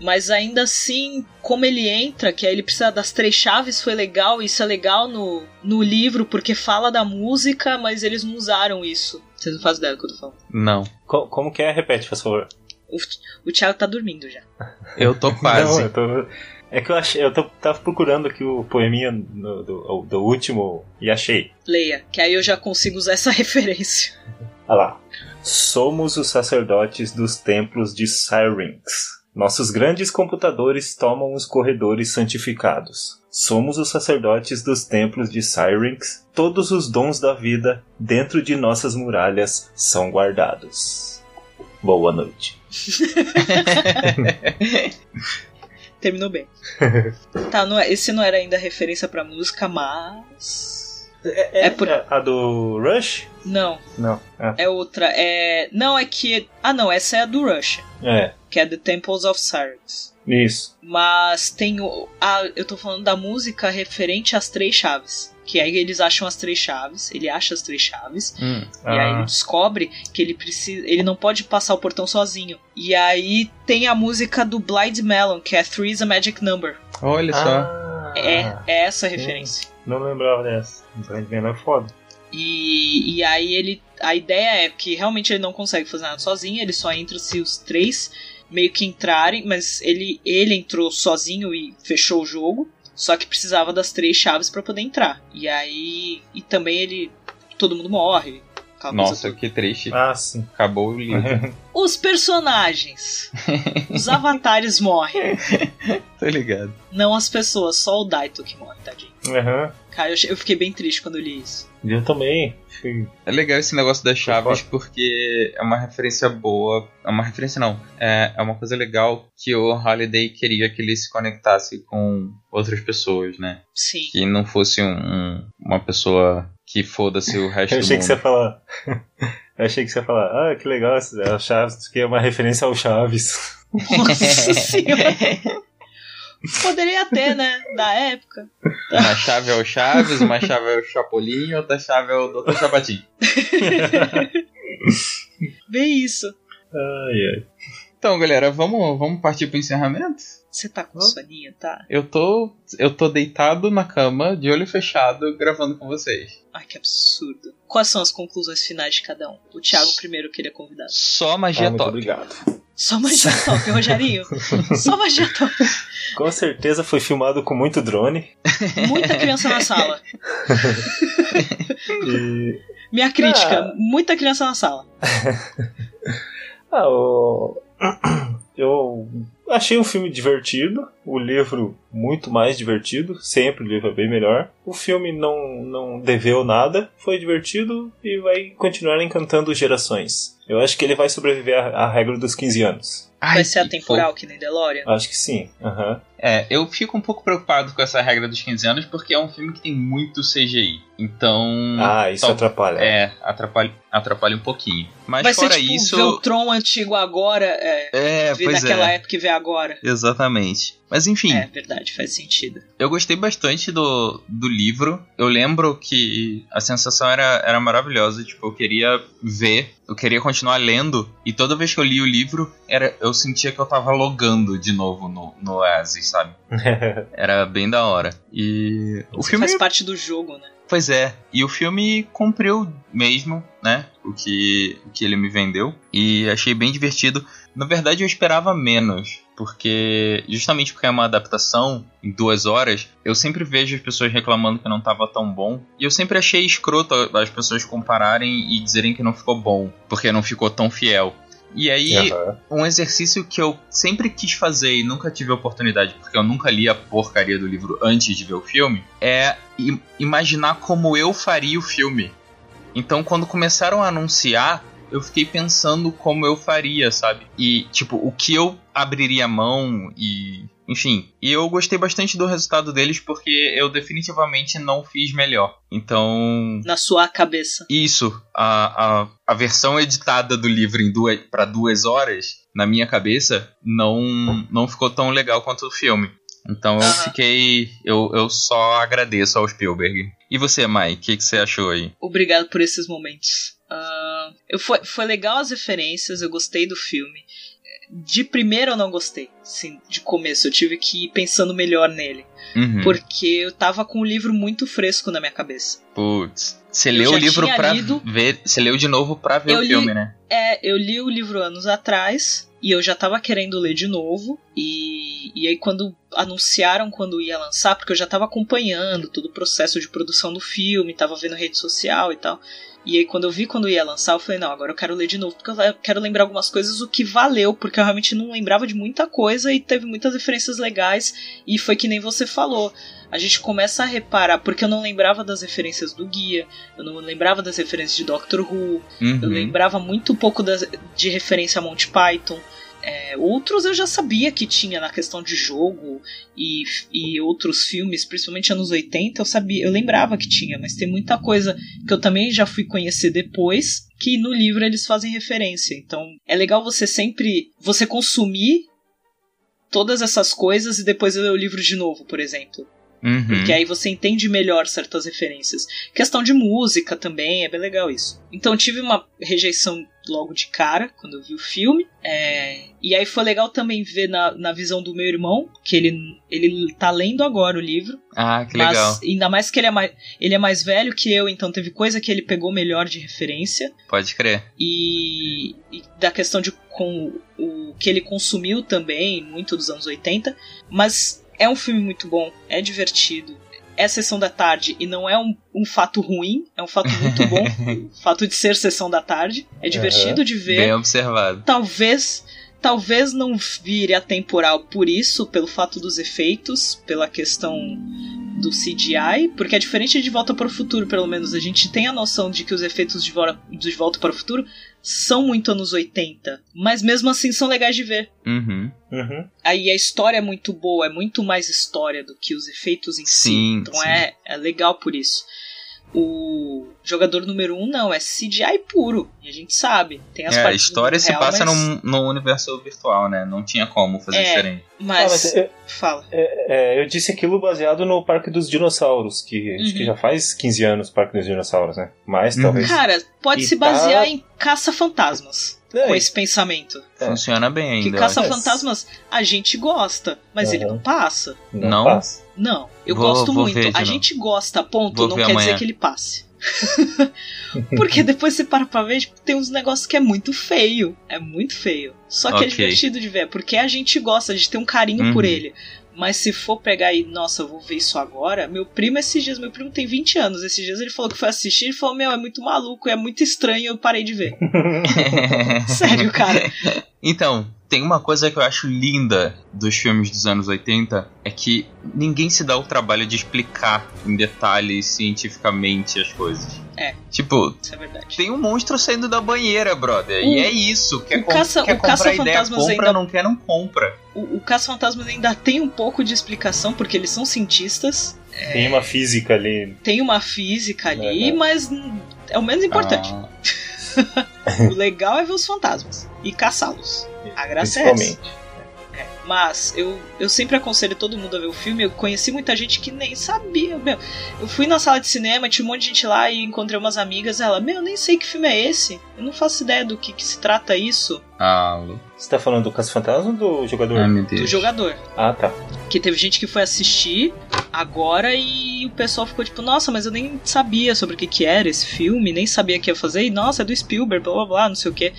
Speaker 2: Mas ainda assim, como ele entra, que aí ele precisa das três chaves, foi legal. Isso é legal no, no livro, porque fala da música, mas eles não usaram isso. Vocês não fazem ideia do que eu tô falando.
Speaker 1: Não.
Speaker 3: Co- como que é? Repete, por favor.
Speaker 2: O, o Thiago tá dormindo já.
Speaker 1: Eu tô
Speaker 3: Não,
Speaker 1: quase.
Speaker 3: eu tô- É que eu achei, eu tô- tava procurando aqui o poeminha no- do, do último e achei.
Speaker 2: Leia, que aí eu já consigo usar essa referência.
Speaker 3: Olha lá. Somos os sacerdotes dos templos de Syrinx. Nossos grandes computadores tomam os corredores santificados. Somos os sacerdotes dos templos de Syrinx. Todos os dons da vida dentro de nossas muralhas são guardados. Boa noite.
Speaker 2: Terminou bem. tá, não é- esse não era ainda referência pra música, mas.
Speaker 3: É,
Speaker 2: É por-
Speaker 3: a do Rush?
Speaker 2: Não,
Speaker 3: Não. Ah.
Speaker 2: é outra. É. Não, é que. Ah, não, essa é a do Rush,
Speaker 3: É,
Speaker 2: que é The Temples of Cyrus.
Speaker 3: isso.
Speaker 2: Mas tem o. A, eu tô falando da música referente às três chaves. Que aí eles acham as três chaves, ele acha as três chaves.
Speaker 1: Hum.
Speaker 2: E aí ele
Speaker 3: Ah,
Speaker 2: descobre que ele precisa, ele não pode passar o portão sozinho. E aí tem a música do Blind Melon, que é Three is a Magic Number.
Speaker 1: Olha só.
Speaker 3: ah,
Speaker 2: É, é essa a
Speaker 3: sim.
Speaker 2: referência.
Speaker 3: Não lembrava dessa. Brandman é foda.
Speaker 2: E, e aí ele. A ideia é que realmente ele não consegue fazer nada sozinho, ele só entra se os três meio que entrarem, mas ele, ele entrou sozinho e fechou o jogo. Só que precisava das três chaves pra poder entrar. E aí. E também ele. Todo mundo morre. aquela coisa
Speaker 1: Nossa, que triste.
Speaker 3: Ah, sim.
Speaker 1: Acabou o livro.
Speaker 2: Os personagens. Os avatares morrem.
Speaker 1: Tô ligado.
Speaker 2: Não as pessoas, só o Daito que morre, tadinho.
Speaker 3: Aham.
Speaker 2: Cara, eu, che- eu fiquei bem triste quando eu li isso.
Speaker 3: Eu também. Fui-
Speaker 1: É legal esse negócio das chaves porque é uma referência boa. É uma referência não. É, é uma coisa legal que o Holiday queria que ele se conectasse com outras pessoas, né?
Speaker 2: Sim.
Speaker 1: Que não fosse um- um- uma pessoa que foda-se o resto
Speaker 3: Eu
Speaker 1: do
Speaker 3: achei que
Speaker 1: mundo.
Speaker 3: você ia falar. Eu achei que você ia falar, ah, que legal, esse- é o Chaves, isso aqui é uma referência ao Chaves.
Speaker 2: Nossa senhora. Poderia ter, né? Da época.
Speaker 1: Uma chave é o Chaves, uma chave é o Chapolin, outra chave é o Dr. Chapatin.
Speaker 2: Bem isso.
Speaker 3: Ai, ai.
Speaker 1: Então, galera, vamos, vamos partir pro encerramento?
Speaker 2: Você tá com soninho, tá?
Speaker 1: Eu tô, eu tô deitado na cama, de olho fechado, gravando com vocês.
Speaker 2: Ai, que absurdo. Quais são as conclusões finais de cada um? O Thiago primeiro que ele é convidado.
Speaker 1: Só
Speaker 3: Ah,
Speaker 1: magia
Speaker 3: muito
Speaker 1: top.
Speaker 3: obrigado.
Speaker 2: Só magia top, Rogerinho. Só magia top.
Speaker 3: Com certeza foi filmado com muito drone.
Speaker 2: Muita criança na sala.
Speaker 3: E.
Speaker 2: Minha crítica,
Speaker 3: Ah.
Speaker 2: muita criança na sala.
Speaker 3: Ah, o- Eu achei o filme divertido, o livro muito mais divertido, sempre o livro é bem melhor. O filme não, não deveu nada, foi divertido e vai continuar encantando gerações. Eu acho que ele vai sobreviver à, à regra dos 15 anos.
Speaker 1: Ai,
Speaker 2: Vai ser
Speaker 1: que fofo.
Speaker 2: atemporal, que nem Deloria.
Speaker 3: Acho que sim. Aham.
Speaker 1: É, eu fico um pouco preocupado com essa regra dos 15 anos, porque é um filme que tem muito CGI. Então.
Speaker 3: Ah, isso
Speaker 1: top.
Speaker 3: atrapalha.
Speaker 1: É, atrapalha, atrapalha um pouquinho. Mas
Speaker 2: Vai ser
Speaker 1: fora
Speaker 2: tipo ver o
Speaker 1: isso.
Speaker 2: Tron antigo agora, é,
Speaker 1: É,
Speaker 2: ver
Speaker 1: pois
Speaker 2: naquela
Speaker 1: é.
Speaker 2: época e ver agora.
Speaker 1: Exatamente. Mas enfim,
Speaker 2: É verdade, faz sentido.
Speaker 1: eu gostei bastante do, do livro. Eu lembro que a sensação era, era maravilhosa. Tipo, eu queria ver, eu queria continuar lendo. E toda vez que eu li o livro, era, eu sentia que eu tava logando de novo no, no Oasis, sabe? Era bem da hora. E o filme é
Speaker 2: Faz parte do jogo, né?
Speaker 1: Pois é, e o filme cumpriu mesmo, né? O que, o que ele me vendeu. E achei bem divertido. Na verdade, eu esperava menos. porque justamente porque é uma adaptação em duas horas, eu sempre vejo as pessoas reclamando que não tava tão bom, e eu sempre achei escroto as pessoas compararem e dizerem que não ficou bom, porque não ficou tão fiel. E aí,
Speaker 3: Aham.
Speaker 1: um exercício que eu sempre quis fazer e nunca tive oportunidade, porque eu nunca li a porcaria do livro antes de ver o filme, é im- imaginar como eu faria o filme. Então, quando começaram a anunciar, eu fiquei pensando como eu faria, sabe? E, tipo, o que eu abriria a mão e. Enfim, e eu gostei bastante do resultado deles porque eu definitivamente não fiz melhor. Então,
Speaker 2: na sua cabeça.
Speaker 1: isso, a, a, a versão editada do livro em duas, para duas horas, na minha cabeça, não, não ficou tão legal quanto o filme. Então eu
Speaker 2: Aham.
Speaker 1: fiquei. Eu, eu só agradeço ao Spielberg. E você, Mai, o que, que você achou aí?
Speaker 2: Obrigado por esses momentos. Ah, eu foi, foi legal as referências, eu gostei do filme. De primeiro eu não gostei, assim, de começo. Eu tive que ir pensando melhor nele.
Speaker 1: Uhum.
Speaker 2: Porque eu tava com o livro muito fresco na minha cabeça.
Speaker 1: Putz. Você
Speaker 2: Eu
Speaker 1: leu o
Speaker 2: já
Speaker 1: livro
Speaker 2: tinha
Speaker 1: pra
Speaker 2: lido.
Speaker 1: ver. Você leu de novo pra ver
Speaker 2: Eu
Speaker 1: o
Speaker 2: li-
Speaker 1: filme, né?
Speaker 2: É, eu li o livro anos atrás e eu já tava querendo ler de novo. E, e aí, quando anunciaram quando ia lançar, porque eu já tava acompanhando todo o processo de produção do filme, tava vendo rede social e tal. E aí, quando eu vi quando ia lançar, eu falei: não, agora eu quero ler de novo, porque eu le- quero lembrar algumas coisas, o que valeu, porque eu realmente não lembrava de muita coisa e teve muitas referências legais. E foi que nem você falou. A gente começa a reparar, porque eu não lembrava das referências do guia, eu não lembrava das referências de Doctor Who, eu
Speaker 1: Uhum.
Speaker 2: lembrava muito pouco das- de referência a Monty Python. É, outros eu já sabia que tinha na questão de jogo e, e outros filmes, principalmente anos 80, eu sabia, eu lembrava que tinha, mas tem muita coisa que eu também já fui conhecer depois que no livro eles fazem referência. Então é legal você sempre você consumir todas essas coisas e depois ler o livro de novo, por exemplo.
Speaker 1: Uhum.
Speaker 2: Porque é aí você entende melhor certas referências. Questão de música também, é bem legal isso. Então eu tive uma rejeição logo de cara quando eu vi o filme. é, E aí foi legal também ver na, na visão do meu irmão, que ele, ele tá lendo agora o livro.
Speaker 1: Ah, que legal.
Speaker 2: Mas ainda mais que ele é mais, ele é mais velho que eu, então teve coisa que ele pegou melhor de referência
Speaker 1: Pode crer.
Speaker 2: e, e da questão de com o que ele consumiu também, muito dos anos 80, mas é um filme muito bom, é divertido. É sessão da tarde e não é um, um fato ruim, é um fato muito bom. o fato de ser sessão da tarde é divertido de ver.
Speaker 1: Bem observado.
Speaker 2: Talvez talvez não vire atemporal por isso, pelo fato dos efeitos, pela questão do CGI, porque é diferente de Volta para o Futuro, pelo menos a gente tem a noção de que os efeitos de, Vora- de Volta para o Futuro são muito anos 80, mas mesmo assim são legais de ver.
Speaker 1: Uhum.
Speaker 3: Uhum.
Speaker 2: Aí a história é muito boa, é muito mais história do que os efeitos em si.
Speaker 1: Sim,
Speaker 2: Então
Speaker 1: sim.
Speaker 2: É, é legal por isso. O jogador número um não, é CGI puro. E a gente sabe. Tem as
Speaker 1: É, a
Speaker 2: partes do
Speaker 1: história
Speaker 2: mundo
Speaker 1: se
Speaker 2: real,
Speaker 1: passa
Speaker 2: mas-
Speaker 1: num, num universo virtual, né? Não tinha como fazer
Speaker 2: É.
Speaker 1: diferente.
Speaker 3: Ah,
Speaker 2: Mas,
Speaker 3: mas eu,
Speaker 2: fala.
Speaker 3: é, eu disse aquilo baseado no Parque dos Dinossauros, que acho
Speaker 2: Uhum.
Speaker 3: que já faz 15 anos o Parque dos Dinossauros, né? Mas
Speaker 1: Uhum.
Speaker 3: talvez.
Speaker 2: Cara, pode
Speaker 3: E
Speaker 2: se
Speaker 3: tá-
Speaker 2: basear em caça-fantasmas
Speaker 3: É,
Speaker 2: com esse pensamento.
Speaker 3: É.
Speaker 1: Funciona bem ainda.
Speaker 2: que
Speaker 1: eu acho.
Speaker 2: caça-fantasmas a gente gosta, mas ele
Speaker 3: Aham.
Speaker 2: não passa.
Speaker 1: Não?
Speaker 3: passa.
Speaker 2: Não, eu
Speaker 1: Vou-
Speaker 2: gosto
Speaker 1: vou
Speaker 2: muito.
Speaker 1: ver de
Speaker 2: A
Speaker 1: novo.
Speaker 2: gente gosta, ponto,
Speaker 1: Vou
Speaker 2: não
Speaker 1: ver
Speaker 2: quer dizer
Speaker 1: amanhã.
Speaker 2: que ele passe. Porque depois você para pra ver, tipo, tem uns negócios que é muito feio. É muito feio. Só que é
Speaker 1: Ok.
Speaker 2: divertido de ver, porque a gente gosta, a gente tem um carinho por
Speaker 1: Uhum.
Speaker 2: ele. Mas se for pegar e, nossa, eu vou ver isso agora, meu primo esses dias, meu primo tem 20 anos, esses dias ele falou que foi assistir e falou, meu, é muito maluco, é muito estranho, eu parei de ver. Sério, cara.
Speaker 1: Então, tem uma coisa que eu acho linda dos filmes dos anos 80 é que ninguém se dá o trabalho de explicar em detalhes cientificamente as coisas.
Speaker 2: É.
Speaker 1: Tipo,
Speaker 2: Isso é verdade.
Speaker 1: tem um monstro saindo da banheira, brother.
Speaker 2: O-
Speaker 1: e é isso. Quer,
Speaker 2: o
Speaker 1: com-
Speaker 2: caça-
Speaker 1: quer
Speaker 2: o
Speaker 1: comprar ideia,
Speaker 2: caça-fantasmas
Speaker 1: compra,
Speaker 2: ainda-
Speaker 1: não quer, não compra.
Speaker 2: O, o Caça-Fantasma ainda tem um pouco de explicação, porque eles são cientistas,
Speaker 3: Tem uma física ali.
Speaker 2: tem uma física ali,
Speaker 3: Uhum.
Speaker 2: mas hum, é o menos importante.
Speaker 1: Ah,
Speaker 2: O legal é ver os fantasmas e caçá-los. A graça é essa.
Speaker 3: principalmente.
Speaker 2: Mas eu, eu sempre aconselho todo mundo a ver o filme. Eu conheci muita gente que nem sabia. Meu, eu fui na sala de cinema, tinha um monte de gente lá e encontrei umas amigas. Ela, meu, nem sei que filme é esse. Eu não faço ideia do que, que se trata isso
Speaker 1: ah, Lu.
Speaker 3: Você tá
Speaker 1: Hum.
Speaker 3: falando do Caça Fantasma ou do jogador?
Speaker 1: Ai, meu
Speaker 2: do
Speaker 1: Deus.
Speaker 2: jogador.
Speaker 3: Ah, tá.
Speaker 2: Que teve gente que foi assistir agora e o pessoal ficou tipo, nossa, mas eu nem sabia sobre o que, que era esse filme, nem sabia o que ia fazer, e nossa, é do Spielberg, blá blá blá, não sei o que.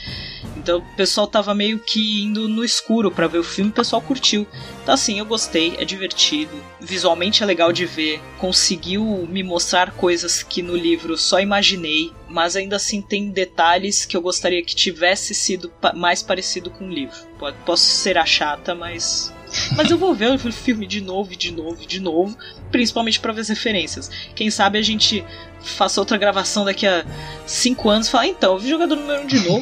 Speaker 2: Então o pessoal tava meio que indo no escuro pra ver o filme, o pessoal curtiu. Então assim, eu gostei, é divertido, visualmente é legal de ver, conseguiu me mostrar coisas que no livro só imaginei, mas ainda assim tem detalhes que eu gostaria que tivesse sido pa- mais parecido com o livro. Po- Posso ser a chata, mas mas eu vou ver o filme de novo, e de novo, e de novo, principalmente para ver as referências. Quem sabe a gente faça outra gravação daqui a cinco anos e fala, então, eu vi jogador número um de novo.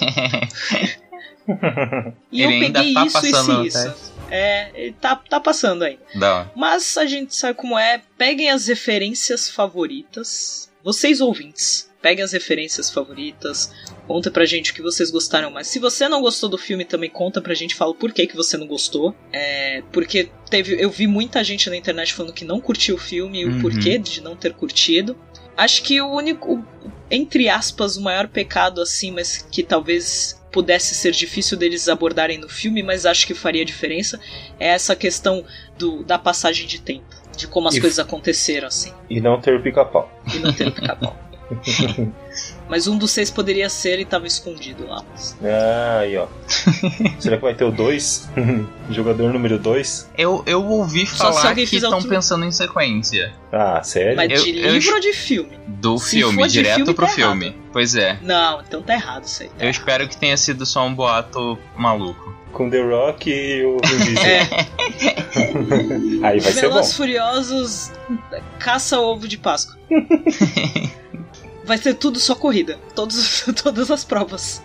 Speaker 2: e
Speaker 1: Ele
Speaker 2: eu
Speaker 1: ainda
Speaker 2: peguei
Speaker 1: tá
Speaker 2: isso, isso
Speaker 1: passando
Speaker 2: e
Speaker 1: no
Speaker 2: isso. É, ele tá, tá passando ainda.
Speaker 1: Da hora.
Speaker 2: Mas a gente sabe como é. Peguem as referências favoritas. Vocês ouvintes, peguem as referências favoritas. Conta pra gente o que vocês gostaram mais. Se você não gostou do filme, também conta pra gente. Fala por que, que você não gostou. É, porque teve, eu vi muita gente na internet falando que não curtiu o filme e o
Speaker 1: Uhum.
Speaker 2: porquê de não ter curtido. Acho que o único, o- entre aspas, o maior pecado assim, mas que talvez pudesse ser difícil deles abordarem no filme, mas acho que faria diferença, é essa questão do- da passagem de tempo, de como as
Speaker 1: E-
Speaker 2: coisas aconteceram, assim,
Speaker 3: E não ter pica-pau.
Speaker 2: e não ter pica-pau. Mas um dos seis poderia ser e tava escondido lá. mas-
Speaker 3: Ah, aí, ó. Será que vai ter o 2? Jogador número 2?
Speaker 1: Eu, eu ouvi
Speaker 2: se
Speaker 1: falar que
Speaker 2: alguém fizer
Speaker 1: estão
Speaker 2: outro-
Speaker 1: pensando em sequência
Speaker 3: Ah, sério?
Speaker 2: Mas
Speaker 1: Eu-
Speaker 2: de
Speaker 1: eu
Speaker 2: livro
Speaker 1: acho-
Speaker 2: ou de filme?
Speaker 1: do
Speaker 2: Se for
Speaker 1: filme,
Speaker 2: de
Speaker 1: direto
Speaker 2: filme,
Speaker 1: pro
Speaker 2: tá
Speaker 1: filme. Pois é.
Speaker 2: Não, então tá errado isso aí.
Speaker 1: Eu espero que tenha sido só um boato maluco.
Speaker 3: Com The Rock e o Vin Diesel. Aí vai ser bom.
Speaker 2: É, Velozes Furiosos caça ovo de Páscoa. Vai ser tudo só corrida. Todos, todas as provas.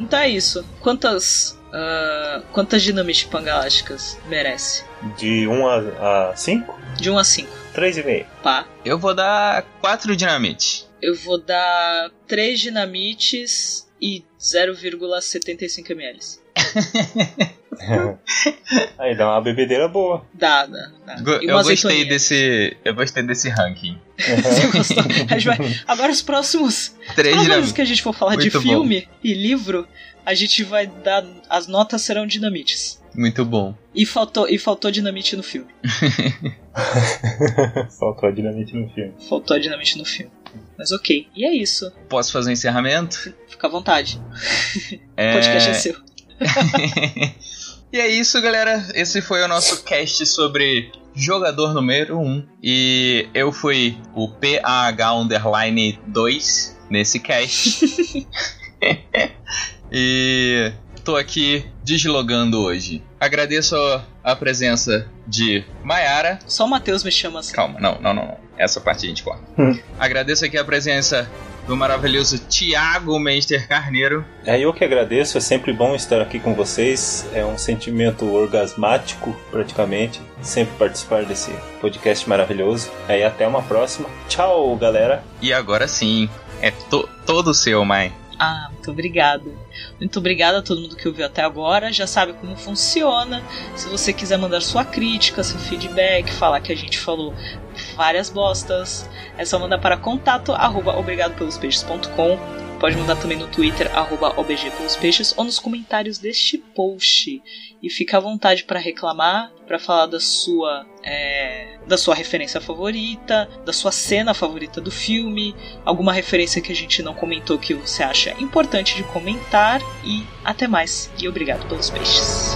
Speaker 2: Então é isso. Quantas. ah, quantas dinamites pangalácticas merece?
Speaker 3: De 1 a 5?
Speaker 2: De 1 a 5.
Speaker 3: 3,5.
Speaker 2: Pá.
Speaker 1: Eu vou dar quatro dinamite.
Speaker 2: Eu vou dar 3 dinamites e 0,75 ml.
Speaker 3: Aí dá uma bebedeira boa.
Speaker 2: Dá, dá, dá.
Speaker 1: Go-
Speaker 2: E
Speaker 1: Eu
Speaker 2: uma
Speaker 1: gostei
Speaker 2: azeitoninha.
Speaker 1: desse. Eu gostei desse ranking.
Speaker 2: Você gostou? A gente vai- Agora os próximos.
Speaker 1: Três
Speaker 2: Todas as vezes
Speaker 1: dinamite.
Speaker 2: que a gente for falar de
Speaker 1: Muito bom.
Speaker 2: filme e livro, a gente vai dar. As notas serão dinamites.
Speaker 1: Muito bom.
Speaker 2: E faltou, e faltou dinamite no filme.
Speaker 3: Faltou a dinamite no filme.
Speaker 2: Faltou a dinamite no filme. Mas ok. E é isso.
Speaker 1: Posso fazer um encerramento?
Speaker 2: Fica à vontade. O
Speaker 1: É...
Speaker 2: podcast é seu.
Speaker 1: E é isso, galera. Esse foi o nosso cast sobre jogador número 1. E eu fui o PAH Underline 2 nesse cast. e tô aqui deslogando hoje. Agradeço a presença de Mayara.
Speaker 2: Só o Matheus me chama assim.
Speaker 1: Calma, não, não, não, não. Essa parte a gente corta.
Speaker 3: Hum.
Speaker 1: Agradeço aqui a presença do maravilhoso Thiago Meister Carneiro.
Speaker 3: É eu que agradeço, é sempre bom estar aqui com vocês. É um sentimento orgasmático, praticamente, sempre participar desse podcast maravilhoso. Aí até uma próxima. Tchau, galera.
Speaker 1: E agora sim, é to- todo seu, mãe.
Speaker 2: Ah, muito obrigado. Muito obrigada a todo mundo que ouviu até agora. Já sabe como funciona. Se você quiser mandar sua crítica, seu feedback, falar que a gente falou várias bostas, é só mandar para contato arroba obrigadopelospeixes.com. Pode mandar também no Twitter arroba obgpelospeixes ou nos comentários deste post. E fica à vontade para reclamar, para falar da sua é, da sua referência favorita, da sua cena favorita do filme, alguma referência que a gente não comentou que você acha importante de comentar e até mais. E obrigado pelos peixes.